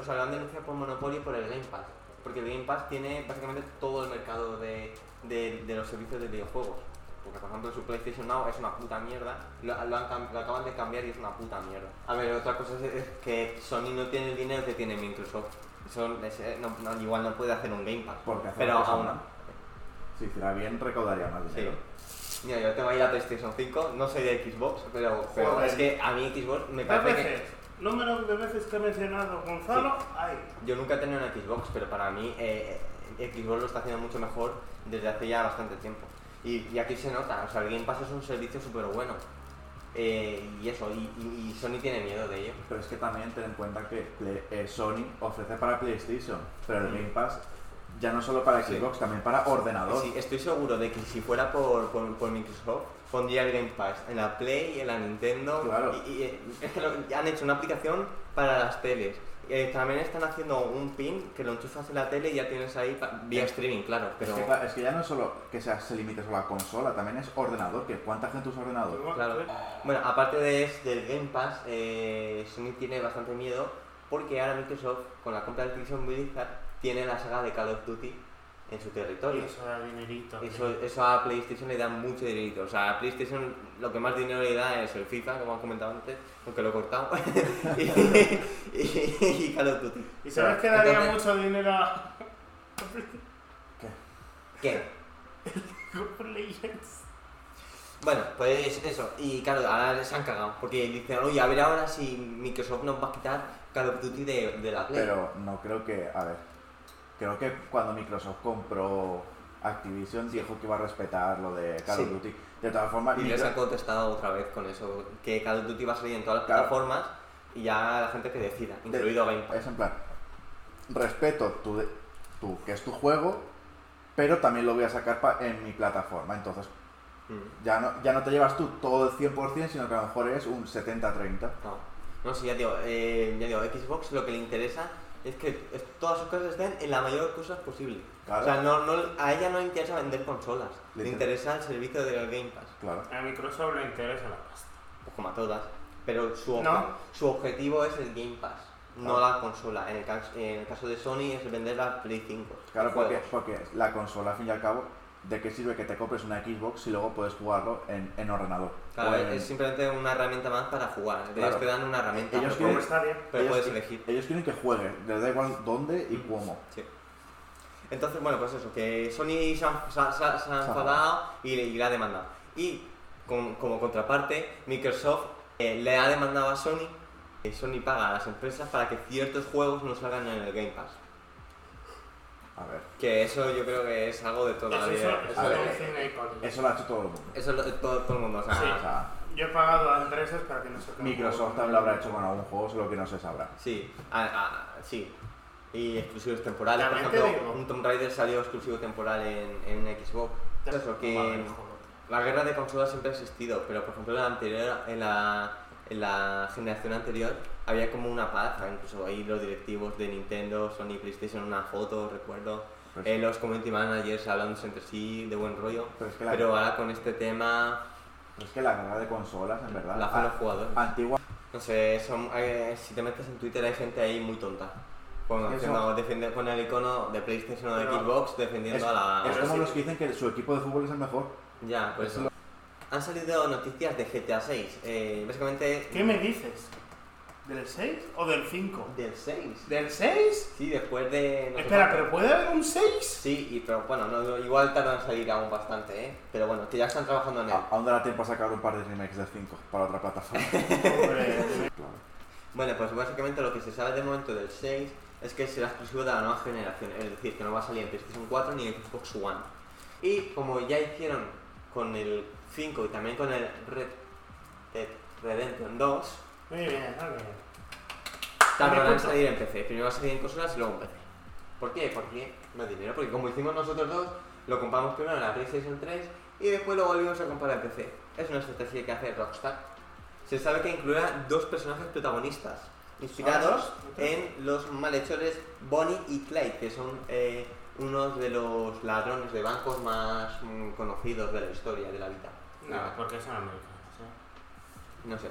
o sea, lo han denunciado por monopolio por el Game Pass, porque el Game Pass tiene básicamente todo el mercado de, de- de los servicios de videojuegos. Porque, por ejemplo, su PlayStation Now es una puta mierda, lo, lo han cam- lo acaban de cambiar y es una puta mierda. A ver, otra cosa es, es que Sony no tiene el dinero que tiene Microsoft. Eso es- eh, no- no, igual no puede hacer un Game Pass.
Porque hacer
Pero
una cosa
aún,
mal. Si hiciera bien, recaudaría más
Sí.
dinero.
Mira, yo tengo ahí la PlayStation 5, no soy de Xbox, pero, pero
Joder.
es que a mí Xbox me
las
parece que...
veces. Número de veces que ha mencionado Gonzalo, ay.
Yo nunca he tenido una Xbox, pero para mí eh, eh, Xbox lo está haciendo mucho mejor desde hace ya bastante tiempo. Y, y aquí se nota, o sea, el Game Pass es un servicio súper bueno. Eh, y eso, y, y- y Sony tiene miedo de ello.
Pero es que también ten en cuenta que Play- eh, Sony ofrece para PlayStation, pero el Game Pass ya no solo para
Mm. Sí.
Xbox, también para ordenador.
Sí, estoy seguro de que si fuera por, por, por Microsoft, pondría el Game Pass en la Play, en la Nintendo.
Claro.
Y, y, eh, es que lo- han hecho una aplicación para las teles. Eh, también están haciendo un pin que lo enchufas en la tele y ya tienes ahí pa- vía streaming, claro. Pero
Es, que, claro, es que ya no es solo que sea- se limite solo a consola, también es ordenador, que cuánta gente usa ordenador.
Claro.
eh,
Bueno, aparte de, del Game Pass, eh, Sony tiene bastante miedo porque ahora Microsoft, con la compra de Activision Blizzard, tiene la saga de Call of Duty en su territorio.
Eso da dinerito.
Eso, eso a PlayStation le da mucho dinerito. O sea, a PlayStation lo que más dinero le da es el FIFA, como han comentado antes, aunque lo he cortado, y, y- y Call of Duty.
¿Y sabes que daría
Entonces-
mucho dinero a
¿Qué?
League of Legends?
Bueno, pues eso. Y claro, ahora se han cagado. Porque dicen, oye, a ver ahora si Microsoft nos va a quitar Call of Duty de, de la Play.
Pero no creo que, a ver, creo que cuando Microsoft compró Activision dijo que iba a respetar lo de Call of
Sí.
Duty. De todas formas,
Y
Micro-
les han contestado otra vez con eso, que Call of Duty va a salir en todas las
Claro.
plataformas y ya la gente que decida,
De-
incluido Game Pass.
Es en plan, respeto tu, de- tu- que es tu juego, pero también lo voy a sacar pa- en mi plataforma. Entonces, Eh,
Mm,
ya no, ya no te llevas tú todo el 100%, sino que a lo mejor es un 70-30.
No, no sé, ya digo, eh, ya digo, Xbox lo que le interesa es que es- todas sus cosas estén en la mayor cosa posible.
Claro.
O sea, no, no- a ella no le interesa vender consolas, le,
Le
interesa el servicio del Game Pass,
Claro.
A Microsoft le interesa la pasta.
pues como a todas, pero su, obje-
No.
su objetivo es el Game Pass. No
Claro.
la consola. En el, cas- en el caso de Sony es vender la Play 5.
Claro,
Juegos.
porque, porque la consola, al fin y al cabo, ¿de qué sirve que te compres una Xbox si luego puedes jugarlo en, en ordenador?
Claro,
O en-
es simplemente una herramienta más para jugar. Ellos
Claro.
te dan una herramienta,
Ellos
pero,
Como está bien.
pero
ellos-
puedes elegir.
Ellos quieren que juegue, les da igual dónde y cómo.
Sí. Entonces, bueno, pues eso, que Sony se ha, se ha- se ha- se ha
Se ha
enfadado y, le- y la ha demandado. Y con- como contraparte, Microsoft eh, le ha demandado a Sony, eh, Sony paga a las empresas para que ciertos juegos no salgan en el Game Pass.
A ver,
Que eso yo creo que es algo de toda la
Eso,
vida.
eso,
Eso,
eso
a
lo
ver,
dicen ahí con-
eso lo ha hecho todo el mundo.
eso lo- todo, todo el mundo, o sea,
Sí.
O sea,
Yo he pagado a Andrés para que no se
Microsoft también lo habrá hecho con algún juego, solo que no se sabrá.
Sí, a- a- sí. Y exclusivos temporales. Por
También te
ejemplo,
digo.
un Tomb Raider salió exclusivo temporal en, en Xbox. Eso, que la guerra de consolas siempre ha existido, pero por ejemplo en la, anterior, en la, en la generación anterior había como una paz, incluso ahí los directivos de Nintendo, Sony, PlayStation, una foto, recuerdo.
Pues-
eh, los community managers hablándose entre sí de buen rollo.
Pero es que la,
Eh, Pero ahora con este tema
pero es que la guerra de consolas, en verdad,
la hacen los
a-
jugadores.
antigua,
No sé, son, eh, si te metes en Twitter hay gente ahí muy tonta. Con,
Eso.
haciendo- defiende- con el icono de PlayStation o de
Pero-
Xbox defendiendo
es,
a la...
es como los que dicen que su equipo de fútbol es el mejor.
Ya, pues eso. Han salido noticias de GTA 6. Eh, básicamente...
¿Qué me dices? ¿Del 6 o del 5?
Del 6.
¿Del 6?
Sí, después de... no sé
Espera,
cuánto-
¿pero puede haber un 6?
Sí, y, pero bueno, no- no, igual tardan en salir aún bastante, ¿eh? Pero bueno, que ya están trabajando en él.
A- Aún dará tiempo a sacar un par de remakes del 5 para otra plataforma.
Bueno, pues básicamente lo que se sabe de momento del 6 es que será exclusivo de la nueva generación, es decir, que no va a salir en PlayStation 4 ni en Xbox One. Y como ya hicieron con el 5 y también con el Red Dead Redemption 2,
Muy bien, muy bien.
tardarán en
punto.
salir en PC. Primero va a salir en consolas y luego en PC. ¿Por qué? Porque no hay dinero. Porque como hicimos nosotros dos, lo compramos primero en la PlayStation 3 y después lo volvimos a comprar en PC. Es una estrategia que hace Rockstar. Se sabe que incluirá dos personajes protagonistas, inspirados en los malhechores Bonnie y Clyde, que son eh, unos de los ladrones de bancos más mm, conocidos de la historia, de la vida.
No, porque son americanos, ¿eh?
No sé.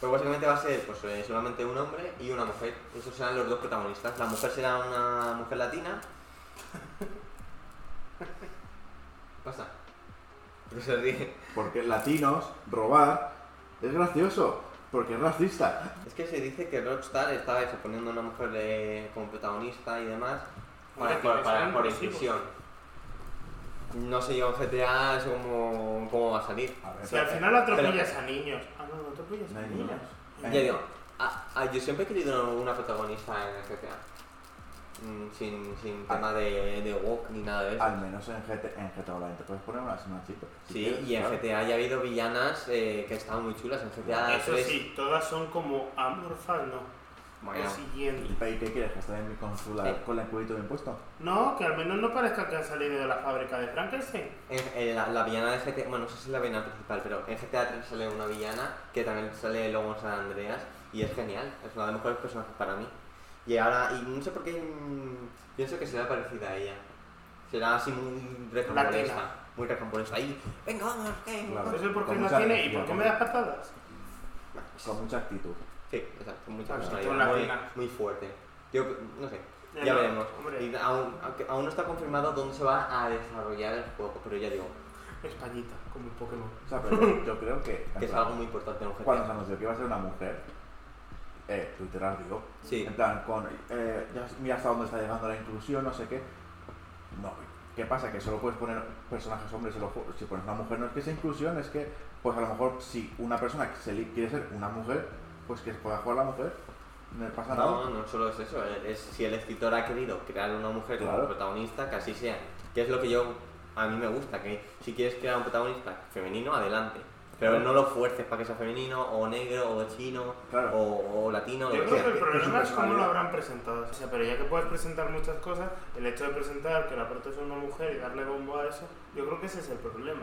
Pero básicamente va a ser pues, eh, solamente un hombre y una mujer. Esos serán los dos protagonistas. La mujer será una mujer latina. Pasa. ¿Por qué se ríe?
Porque latinos, robar, es gracioso, porque es racista.
Es que se dice que Rockstar estaba eso, poniendo a una mujer eh, como protagonista y demás para,
Hombre,
por-
que
para-
sean
por
inclusivos.
inclusión. No sé yo en GTA eso cómo, cómo va a salir.
A ver,
Si al final atropellas a niños. Ah, no, no atropellas
No
a
hay
niños.
niños.
Ya digo, a- a- yo siempre he querido una protagonista en el GTA. Mm, sin sin
Ah.
tema de, de woke ni nada de eso.
Al menos en GTA, en GTA Online te puedes poner una, una chica. si
Sí,
quieres,
y en
claro.
GTA ya ha habido villanas eh, que estaban muy chulas. En GTA
Eso
3.
sí, todas son como amorfas, no.
Bueno,
El siguiente.
¿Y qué quieres? ¿Que esté en mi consola
Sí.
con el cubito bien puesto?
No, que al menos no parezca que han salido de la fábrica de Frankenstein.
en- en la, la villana de GTA. Bueno, no sé si es la villana principal, pero en GTA 3 sale una villana que también sale luego en San Andreas y es genial. Es una de las mejores personajes para mí. Y ahora, y no sé por qué mm, pienso que será parecida a ella. Será así muy recompuesta.
Latina.
Muy recompuesta. Ahí, venga, vamos, que.
No
Claro.
sé Pues por qué
Con
no
mucha
tiene y
energía,
por qué
con-
me das patadas.
Con mucha actitud.
Sí, exacto, mucha
Ah, sí,
personalidad.
con
Muy,
latina.
muy fuerte. Yo, no sé. Ya,
no,
veremos.
Hombre,
Y aún, aunque- aún no está confirmado dónde se va a desarrollar el juego, pero ya digo,
Españita, como un Pokémon.
O sea, pero yo, yo creo que. en
que es
plan,
algo muy importante en un
Cuando
GTA.
se anunció que iba a ser una mujer, eh, Twitter ardió.
Sí,
En plan, con. eh, ya mira hasta dónde está llegando la inclusión, no sé qué. No, ¿qué pasa? Que solo puedes poner personajes hombres en los juegos. Si pones una mujer, no es que sea inclusión, es que, pues a lo mejor, si una persona que se li- quiere ser una mujer, pues que pueda jugar la mujer, no le pasa nada.
no, no solo es eso, eh, es si el escritor ha querido crear una mujer como
Claro.
protagonista, que así sea. Que es lo que yo, a mí me gusta, que si quieres crear un protagonista femenino, adelante. Pero no lo fuerces para que sea femenino, o negro, o chino,
Claro.
o, o latino,
Yo
lo que
creo
sea.
que el
que-
problema
que
es
su
cómo lo
personalidad.
habrán presentado. O sea, pero ya que puedes presentar muchas cosas, el hecho de presentar que la protege una mujer y darle bombo a eso, yo creo que ese es el problema.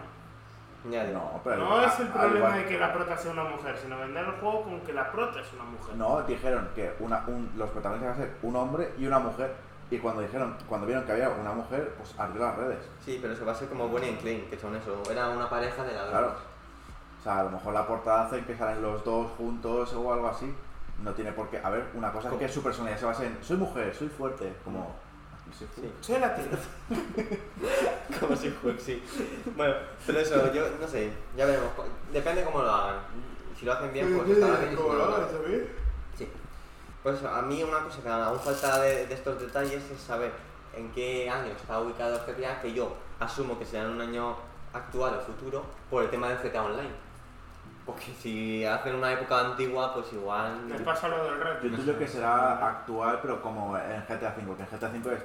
Ya digo.
Eh, No, pero.
no es el
al
problema
igual-
de que la prota sea una mujer, sino vender el juego con que la prota es una mujer.
No, dijeron que una, un- los protagonistas iban a ser un hombre y una mujer. Y cuando dijeron, cuando vieron que había una mujer, pues ardió las redes.
Sí, pero eso va a ser como Bonnie and Clyde, que son eso, era una pareja de ladrones.
Claro. O sea, a lo mejor la portada hace que salen los dos juntos o algo así. No tiene por qué. A ver, una cosa es que su personalidad se base en soy mujer, soy fuerte, como.
Sí.
Soy latina.
Como Jurassic Hulk, sí. Bueno, pero eso, yo no sé, ya veremos. Depende cómo lo hagan. Si lo hacen bien, pues estará bien. y si no lo hagan, Sí. Pues a mí una cosa que aún falta de, de estos detalles es saber en qué año está ubicado el GTA, que yo asumo que será en un año actual o futuro, por el tema del GTA Online. Porque si hacen una época antigua, pues igual...
Me pasa lo del
Yo
reto.
entiendo que será actual, pero como en GTA V, que en GTA V es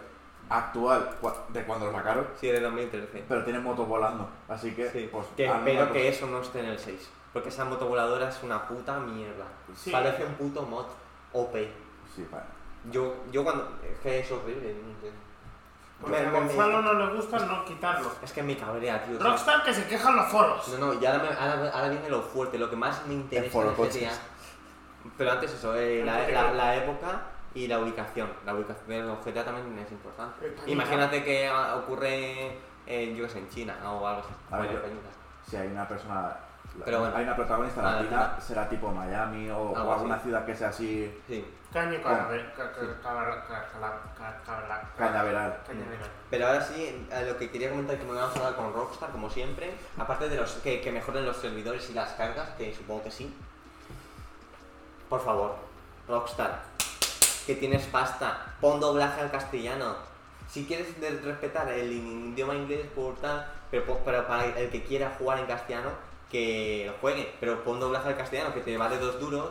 actual cua- de cuando lo sacaron,
Sí, de 2013.
pero tiene motos volando. Así que,
Sí,
pues,
que
a mí me
espero
ha
que eso no esté en el 6. Porque esa motovoladora es una puta mierda.
Sí.
Parece un puto mod OP.
costado- Sí, vale.
Yo, yo cuando... Es que es horrible. no sé.
Porque
Me-
a
me-
Gonzalo no le gusta no quitarlo.
Es que me cabrea, tío.
Rockstar que se quejan los foros.
No, no, y ahora, me- ahora, ahora viene lo fuerte, lo que más me
El
interesa
foro
de
coches.
GTA. Pero antes eso, eh, la, la- la época y la ubicación. La ubicación de los GTA también es
Eh,
importante.
Españita.
Imagínate que ah, ocurre, eh, yo que sé, en China o algo así.
A ver,
Bueno,
yo-
Españita.
Si hay una persona. la-
Pero bueno.
hay una protagonista
Ah,
latina, será tipo Miami o, o
Algo así.
alguna ciudad que sea así
Sí.
Ah.
Caño
Cabe- ca- ca- cabra- ca- cala- ca- cabra-
cañaveral.
cañadero.
Pero ahora sí, a lo que quería comentar que me vamos a hablar con Rockstar, como siempre, aparte de los que, que mejoren los servidores y las cargas, que supongo que sí. Por favor, Rockstar, que tienes pasta, pon doblaje al castellano. Si quieres de- respetar el in- idioma inglés, por tal, pero, po- pero para el que quiera jugar en castellano, que lo juegue. Pero pon doblaje al castellano, que te vale dos duros.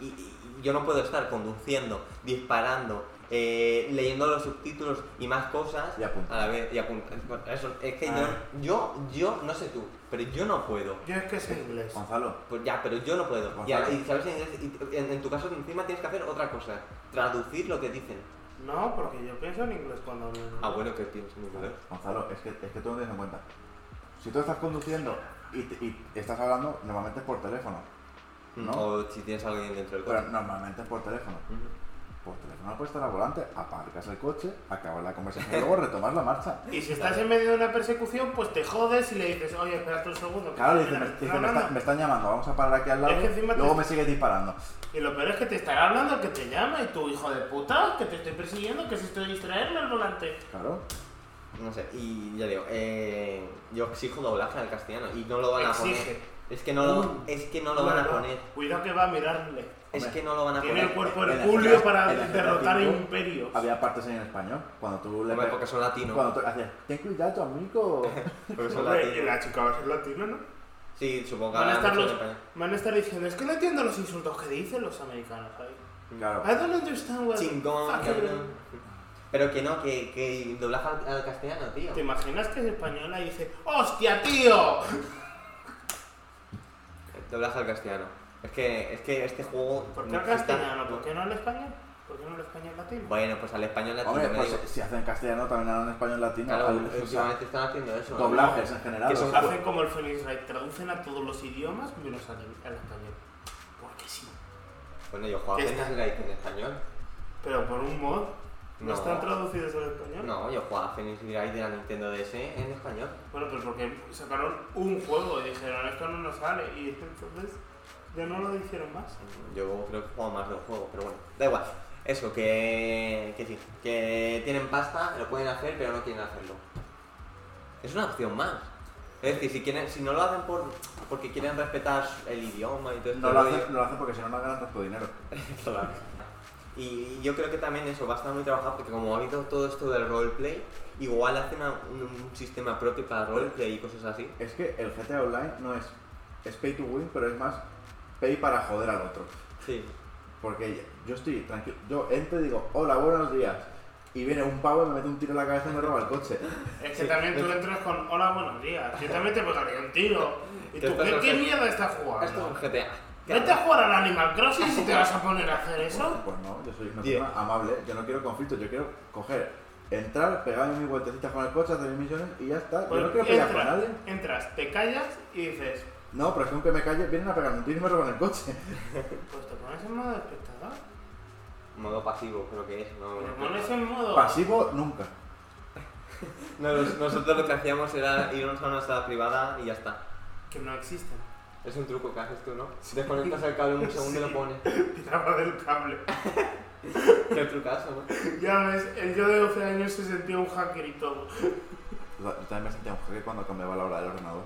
Y, y- y yo no puedo estar conduciendo, disparando, eh, leyendo los subtítulos y más cosas
Y apunta.
a la vez. Y apunta. Eso, es que yo,
Ah.
yo, yo, no sé tú, pero yo no puedo.
Yo es que sé inglés.
Gonzalo,
Pues ya, pero yo no puedo. Y,
Gonzalo.
a- y sabes, en, inglés- y- en- en tu caso encima tienes que hacer otra cosa, traducir lo que dicen.
No, porque yo pienso en inglés cuando hablo.
Ah, bueno, que tienes muy poder.
Gonzalo, es que, es que tú no tienes en cuenta. Si tú estás conduciendo y, te- y estás hablando, normalmente es por teléfono. ¿No?
O si tienes a alguien dentro del
Pero
coche.
normalmente es por teléfono.
Ujú.
Por teléfono puedes estar al volante, aparcas el coche, acabas la conversación y luego retomas la marcha.
Y si estás en medio de una persecución, pues te jodes y le dices, oye, espérate un segundo. que
Claro, le dice,
estoy
me,
en-
dice,
no,
me,
no,
está-
no".
me están llamando, vamos a parar aquí al lado,
Es que encima te-
luego me sigues disparando.
Y lo peor es que te estará hablando el que te llama y tu hijo de puta, que te estoy persiguiendo, que si estoy distraerme al volante.
Claro.
No sé, y ya digo, eh, yo exijo doblaje al castellano y no lo van a
Exige.
poner. Es que no lo, es que no lo van a
No, no,
poner.
Cuidado que va a mirarle.
Es
Hombre,
que no lo van a
Tiene el
poner.
cuerpo de
en la
Julio
GTA
para
en la GTA
derrotar
cinco
imperios.
Había partes en español, cuando tú le
Hombre,
pe-
porque son latinos.
cuando tú hacías, ten cuidado amigo.
Porque son
Hombre,
latinos.
la chica va a ser latina, ¿no?
Sí, supongo que
Van a,
hablan
estar
mucho en
los-
español.
van a estar diciendo, es que no entiendo los insultos que dicen los americanos ahí.
claro.
Ah,
I don't understand what
Chingón,
fuck
cabrón.
you-
Pero que no, que, que doblaje al, al castellano, tío.
¿Te imaginas que es española y dice, ¡hostia, tío!
Doblaje al castellano. Es que, es que este juego.
¿Por qué al
necesita-
castellano? ¿Por qué no al español? ¿Por qué no al español latino?
Bueno, pues al español latino
Hombre,
me
pues
digo.
si hacen castellano también harán español latino.
Claro,
al- o sea,
últimamente están haciendo eso. ¿no?
doblajes ¿eh? en general.
Que son
o sea,
Hacen como el Phoenix Wright, traducen a todos los idiomas menos al, al español. Porque sí.
Bueno, yo jugaba
¿Qué
Phoenix
está?
Wright en español.
Pero por un mod, ¿no,
No.
están traducidos al español?
No, yo jugaba Phoenix Wright de la Nintendo DS en español.
Bueno, pues porque sacaron un juego y dijeron, esto no nos sale. Y entonces ya no lo hicieron más.
Yo creo que juego más de un juego, pero bueno, da igual. Eso, que, que sí, que tienen pasta, lo pueden hacer, pero no quieren hacerlo. Es una opción más. Es decir, si, quieren, si no lo hacen por, porque quieren respetar el idioma y todo este esto,
no lo hacen, lo hacen porque si no, no ganan tanto dinero.
Y yo creo que también eso va a estar muy trabajado porque como ha habido todo esto del roleplay, igual hacen una- un, un sistema propio para roleplay y cosas así.
Es que el GTA Online no es, es pay to win, pero es más pay para joder al otro.
Sí.
Porque yo estoy tranquilo, yo entro y digo, hola, buenos días. Y viene un pavo y me mete un tiro en la cabeza y me roba el coche.
Es que también tú entras con, hola, buenos días. Yo también te pegaría un tiro. ¿Y tú qué, qué mierda estás
Esto es un
jugando?
GTA.
Vete a jugar al Animal Crossing si te vas a poner a hacer eso.
Pues no, yo soy una
Bien.
persona amable, yo no quiero conflictos, yo quiero coger, entrar, pegarme mi vueltecita con el coche, hacer mis misiones y ya está.
Pues
Yo no quiero pelear con
entras,
nadie.
entras, te callas y dices,
No, pero es que aunque me calle, vienen a pegarme un tiro y me roban el coche.
pues te pones en modo espectador.
Modo pasivo, creo que es. No,
Te
no,
pones en modo...
Pasivo, nunca.
Nos- nosotros lo que hacíamos era irnos a una sala privada y ya está.
Que no existen.
Es un truco que haces tú, ¿no? Desconectas el cable un segundo y lo pones.
Tiraba del cable.
Qué trucazo, ¿no?
Ya ves, el yo de 12 años se sentía un hacker y todo.
Yo también me sentía un jefe cuando cambiaba la hora del ordenador.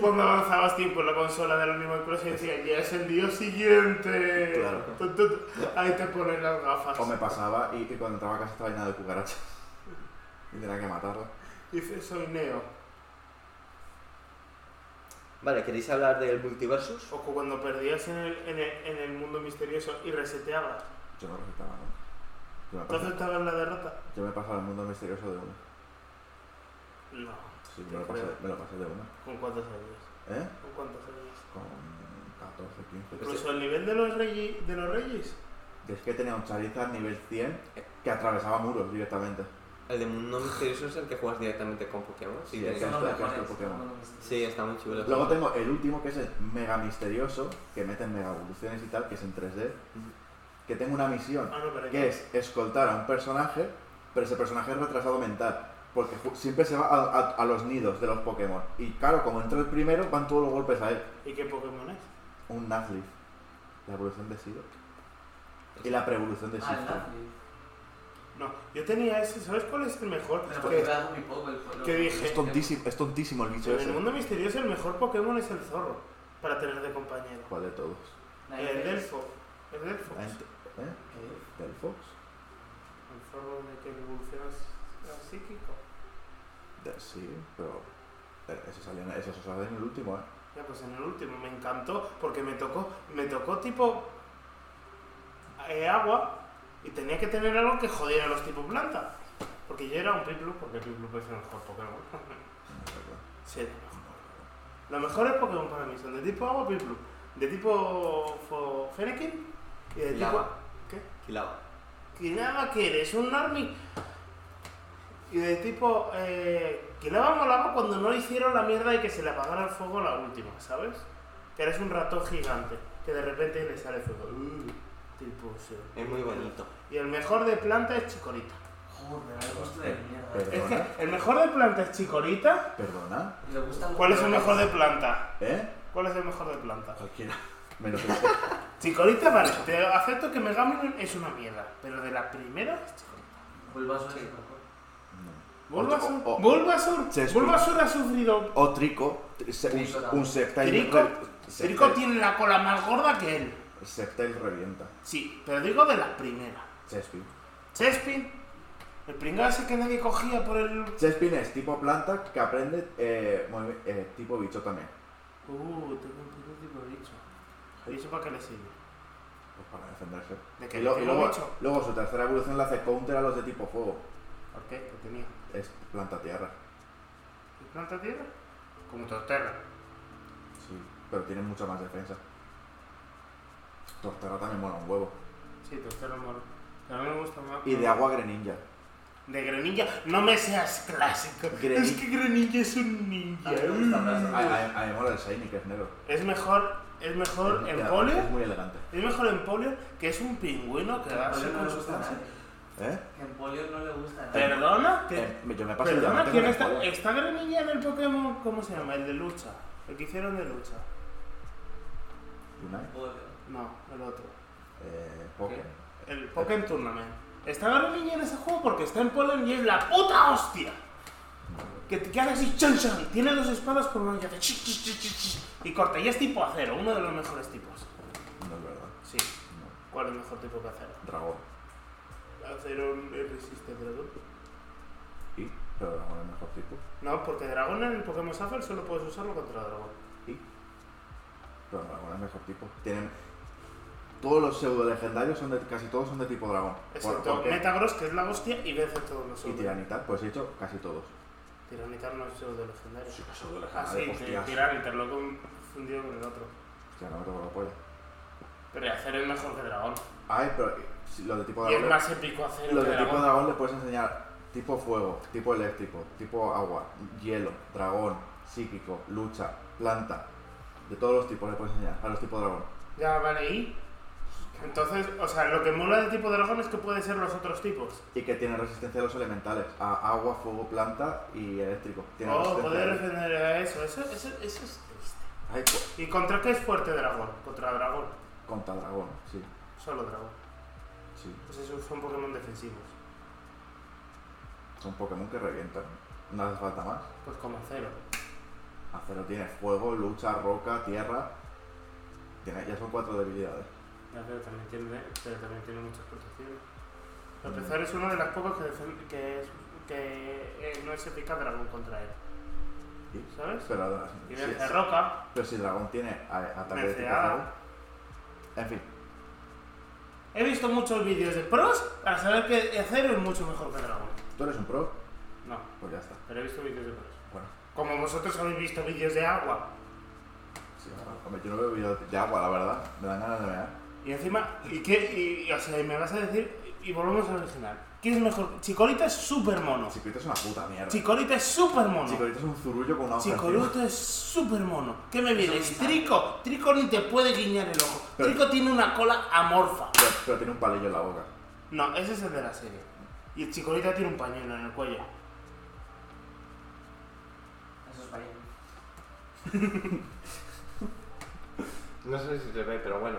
Cuando avanzabas tiempo en la consola del Animal Crossing decía, ya es el día siguiente.
Claro.
Tu, tu, tu. Ahí te ponen las gafas.
O me pasaba y, y cuando entraba a casa estaba llena de cucarachas. Y tenía que matarla.
Dice, soy Neo.
Vale, ¿queréis hablar del multiversus?
O que cuando perdías en el, en el, en el mundo misterioso y reseteabas.
Yo no recetaba, ¿no? Yo me,
¿Tú
pasaba,
aceptabas la derrota?
yo me pasaba el mundo misterioso de uno.
No.
Sí, me lo pasé, me lo pasé de uno.
¿Con cuántos años?
¿Eh?
¿Con cuántos años?
Con 14, 15.
Incluso el nivel de los, reyes, de los reyes.
Y Es que tenía un Charizard nivel 100 que atravesaba muros directamente.
El de Mundo Misterioso es el que juegas directamente con Pokémon.
Sí,
tienes-
es
Son los
que- que es
mejores,
el Pokémon.
son los
sí, está muy chulo.
Luego tengo el último que es el mega misterioso, que mete en mega evoluciones y tal, que es en 3D. Que tengo una misión,
Ah, no, pero
que es escoltar a un personaje, pero ese personaje es retrasado mental. Porque ju- siempre se va a, a- a los nidos de los Pokémon. Y claro, como entró el primero, van todos los golpes a él.
¿Y qué Pokémon es?
Un Nuzleaf. La evolución de Sido. Y la preevolución de
Ah, el
Shifter.
Nazis.
No, yo tenía ese. ¿Sabes cuál es el mejor?
Pero
Que-
porque me da muy poco el pueblo.
que dije,
Es tontísimo, es tontísimo el bicho
En el
ese.
mundo misterioso el mejor Pokémon es el zorro para tener de compañero.
¿Cuál de todos?
Nadie
El
cree.
Delfo. El Delfo.
La gente- ¿Eh?
¿Qué?
¿Del Fox?
El zorro de que evolucionas a psíquico.
De- sí, pero... eh, Eso salió, en- eso salió en el último, ¿eh?
Ya pues en el último me encantó porque me tocó, me tocó tipo eh, agua y tenía que tener algo que jodiera a los tipo planta. Porque yo era un Piplup porque Piplup es el mejor Pokémon. sí, era mejor. Los mejores Pokémon para mí son de tipo agua Piplup, de tipo Fo- Fennekin y de tipo...
Quilava.
¿Qué?
Quilava.
Quilava que eres un army. Y de tipo, eh, Quilava molaba cuando no hicieron la mierda de que se le apagara el fuego la última, ¿sabes? Que eres un ratón gigante, que de repente le sale fuego. Uh, tipo, sí.
Es muy bonito.
Y el mejor de planta es Chicorita.
Joder, el gusto de mierda.
Es
Perdona.
que el mejor de planta es Chicorita.
¿Perdona?
Le gusta mucho
¿Cuál es el
la
mejor de
cabeza.
planta?
¿Eh?
¿Cuál es el mejor de planta?
Cualquiera. Menos este.
Chicorita, vale, te acepto que Megamon es una mierda, pero de la primera es Chikorita.
Bulbasaur es el mejor.
Bulbasaur,
O- o-
Bulbasaur,
Césped.
Bulbasaur ha sufrido
O Trico. tri- se-
Trico
Un,
también.
un Sceptile.
Trico,
re-
Trico
Sceptile-
tiene la cola más gorda que él.
Sceptile revienta.
Sí, pero digo de la primera.
Chespin.
Chespin, el pringado ese que nadie cogía por el.
Chespin es tipo planta que aprende eh, movi- eh, tipo bicho también.
Uh, tengo un puto tipo de bicho. ¿Y eso para qué le sirve?
Pues para defenderse.
¿De
Y,
qué?
lo- y
¿Tengo
luego,
bicho?
luego su tercera evolución la hace counter a los de tipo fuego.
¿Por qué? ¿Qué tenía?
Es planta tierra.
¿Es planta tierra? Como Torterra.
Sí. Pero tiene mucha más defensa. Torterra también mola un huevo.
Sí, Torterra moro. A mí me gusta más.
Y de agua Greninja.
De Greninja, no me seas clásico.
Greni-
Es que Greninja es un ninja.
A mí
Mm.
me gusta más.
A, a- a mí me mola el Shiny que es negro.
Es mejor, es mejor
Es-
en
es-
polio.
Es muy elegante.
Es mejor en polio que es un pingüino que
Que en
va a ser
polio no
con
le gusta a
sustancia.
nadie.
¿Eh?
Que en polio no le gusta a nadie.
¿Perdona? ¿Qué?
Eh, yo me paso el
Perdona,
diamante
¿quién
con el
está?
polio.
¿Está Greninja en el Pokémon? ¿Cómo se llama? El de lucha. El que hicieron de lucha.
Unite,
Polio.
No, el otro.
Eh, Poké.
El Pokémon Tournament. Está Greninja en ese juego porque está en Polen y es la puta hostia. Que, te- que hace así, chan chan. Tiene dos espadas por mano y hace chi, chi, chi, chi, chi, Y corta. Y es tipo acero, uno de los mejores tipos.
No es verdad.
Sí.
No.
¿Cuál es el mejor tipo que acero?
Dragón.
Acero eh, resiste dragón.
Y, pero dragón es el mejor tipo.
No, porque dragón en el Pokémon Safari solo puedes usarlo contra dragón.
Pero dragón es el mejor tipo. Tienen. Todos los pseudo legendarios son de. casi todos son de tipo dragón. Por-
Excepto
porque-
Metagross, que es la hostia, y vence todos los
y
otros.
Tiranitar, pues he dicho casi todos.
Tiranitar no es pseudo legendario.
que pseudo
Ah, sí,
hostias.
Tiranitar lo he confundido con el otro.
Hostia, no me toco la polla.
Pero Acero es mejor que Dragón.
Ay, pero si los de tipo
Y es
dragón.
más épico Acero
Los
que
de tipo
Dragón.
dragón le puedes enseñar tipo fuego, tipo eléctrico, tipo agua, hielo, dragón, psíquico, lucha, planta. De todos los tipos le puedes enseñar. A los tipo dragón.
Ya, vale, y. Entonces, o sea, lo que mola de tipo Dragón es que puede ser los otros tipos.
Y que tiene resistencia a los elementales, a agua, fuego, planta y eléctrico. Tiene
Oh,
resistencia ¿eh?
poder
a-
defender a eso. Eso, eso, eso es triste.
Ay, co-
¿Y contra qué es fuerte Dragón? Contra Dragón.
contra dragón, sí,
Solo Dragón.
sí.
Pues esos son Pokémon defensivos.
Son Pokémon que revientan. No hace falta más.
Pues como cero.
Acero tiene fuego, lucha, roca, tierra. Tiene- ya son cuatro debilidades.
Ya, pero también tiene, pero también tiene muchas protecciones. Profesor es uno de los pocos que, defen- que, es- que eh, no es eficaz dragón contra él.
Sí.
¿Sabes?
Pero,
Y
si-
vence roca,
pero si el dragón tiene a- ataque de tipo fuego.
venceada.
En fin,
He visto muchos vídeos de pros para saber que acero es mucho mejor que dragón.
tú eres un pro,
No,
pues ya está.
pero he visto vídeos de pros.
Bueno,
Como vosotros habéis visto vídeos de agua.
sí, hombre, yo no veo videos de agua, la verdad. Me dan ganas de mear.
Y encima, ¿y qué? Y, y, o sea, y me vas a decir, y volvemos al original. ¿Quién es mejor? Chicorita es súper mono.
Chicorita es una puta mierda.
Chicorita es súper mono.
Chicorita es un zurullo con una hoja
Chicoruto es súper mono. ¿Qué me vienes? Trico. Trico ni te puede guiñar el ojo.
Pero-
Trico tiene una cola amorfa.
encima. Pero, pero tiene un palillo en la boca.
No, ese es el de la serie. Y el Chicorita tiene un pañuelo en el cuello.
Eso es para allá.
No sé si se ve, pero bueno.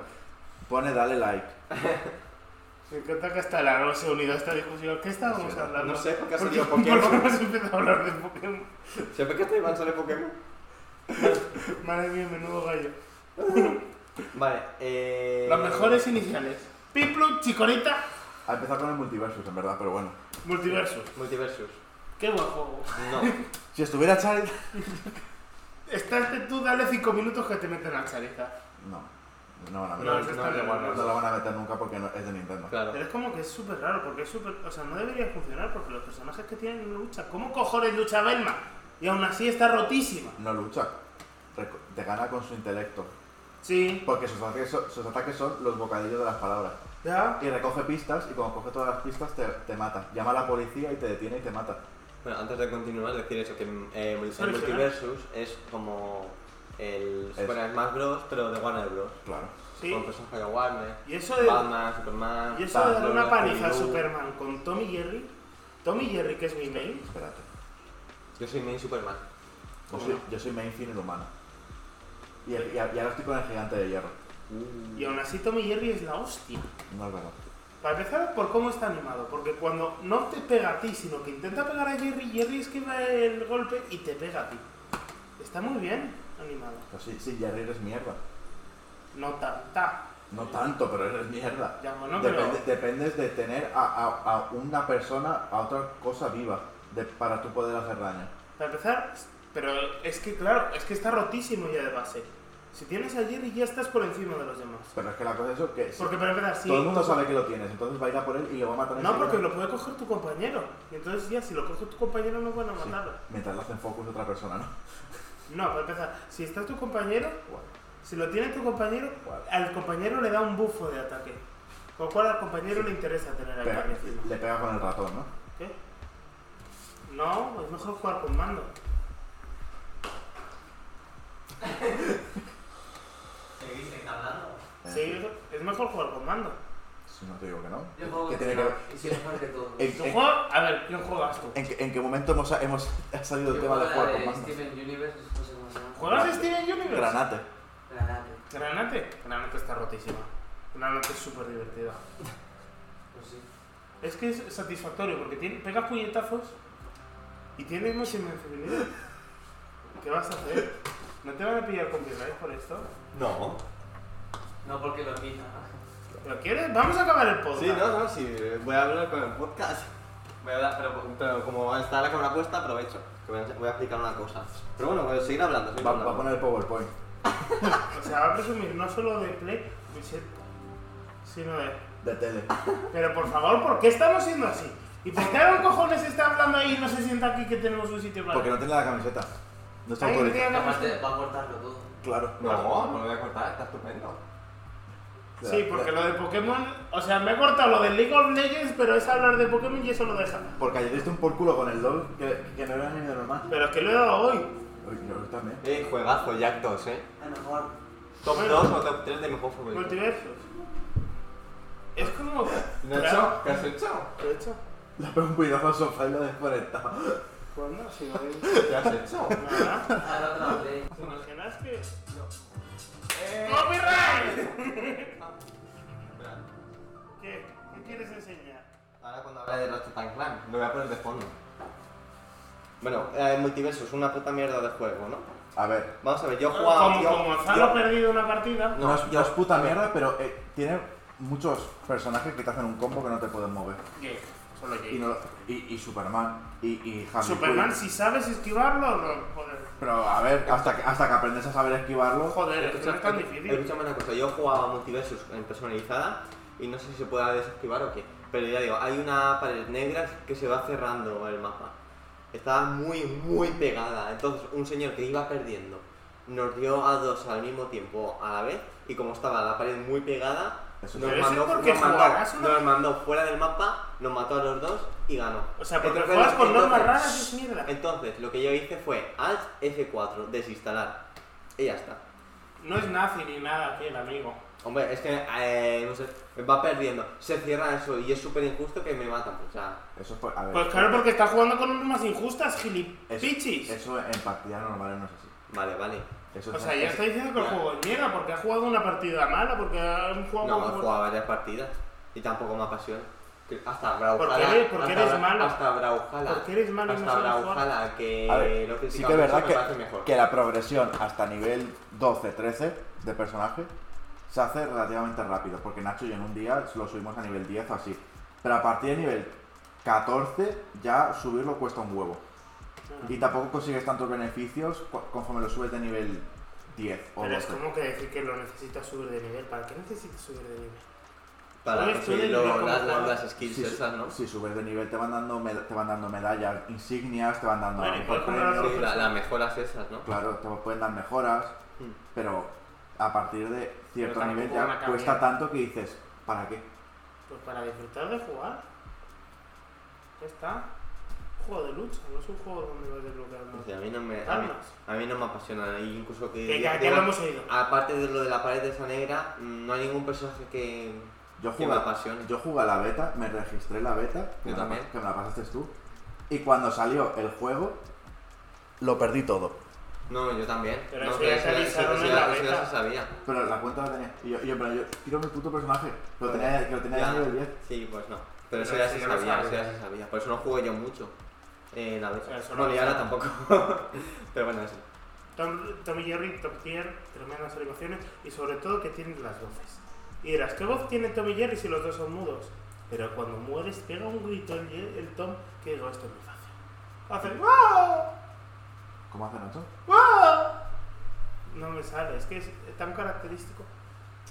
Pone dale like.
Me encanta que hasta la no se ha unido a esta discusión. ¿Qué estábamos
Sí,
hablando?
No sé por qué ha
¿Por
salido
¿Por qué hemos
Pokémon.
empezado a hablar de Pokémon?
¿Se ve que este Iván sale Pokémon?
Madre mía, menudo gallo.
Vale, eh.
Los mejores iniciales. Piplu, Chicorita,
Ha empezado con el multiversus, en verdad, pero bueno.
Multiversus.
Multiversus.
Qué buen juego.
No.
Si estuviera Charlie.
Estarte tú, dale 5 minutos que te meten al Charizard.
No. No van a
No,
meter.
no,
ese está
no,
bien,
igual
no,
No la van a meter nunca porque no- es de Nintendo.
Claro.
Pero es como que es súper raro, porque es súper. O sea, no debería funcionar porque los personajes que tienen no luchan. ¿Cómo cojones lucha Velma? Y aún así está rotísima.
No lucha. Reco- Te gana con su intelecto.
Sí.
Porque sus ataques, son, sus ataques son los bocadillos de las palabras.
Ya.
Y recoge pistas y cuando coge todas las pistas te, te mata. Llama a la policía y te detiene y te mata.
Bueno, antes de continuar, decir eso, que eh, el
Original.
Multiversus es como el Super Smash Bros, pero de Warner Bros.
Claro.
Sí.
Con personajes de Warner,
Y eso de,
Batman, Superman...
y eso de dar
Batman,
una paliza a
Scooby-Doo.
Superman con Tommy Jerry. Tommy Jerry, que es mi mail.
Espérate.
Yo soy main Superman.
Yo
¿Cómo
soy,
no?
yo soy main fin humano. Y, el- y a- y ahora estoy con el gigante de hierro.
Y aún así Tommy Jerry es la hostia.
No es verdad.
Para empezar, por cómo está animado. Porque cuando no te pega a ti, sino que intenta pegar a Jerry, Jerry esquiva el golpe y te pega a ti. Está muy bien animado.
Pero sí, sí, Jerry eres mierda.
No tanta.
No tanto, pero eres mierda.
Ya, bueno,
Depende-
pero-
Dependes de tener a, a- a una persona, a otra cosa viva, de- para tú poder hacer daño.
Para empezar, pero es que claro, es que está rotísimo ya de base. Si tienes a Jerry ya estás por encima de los demás.
Pero es que la cosa es eso, que si-
Porque para empezar, sí.
todo el mundo sabe que lo tienes, entonces va a ir a por él y lo va a matar
No,
enseguida.
porque lo puede coger tu compañero. Y entonces ya, si lo coge tu compañero no van a
Sí,
matarlo.
mientras lo hacen focus de otra persona, ¿no?
No, para empezar, si está tu compañero,
Guau.
si lo tiene tu compañero,
Guau.
al compañero le da un bufo de ataque. Con lo cual al compañero le interesa tener a
Pega-
Jerry encima.
le pega con el ratón, ¿no?
¿Qué? No, es mejor jugar con mando.
¿Qué dice? ¿Está hablando?
Eh,
Sí, es mejor jugar con mando.
Si no te digo que no.
Yo juego
¿Qué
con
tiene que
Fnac,
ver?
Y si mejor que todo.
¿En,
¿Tú
en-
juegas? A ver, ¿quién juegas tú?
en qué- en qué momento hemos, hemos ha salido el
Yo
tema de
juego la
jugar con
de
más?
Steven Universe, no sé cómo se
Eh,
llama.
¿Juegas Steven Universe?
Granate.
Granate.
Granate. Granate está rotísima. Granate es súper divertida.
Pues sí.
Es que es satisfactorio porque tiene, pega puñetazos y tiene mucha invencibilidad. ¿Qué vas a hacer? ¿No te van a pillar con copyright por esto?
No.
No porque lo quita.
¿Lo quieres? Vamos a acabar el podcast.
Sí, no, no, sí, voy a hablar con el podcast. Voy a hablar, pero, pero como está la cámara puesta, aprovecho. Que voy a, voy a explicar una cosa. Pero bueno, voy a seguir hablando. seguir
Va, va
hablando.
a poner el PowerPoint.
O sea, va a presumir no solo de Play, Michel, sino de...
De tele.
Pero por favor, ¿por qué estamos siendo así? ¿Y por qué ahora cojones está hablando ahí y no se sienta aquí que tenemos un sitio para...
Porque no tiene la camiseta. No está
Ay, no
autorizado.
tiene la
Aparte
camiseta.
va a cortarlo todo.
Claro.
No, no lo voy a cortar, está estupendo.
Sí, porque lo de Pokémon, o sea, me he cortado lo de League of Legends, pero es hablar de Pokémon y eso lo deja.
Porque ayer diste un por culo con el LOL que, que no era ni de normal.
Pero es que lo he dado hoy.
Uy, yo también.
Eh, juegazo, Jack 2, eh.
A lo mejor.
Top
Bueno.
2 o top 3 de mi juego favorito.
Multiversos. Es como.
Nacho, ¿qué has hecho?
¿Lo he hecho?
Le pego un cuidado al sofá y lo he desconectado.
¿Cuándo? Si no hay
¿Qué has hecho?
nada.
Ahora otra play.
¿Te imaginas que.?
Eh,
¡Copyright!
espera.
¿Qué? ¿Qué quieres enseñar?
Ahora cuando habla de Ratchet and Clank, lo voy a poner de fondo. Bueno, eh, multiverso es una puta mierda de juego, ¿no?
A ver,
Vamos a ver, yo he jugado.
Como,
yo-
como Gonzalo ha
yo-
perdido una partida,
no,
no,
es, no es puta mierda, pero eh, tiene muchos personajes que te hacen un combo que no te pueden mover.
Jake, solo
Y,
Jake.
no- y, y Superman, y, y Harley
Superman,
Quinn.
si sabes esquivarlo, no. Joder,
Pero a ver, hasta que, hasta que aprendes a saber esquivarlo.
joder es que no es tan difícil.
Escúchame una cosa, yo he jugado a Multiversus en personalizada y no sé si se puede desactivar o qué, pero ya digo, hay una pared negra que se va cerrando el mapa. Estaba muy, muy pegada. Entonces, un señor que iba perdiendo nos dio a dos al mismo tiempo a la vez y como estaba la pared muy pegada,
Eso
nos
Pero eso es
mandó,
porque
nos mandó-
jugabas una-
nos mandó fuera del mapa, nos mató a los dos y ganó.
O sea, porque
Entonces,
juegas con normas
entonces-
raras es mierda.
Entonces, lo que yo hice fue Alt F4, desinstalar. Y ya está.
No es nazi ni nada aquí el amigo.
Hombre, es que, eh, no sé, va perdiendo. Se cierra eso y es súper injusto que me matan. pues, O sea,
Eso fue, a ver,
Pues claro, porque está jugando con normas injustas, gilipichis.
Eso en partida normal no es así.
vale, vale.
Eso
O
es-
sea, ya
es-
está diciendo que el
Ya.
juego es mierda, porque ha jugado una partida mala, porque ha jugado...
No, he jugado varias partidas y tampoco me apasiona. Que Hasta Brawlhalla.
Porque eres- porque
hasta
eres
Bra-
malo.
Hasta Brawlhalla.
Porque eres malo y no
Hasta
sabes jugar.
Brawlhalla, que
A ver,
lo
sí
criticamos
que es verdad
mucho, me parece
que,
mejor.
que la progresión hasta nivel 12-13 de personaje se hace relativamente rápido, porque Nacho y yo en un día lo subimos a nivel 10 o así. Pero a partir de nivel 14 ya subirlo cuesta un huevo.
Ah.
Y tampoco consigues tantos beneficios cu- conforme lo subes de nivel 10 o
Pero es
12.
como que decir que lo necesitas subir de nivel. ¿Para qué necesitas subir de nivel?
Para
¿sabes tú
conseguir
del
lo-
nivel como
las, las,
jugador?
las skills
Si, su-
esas, ¿no?
si subes de nivel te van dando meda- te van dando medallas, insignias, te van dando
Bueno, y
mejor
puedes comprar
premio.
otro
Sí, la- las mejoras esas, ¿no?
Claro, te pueden dar mejoras,
Mm.
pero a partir de
Pero
cierto
tampoco
nivel
van a
ya
cambiar.
cuesta tanto que dices, ¿para qué?
Pues para disfrutar de jugar. Ya está. Un juego de lucha, no es un juego donde vas desbloqueando
O sea, a mí no me, a mí,
armas.
a mí no me apasiona. y Incluso que.
Que
diría
ya,
que
ya lo
va-
hemos oído.
Aparte de lo de la pared de esa negra, mm, no hay ningún personaje que,
Yo
que
jugué,
me apasione.
yo jugué a la beta, me registré en la beta, que,
Yo
me la,
también.
que me la pasaste tú, y cuando salió el juego, lo perdí todo.
No, yo también.
Pero
no,
eso ya te avisaron
eso
en
ya-
la
eso ya
beta.
se sabía.
Pero la cuenta la tenía. Y yo, y yo, pero yo quiero mi puto personaje, que lo tenía, que lo tenía
Ya.
ya nivel 10.
Sí, pues no. Pero eso
Pero
ya
eso
se
ya lo
sabía, eso
sabía.
ya se sabía. Por eso no jugué yo mucho. Eh, la beta.
Pero eso no
Bueno, y
lo
ahora
sabía.
tampoco. Pero bueno, eso.
Tom, Tom y Jerry, Top Tier, tremendas animaciones y sobre todo que tienen las voces. Y dirás, ¿qué voz tiene Tom y Jerry si los dos son mudos? Pero cuando mueres pega un grito el, Ye- el Tom que digo, esto es muy fácil. Hace ¡Wow!
¿Cómo hace Nacho?
¡Wow! No me sale, es que es tan característico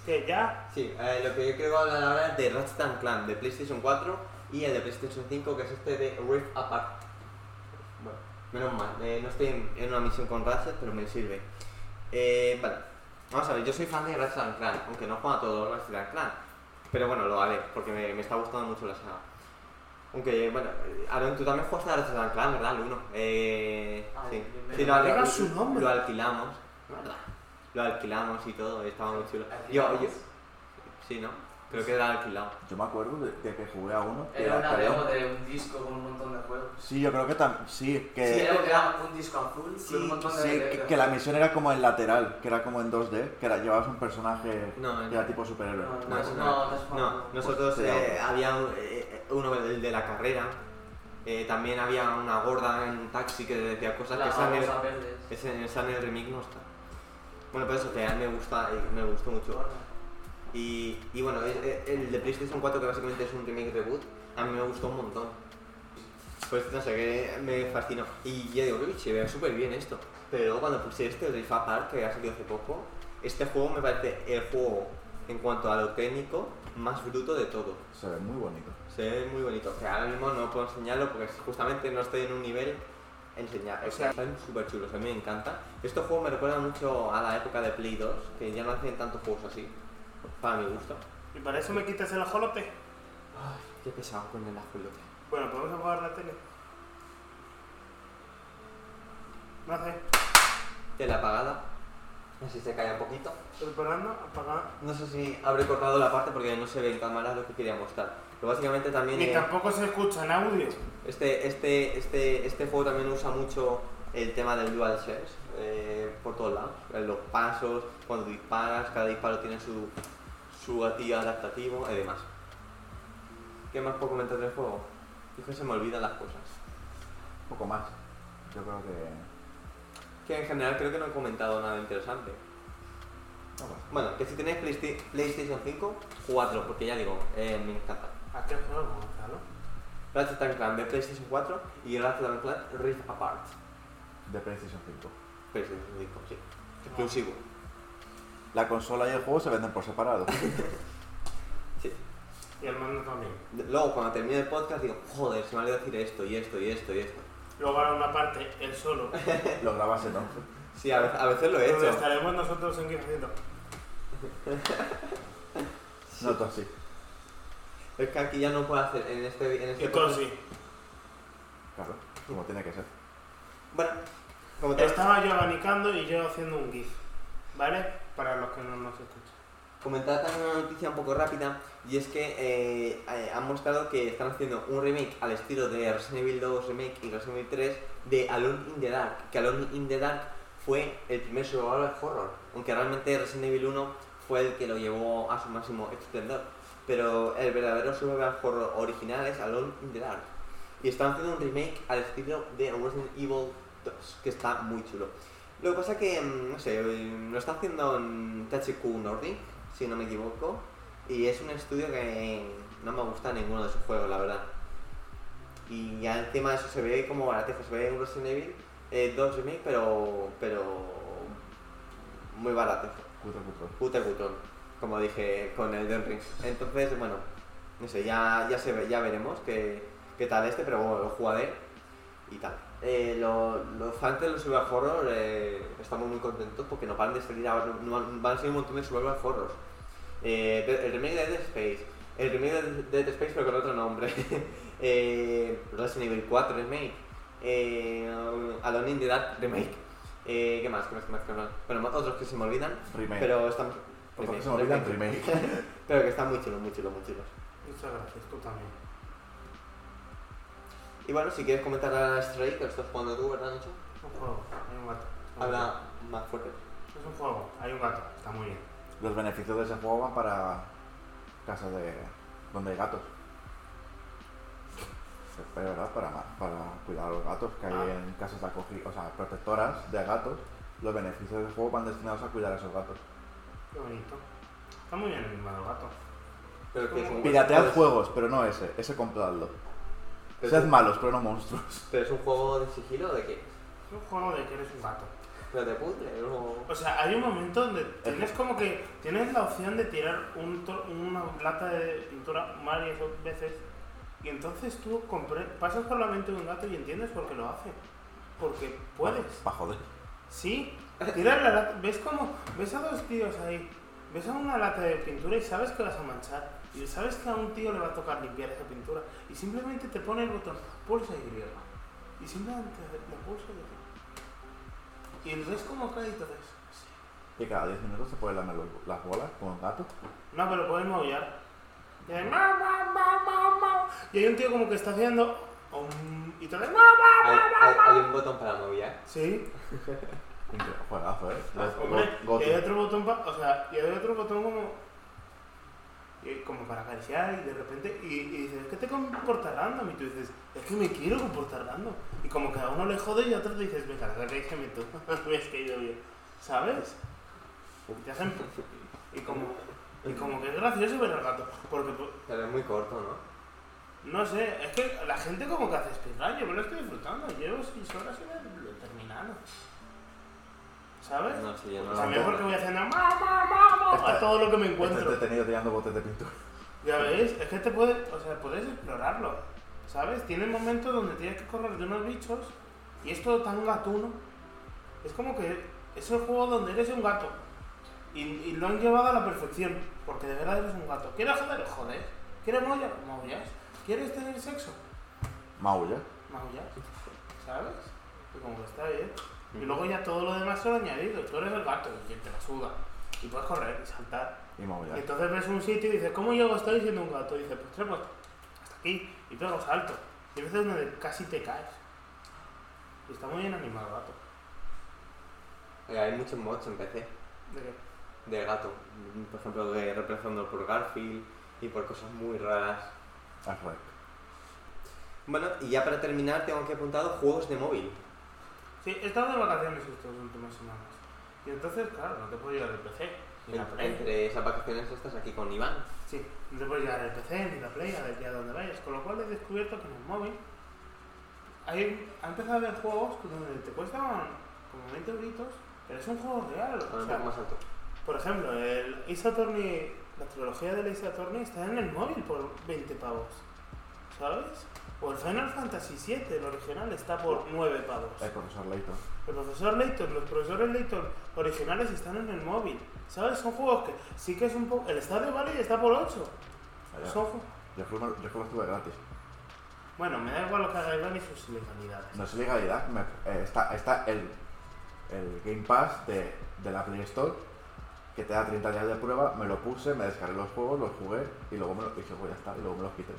que ya...
Sí, eh, lo que yo quiero hablar ahora es de Ratchet and Clank, de PlayStation 4 y el de PlayStation 5, que es este de Rift Apart. Bueno, menos mal, eh, no estoy en, en una misión con Ratchet, pero me sirve. Eh, vale, vamos a ver, yo soy fan de Ratchet and Clank, aunque no juego a todos los Ratchet and Clank, pero bueno, lo haré, porque me, me está gustando mucho la saga. Aunque, bueno, eh, Aaron, tú también jugaste a Ratchet and Clank, ¿verdad? El 1. Eh,
Ay,
sí,
me-
sí
me
lo, alqui-
digas su nombre.
lo alquilamos, ¿verdad? Lo alquilamos y todo, y estaba muy chulo. Yo, yo, Sí, ¿no? Creo que era alquilado.
Yo me acuerdo de, de que jugué a uno. que
Era una
era-
demo de un disco con un montón de juegos.
Sí, yo creo que también. Sí, que.
Sí, era, era un disco azul
Eh, Sí,
con un montón de
sí, que,
letras.
que la misión era como en lateral, que era como en 2D, que era, llevabas un personaje
No, no.
que era tipo superhéroe.
No, no,
No,
no,
eso
no, pues,
No, nosotros eh, había un- eh, uno del de la carrera, eh, también había una gorda en un taxi que decía cosas que están en el, ese- en esa en el remix no está. Bueno, pues eso, que a mí me gusta, y me gustó mucho. Y, y bueno, es- eh, el de PlayStation 4 que básicamente es un remake reboot, a mí me gustó un montón. Pues no sé, que me fascinó. Y ya digo, uy, se ve súper bien esto. Pero luego cuando puse este, el Rift Apart, que ha salido hace poco, este juego me parece el juego, en cuanto a lo técnico, más bruto de todo.
Se ve muy bonito.
Se ve muy bonito. Que ahora mismo no puedo enseñarlo porque justamente no estoy en un nivel enseñar. O sea, están súper chulos, a mí me encanta. Este juego me recuerda mucho a la época de Play 2, que ya no hacen tantos juegos así, para mi gusto.
¿Y para eso me quitas el ajolote?
Qué pesado con el ajolote.
Bueno, podemos apagar la tele. No hace.
De la apagada. No sé si se cae un poquito.
Preparando, apagar.
No sé si habré cortado la parte porque no se ve en cámara lo que quería mostrar. Pero básicamente también
Ni
eh,
tampoco se escucha en audio.
este, este, este, este juego también usa mucho el tema del dual sense eh, por todos lados. Eh, Los pasos, cuando disparas, cada disparo tiene su, su gatillo adaptativo y demás. ¿Qué más puedo comentar del juego? Es que se me olvidan las cosas.
Poco más. Yo creo que.
Que en general creo que no he comentado nada interesante.
no pasa.
Bueno, que si tenéis Playsta- PlayStation 5, 4, porque ya digo, eh, me encanta.
¿A qué juego, Gonzalo?
Ratchet and Clank de PlayStation 4 y Ratchet and Clank Rift Apart.
De PlayStation 5.
PlayStation 5, sí. Exclusivo.
La consola y el juego se venden por separado.
Sí.
Y el mando también.
Luego, cuando termine el podcast, digo, joder, se me ha olvidado decir esto y esto y esto y esto.
Luego hará una parte, el solo.
Lo grabas entonces.
Sí, a veces, a veces lo he
Donde
hecho.
estaremos nosotros en 15 haciendo.
No, tú así.
Es que aquí ya no puedo hacer en este. En este
Y todo sí.
Claro, como tiene que ser.
Bueno, como te,
Estaba yo abanicando y yo haciendo un GIF. ¿Vale? Para los que no nos escuchan.
comentaba también una noticia un poco rápida y es que eh, eh, han mostrado que están haciendo un remake al estilo de Resident Evil 2 Remake y Resident Evil 3 de Alone in the Dark, que Alone in the Dark fue el primer survival horror, aunque realmente Resident Evil 1 fue el que lo llevó a su máximo esplendor, pero el verdadero survival horror original es Alone in the Dark y están haciendo un remake al estilo de Resident Evil 2, que está muy chulo. Lo que pasa que, mm, no sé, mm, lo está haciendo en THQ Nordic, si no me equivoco, y es un estudio que no me gusta ninguno de sus juegos, la verdad. Y ya encima de eso se ve como baratejo, se ve un Resident Evil eh, 2 remake, pero, pero muy baratejo
Cutre, cutre.
puto cutón, como dije con el Elden Ring. Entonces, bueno, no sé, ya, ya, se ve- ya veremos qué, qué tal este, pero bueno, lo jugaré y tal. Eh, lo- los fans de los Survival Horror eh, estamos muy contentos porque nos van de salir ahora, no- no- van a salir un montón de Survival Horrors. Eh, de- el remake de Dead Space, el remake de de Dead Space pero con otro nombre, eh, Resident Evil 4 Remake, eh, Alone in the Dark Remake, eh, ¿qué más? ¿Qué más? ¿Qué más? ¿Qué más? Bueno, otros que se me olvidan,
Remake.
pero estamos.
Otros que se me olvidan, remake.
Pero que están muy chulos, muy chulos, muy chulos.
Muchas gracias, tú también.
Y bueno, si quieres comentar a Stray, que lo estás jugando tú, ¿verdad, Nacho?
Un juego, hay un gato.
Habla más fuerte.
Es un juego, hay un gato, está muy bien.
Los beneficios de ese juego van para casas de donde hay gatos. Es verdad, para, ma- para cuidar a los gatos que hay
Ah.
en casas de acogidos, o sea, protectoras de gatos. Los beneficios del juego van destinados a cuidar a esos gatos.
Qué bonito. Está muy bien animado el gato.
Pero que es un
Piratead
pero-
juegos, pero no ese, ese compradlo.
Pero,
Sed
es-
malos, pero no monstruos.
pero es un juego de sigilo o de qué?
Es un juego de que eres un gato.
Pero de puzzle, o...
O sea, hay un momento donde tienes como que. Tienes la opción de tirar un to- una lata de pintura varias veces. Y entonces tú compre- pasas por la mente de un gato y entiendes por qué lo hace. Porque puedes.
Pa' joder.
Sí, tirar la lata. ¿Ves cómo? ¿Ves a dos tíos ahí? ¿Ves a una lata de pintura y sabes que vas a manchar? Y sabes que a un tío le va a tocar limpiar esa pintura. Y simplemente te pone el botón pulsa Y. Y simplemente le pulsa Y. Y el ves como cae y todo eso.
Y cada 10 minutos se pueden lamer los- las bolas con un gato.
No, pero puedes maullar. Y, hay, "Mau, mau, mau, mau, mau". Y hay un tío como que está haciendo. "Om", Y te hace, "Mau, mau".
Hay, hay- hay un botón para movillar.
Sí.
Incre- Juegazo, eh. Let's
Ah, Hombre,
go- go
y hay
to-
otro botón pa- o sea, y hay otro botón como y como para acariciar y de repente y, y dices, es que te comportas random y tú dices, es que me quiero comportar random y como que a uno le jode y a otro le dices, venga, déjame tú, me has caído bien, ¿sabes? Y te hacen y como y como que es gracioso ver al gato, porque pues,
Pero es muy corto, ¿no?
no sé, es que la gente como que hace speedrun, yo me lo estoy disfrutando, llevo 6 horas y lo he terminado. ¿Sabes?
No, sí, yo no
O
lo
sea,
entiendo.
mejor que voy haciendo ma, ma, ma, ma, a todo lo que me
Estás
encuentro.
Este detenido tirando botes de pintura.
Ya veis, es que te puedes, o sea, puedes explorarlo, ¿sabes? Tiene momentos donde tienes que correr de unos bichos y es todo tan gatuno. Es como que es el juego donde eres un gato y, y lo han llevado a la perfección, porque de verdad eres un gato. ¿Quieres joder? Joder. ¿Quieres mollar? Mollas. ¿Quieres tener sexo?
Maulla.
Maullas, ¿sabes? Y como que está bien. Y luego ya todo lo demás son añadido. Tú eres el gato y te la suda. Y puedes correr y saltar.
Y maulla.
Y entonces ves un sitio y dices, ¿cómo llego hasta ahí siendo un gato? Y dices, pues trepo hasta aquí y pego un salto. Y hay veces donde casi te caes. Y está muy bien animado el gato.
Eh, hay muchos mods en PC
¿De qué?
de gato. Mm, Por ejemplo, de reemplazando por Garfield y por cosas muy raras.
Al revés.
Bueno, y ya para terminar tengo que apuntado juegos de móvil.
Sí, he estado de vacaciones estas últimas semanas. Y entonces, claro, no te puedo llevar el PC, ni la
Entre,
Play.
entre esas vacaciones estás aquí con Iván.
Sí, no te puedes llevar el PC ni la Play a ver ya donde vayas. Con lo cual he descubierto que en el móvil hay, ha empezado a haber juegos donde te cuestan como 20 euritos, pero es un juego real.
Con
O
un
sea,
poco más alto.
por ejemplo, el Ace Attorney, la trilogía del Ace Attorney está en el móvil por 20 pavos, ¿sabes? O el Final Fantasy VII, el original, está por 9 pavos.
El profesor Leighton.
El profesor Layton, los profesores Layton originales están en el móvil, ¿sabes? Son juegos que sí que es un poco... El Stardew Valley está por 8.
Allá.
Son ju-
Yo juego, yo juego estuve gratis.
Bueno, me da igual lo que haga Iván y sus ilegalidades.
No es legalidad. me- eh, está está el, el Game Pass de, de la Play Store que te da 30 días de prueba. Me lo puse, me descargué los juegos, los jugué y luego me los, dije, "Pues ya está", y luego me los quité.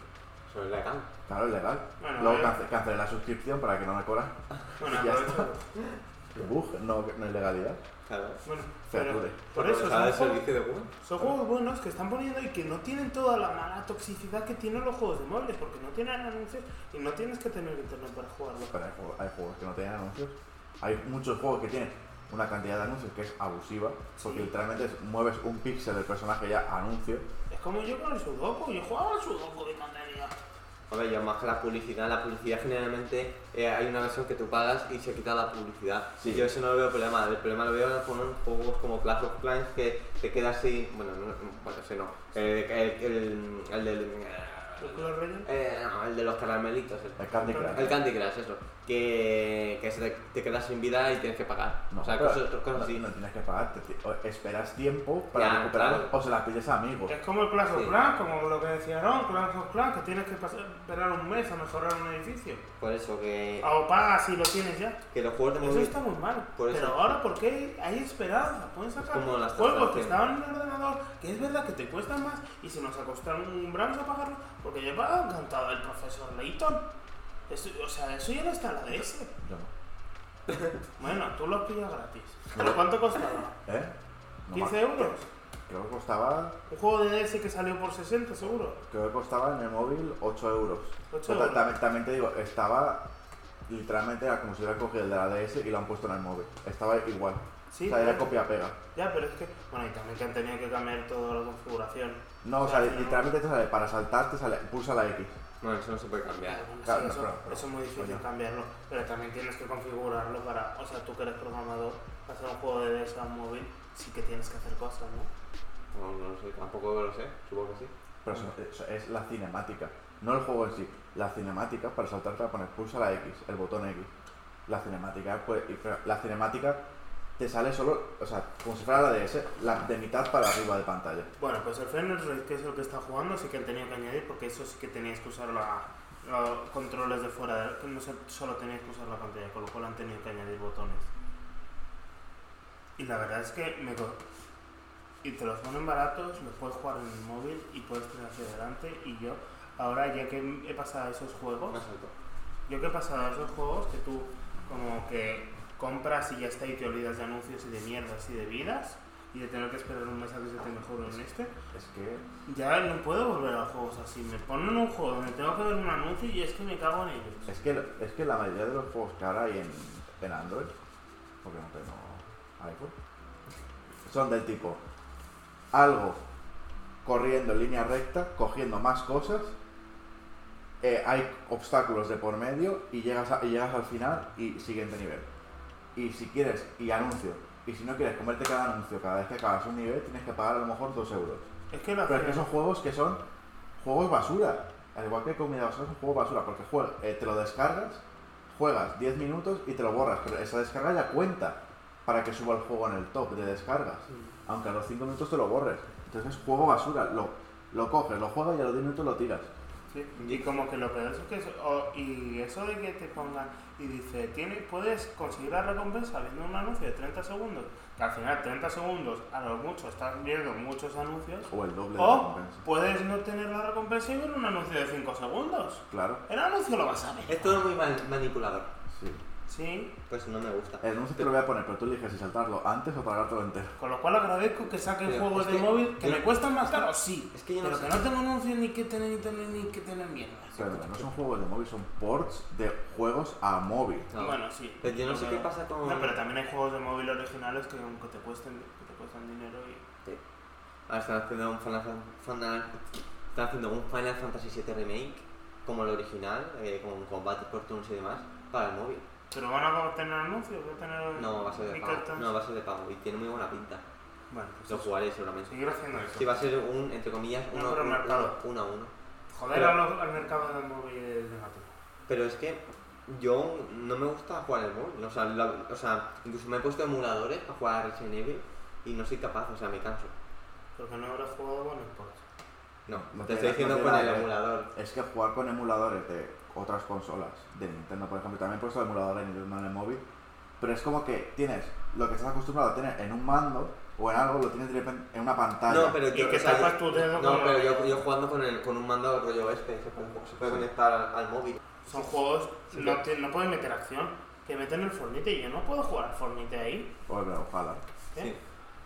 Sobre el legal.
Claro, es legal.
Bueno,
luego
eh.
cance- cancelé la suscripción para que no me cobran.
Bueno,
Ya
aprovecho.
Bug, no, no es legalidad.
Claro.
Bueno, pero
Certude.
por eso
Aprovechar
son
el
juegos,
servicio de Google.
son juegos buenos que están poniendo y que no tienen toda la mala toxicidad que tienen los juegos de móviles, porque no tienen anuncios y no tienes que tener internet para jugarlo.
Pero hay, juego- hay juegos que no tienen anuncios. Hay muchos juegos que tienen una cantidad de anuncios que es abusiva, porque
Sí.
literalmente es- mueves un píxel del personaje ya a anuncio.
Es como yo con el Sudoku, yo jugaba al Sudoku de mandaría.
A ver, ya más que la publicidad, la publicidad generalmente eh, hay una versión que tú pagas y se quita la publicidad.
Sí.
Yo eso no lo veo problema, el problema lo veo con juegos como Clash of Clans que te quedas sin... Bueno, no, bueno ese no. Eh, el, el, el del...
¿El Clash Royale?
eh, no, el de los caramelitos. El,
El Candy
Pero-
Crush.
el Candy Crush, eso. Que, que se te, te quedas sin vida y tienes que pagar. o sea,
pero-
cosas, cosas así.
no tienes que pagar, te- te- o esperas tiempo para
Ya,
recuperarlo
claro.
o se la pides a amigos.
Es como el Clash of
Sí.
Clans, como lo que decía Aaron, Clash of Clans, que tienes que pasar, esperar un mes a mejorar un edificio.
Por eso que,
O pagas y lo tienes ya.
que los juegos de
Eso
móvil-
está muy mal.
Por eso-
Pero ahora, ¿por qué hay esperanza? Pueden sacar
como las
juegos que
transacciones.
estaban en el ordenador, que es verdad que te cuestan más, y si nos acostumbramos a pagarlo, porque yo he pagado encantado el profesor Layton. Eso- o sea, eso ya no está en la DS.
Yo no.
Bueno, tú lo has pillado gratis. ¿Pero cuánto costaba?
¿Eh? No me
¿15
acuerdo.
euros?
Creo que costaba,
Un juego de DS que salió por 60, seguro.
creo que costaba en el móvil 8 euros.
8
Pero
euros.
Pues ta- También, también te digo, estaba literalmente era como si hubieran cogido el de la DS y lo han puesto en el móvil. Estaba igual.
Sí,
o sea, era
pero-
copia-pega.
Ya, pero es que. Bueno, y también que han tenido que cambiar toda la configuración.
No, o
O sea,
sea,
no.
literalmente te sale, para saltar te sale, pulsa la X.
Bueno, eso no se puede cambiar.
Bueno, sí,
Claro, no,
eso,
pero- pero-
eso es muy difícil
coño.
cambiarlo, pero también tienes que configurarlo para. O sea, tú que eres programador, para hacer un juego de DS a un móvil, sí que tienes que hacer cosas, ¿no?
No, no lo sé, tampoco lo sé, supongo que sí.
Pero eso, eso es la cinemática, no el juego en sí. La cinemática, para saltar te la pones pulsa la X, el botón X. La cinemática, pues, y- pero la cinemática te sale solo, o sea, como si fuera la DS, la de mitad para arriba de pantalla.
Bueno, pues el Fenris Raid, que es el que está jugando, sí que han tenido que añadir, porque eso sí que tenías que usar la, los controles de fuera, de- que no se- solo tenías que usar la pantalla, con lo cual han tenido que añadir botones. Y la verdad es que me. co- Y te los ponen baratos, los puedes jugar en el móvil y puedes tener hacia adelante. Y yo, ahora ya que he pasado a esos juegos,
Más alto.
Yo que he pasado a esos juegos que tú como que compras y ya está y te olvidas de anuncios y de mierdas y de vidas y de tener que esperar un mes a que se te mejore en este.
Es que
Ya no puedo volver a juegos así. Me ponen un juego donde tengo que ver un anuncio y es que me cago en ellos.
Es que, es que la mayoría de los juegos que ahora hay en, en Android, porque no tengo iPhone, son del tipo algo corriendo en línea recta, cogiendo más cosas, eh, hay obstáculos de por medio y llegas, a- y llegas al final y siguiente nivel. Y si quieres, y anuncio. Y si no quieres comerte cada anuncio cada vez que acabas un nivel, tienes que pagar a lo mejor 2 euros.
Es que la
Pero es que son juegos que son juegos basura. Al igual que comida basura, es un juego basura. Porque jue- eh, te lo descargas, juegas 10 minutos y te lo borras. Pero esa descarga ya cuenta para que suba el juego en el top de descargas. Aunque a los 5 minutos te lo borres. Entonces es juego basura. Lo, lo coges, lo juegas y a los 10 minutos lo tiras.
Sí, Y como que lo peor es que eso, o- y eso de que te pongan y dice, tienes, puedes conseguir la recompensa viendo un anuncio de 30 segundos, que al final 30 segundos a lo mucho estás viendo muchos anuncios,
O el doble de
o
recompensa.
puedes no tener la recompensa y ver un anuncio de 5 segundos.
Claro,
El anuncio lo vas a ver.
Es todo muy mal- manipulador.
sí. Eh,
Sí.
Pues no me gusta.
El anuncio te lo voy a poner, pero tú eliges si saltarlo antes o tragártelo entero.
Con lo cual agradezco que saquen
Pero
juegos
es
de
que-
móvil que
yo-
me cuestan más caro, sí.
Es que yo no
pero
sé.
que no tengo anuncios ni que tener ni tener ni que tener mierda.
Pero no son juegos de móvil, son ports de juegos a móvil.
No.
Bueno, sí.
Pero Pues yo no sé qué pasa con-
No, pero también hay juegos de móvil originales que aunque te cuesten, que te cuestan dinero y...
Ahora están Ah, haciendo un Final, Final- están haciendo un Final Fantasy VII Remake, como el original, eh, con combates por turnos y demás, para el móvil.
¿Pero van a tener anuncios? ¿Va a tener
No va a ser de pago.
microtransacciones?
No va a ser de pago y tiene muy buena pinta.
Bueno, pues
Lo
eso.
jugaré seguramente.
seguir haciendo eso.
Sí, va a ser un, entre comillas,
No,
uno,
pero
uno-
mercado.
uno a uno.
Joder
Pero-
a los- al mercado del móvil negativo.
Pero es que yo no me gusta jugar el móvil. O sea, la- o sea, incluso me he puesto emuladores para jugar a Resident Evil y no soy capaz, o sea, me canso.
Porque no habrá jugado con el port.
No,
No
te estoy
tiene- no
diciendo
tiene
con
nada
el
que ver.
emulador.
Es que jugar con emuladores de otras consolas, de Nintendo por ejemplo, también he puesto emuladores de Nintendo en el móvil, pero es como que tienes lo que estás acostumbrado a tener en un mando o en algo, lo tienes directamente en una pantalla.
No, pero
Y
yo,
que
o sea,
sacas
yo-
tu dedo
No,
con
pero
el-
yo, yo jugando con, el, con un mando rollo este, se puede, se puede conectar al, al móvil.
Son juegos,
Sí.
no, te- no pueden meter acción. Que meten el Fornite y yo no puedo jugar al Fornite ahí.
O el Brawlhalla.
¿eh?
Sí.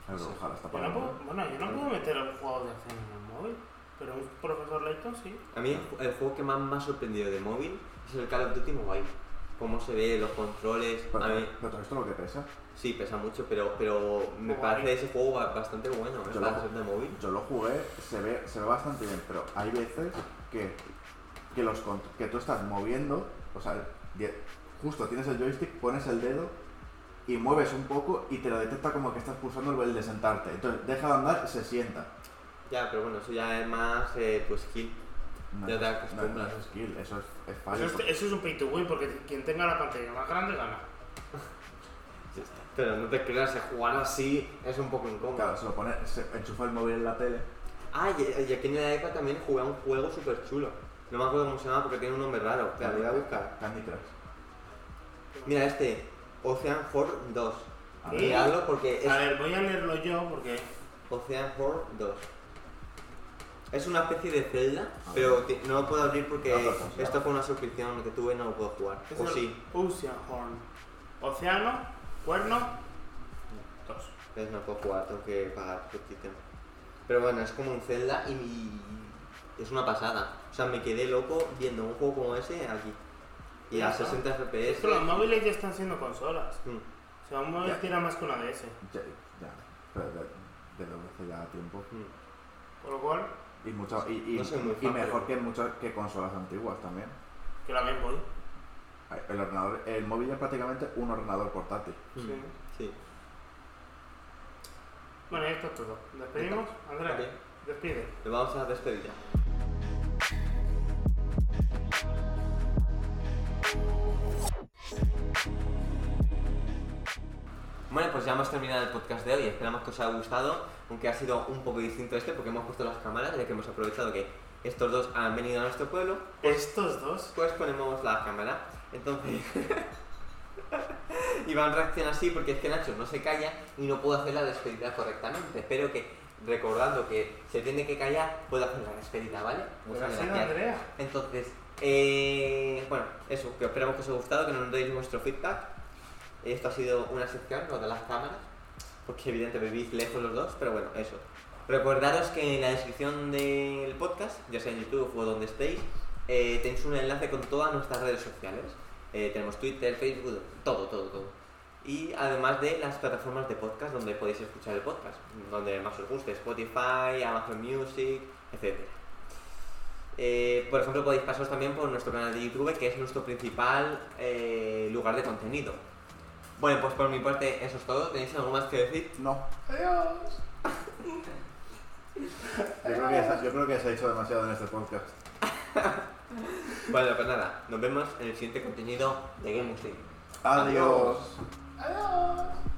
El Brawlhalla está
Yo no
para el
puedo,
móvil.
bueno, yo no puedo meter el juego de acción en el móvil. Pero un profesor Layton sí.
A mí el, el juego que más me ha sorprendido de móvil es el Call of Duty Mobile. Cómo se ve, los controles.
Pero,
A mí
pero todo esto lo que pesa.
sí pesa mucho, pero, pero me
Mobile.
parece ese juego ba- bastante bueno ¿eh?
Yo
para
lo-
ser de móvil.
Yo lo jugué, se ve, se ve bastante bien, pero hay veces que, que, los, cont- que tú estás moviendo, o sea, die- justo tienes el joystick, pones el dedo y mueves un poco y te lo detecta como que estás pulsando el de sentarte. Entonces deja de andar, se sienta.
Ya, pero bueno, eso ya es más eh, tu skill.
No,
Ya
es-
te
no, no
acostumbras.
es skill, eso es, es
Eso
fallo.
es, eso es un pay to win porque quien tenga la pantalla más grande gana.
Pero no te creas, jugar así es un poco incómodo.
Claro, se lo pone, se enchufa el móvil en la tele.
Ah, y, y aquí en la época también jugué a un juego súper chulo. No me acuerdo cómo se llama porque tiene un nombre raro. Te lo voy a buscar.
Candy Crush.
Mira este, Ocean Horn 2.
A
¿Sí?
ver,
Miradlo porque
A
es
ver, voy a leerlo yo porque. este
Ocean Horn 2. Es una especie de celda, pero ti- no lo puedo abrir porque
Ah, pero funciona.
esto fue una suscripción que tuve y no lo puedo jugar.
es
O
el
sí,
Ocean Horn. Océano, cuerno.
pero no puedo jugar, tengo que pagar suscripción. Pero bueno, es como un celda y mi- es una pasada. O sea, me quedé loco viendo un juego como ese aquí. Y a
Ya,
60
Es
FPS.
que los móviles ya están siendo consolas.
Mm.
O sea, un móvil
Ya.
tira más que una DS.
ya, ya, pero de, de lo hace ya tiempo.
Con lo cual,
Y, mucho, y, y-
No soy muy
y
fan,
mejor
pero-
que muchas que consolas antiguas también.
que la Game Boy.
El ordenador, el móvil es prácticamente un ordenador portátil.
Mm.
Sí.
Sí.
Bueno, ya está todo. ¿Despedimos? Andrea,
Ok.
despide.
Le vamos a despedir ya. Bueno, pues ya hemos terminado el podcast de hoy. Esperamos que os haya gustado, aunque ha sido un poco distinto este porque hemos puesto las cámaras, ya que hemos aprovechado que estos dos han venido a nuestro pueblo,
Estos dos.
pues ponemos la cámara. Entonces... Iván reacciona así porque es que Nacho no se calla y no puedo hacer la despedida correctamente. Espero que, recordando que se tiene que callar, pueda hacer la despedida, ¿vale?
Pero ha
Muchas
sido
gracias.
Andrea.
Entonces, eh, bueno, eso, que esperamos que os haya gustado, que nos deis vuestro feedback. Esto ha sido una sección, lo de las cámaras, porque evidentemente vivís lejos los dos, pero bueno, eso. Recordaros que en la descripción del podcast, ya sea en YouTube o donde estéis, eh, tenéis un enlace con todas nuestras redes sociales. Eh, tenemos Twitter, Facebook, todo, todo, todo. Y además de las plataformas de podcast donde podéis escuchar el podcast, donde más os guste, Spotify, Amazon Music, etcétera. Eh, por ejemplo, podéis pasaros también por nuestro canal de YouTube, que es nuestro principal eh, lugar de contenido. Bueno, pues por mi parte eso es todo. ¿Tenéis algo más que decir?
No,
Adiós.
yo creo que ya, se- yo creo que ya se ha hecho demasiado en este podcast.
Bueno, pues nada, nos vemos en el siguiente contenido de Game Muslim.
Adiós.
Adiós.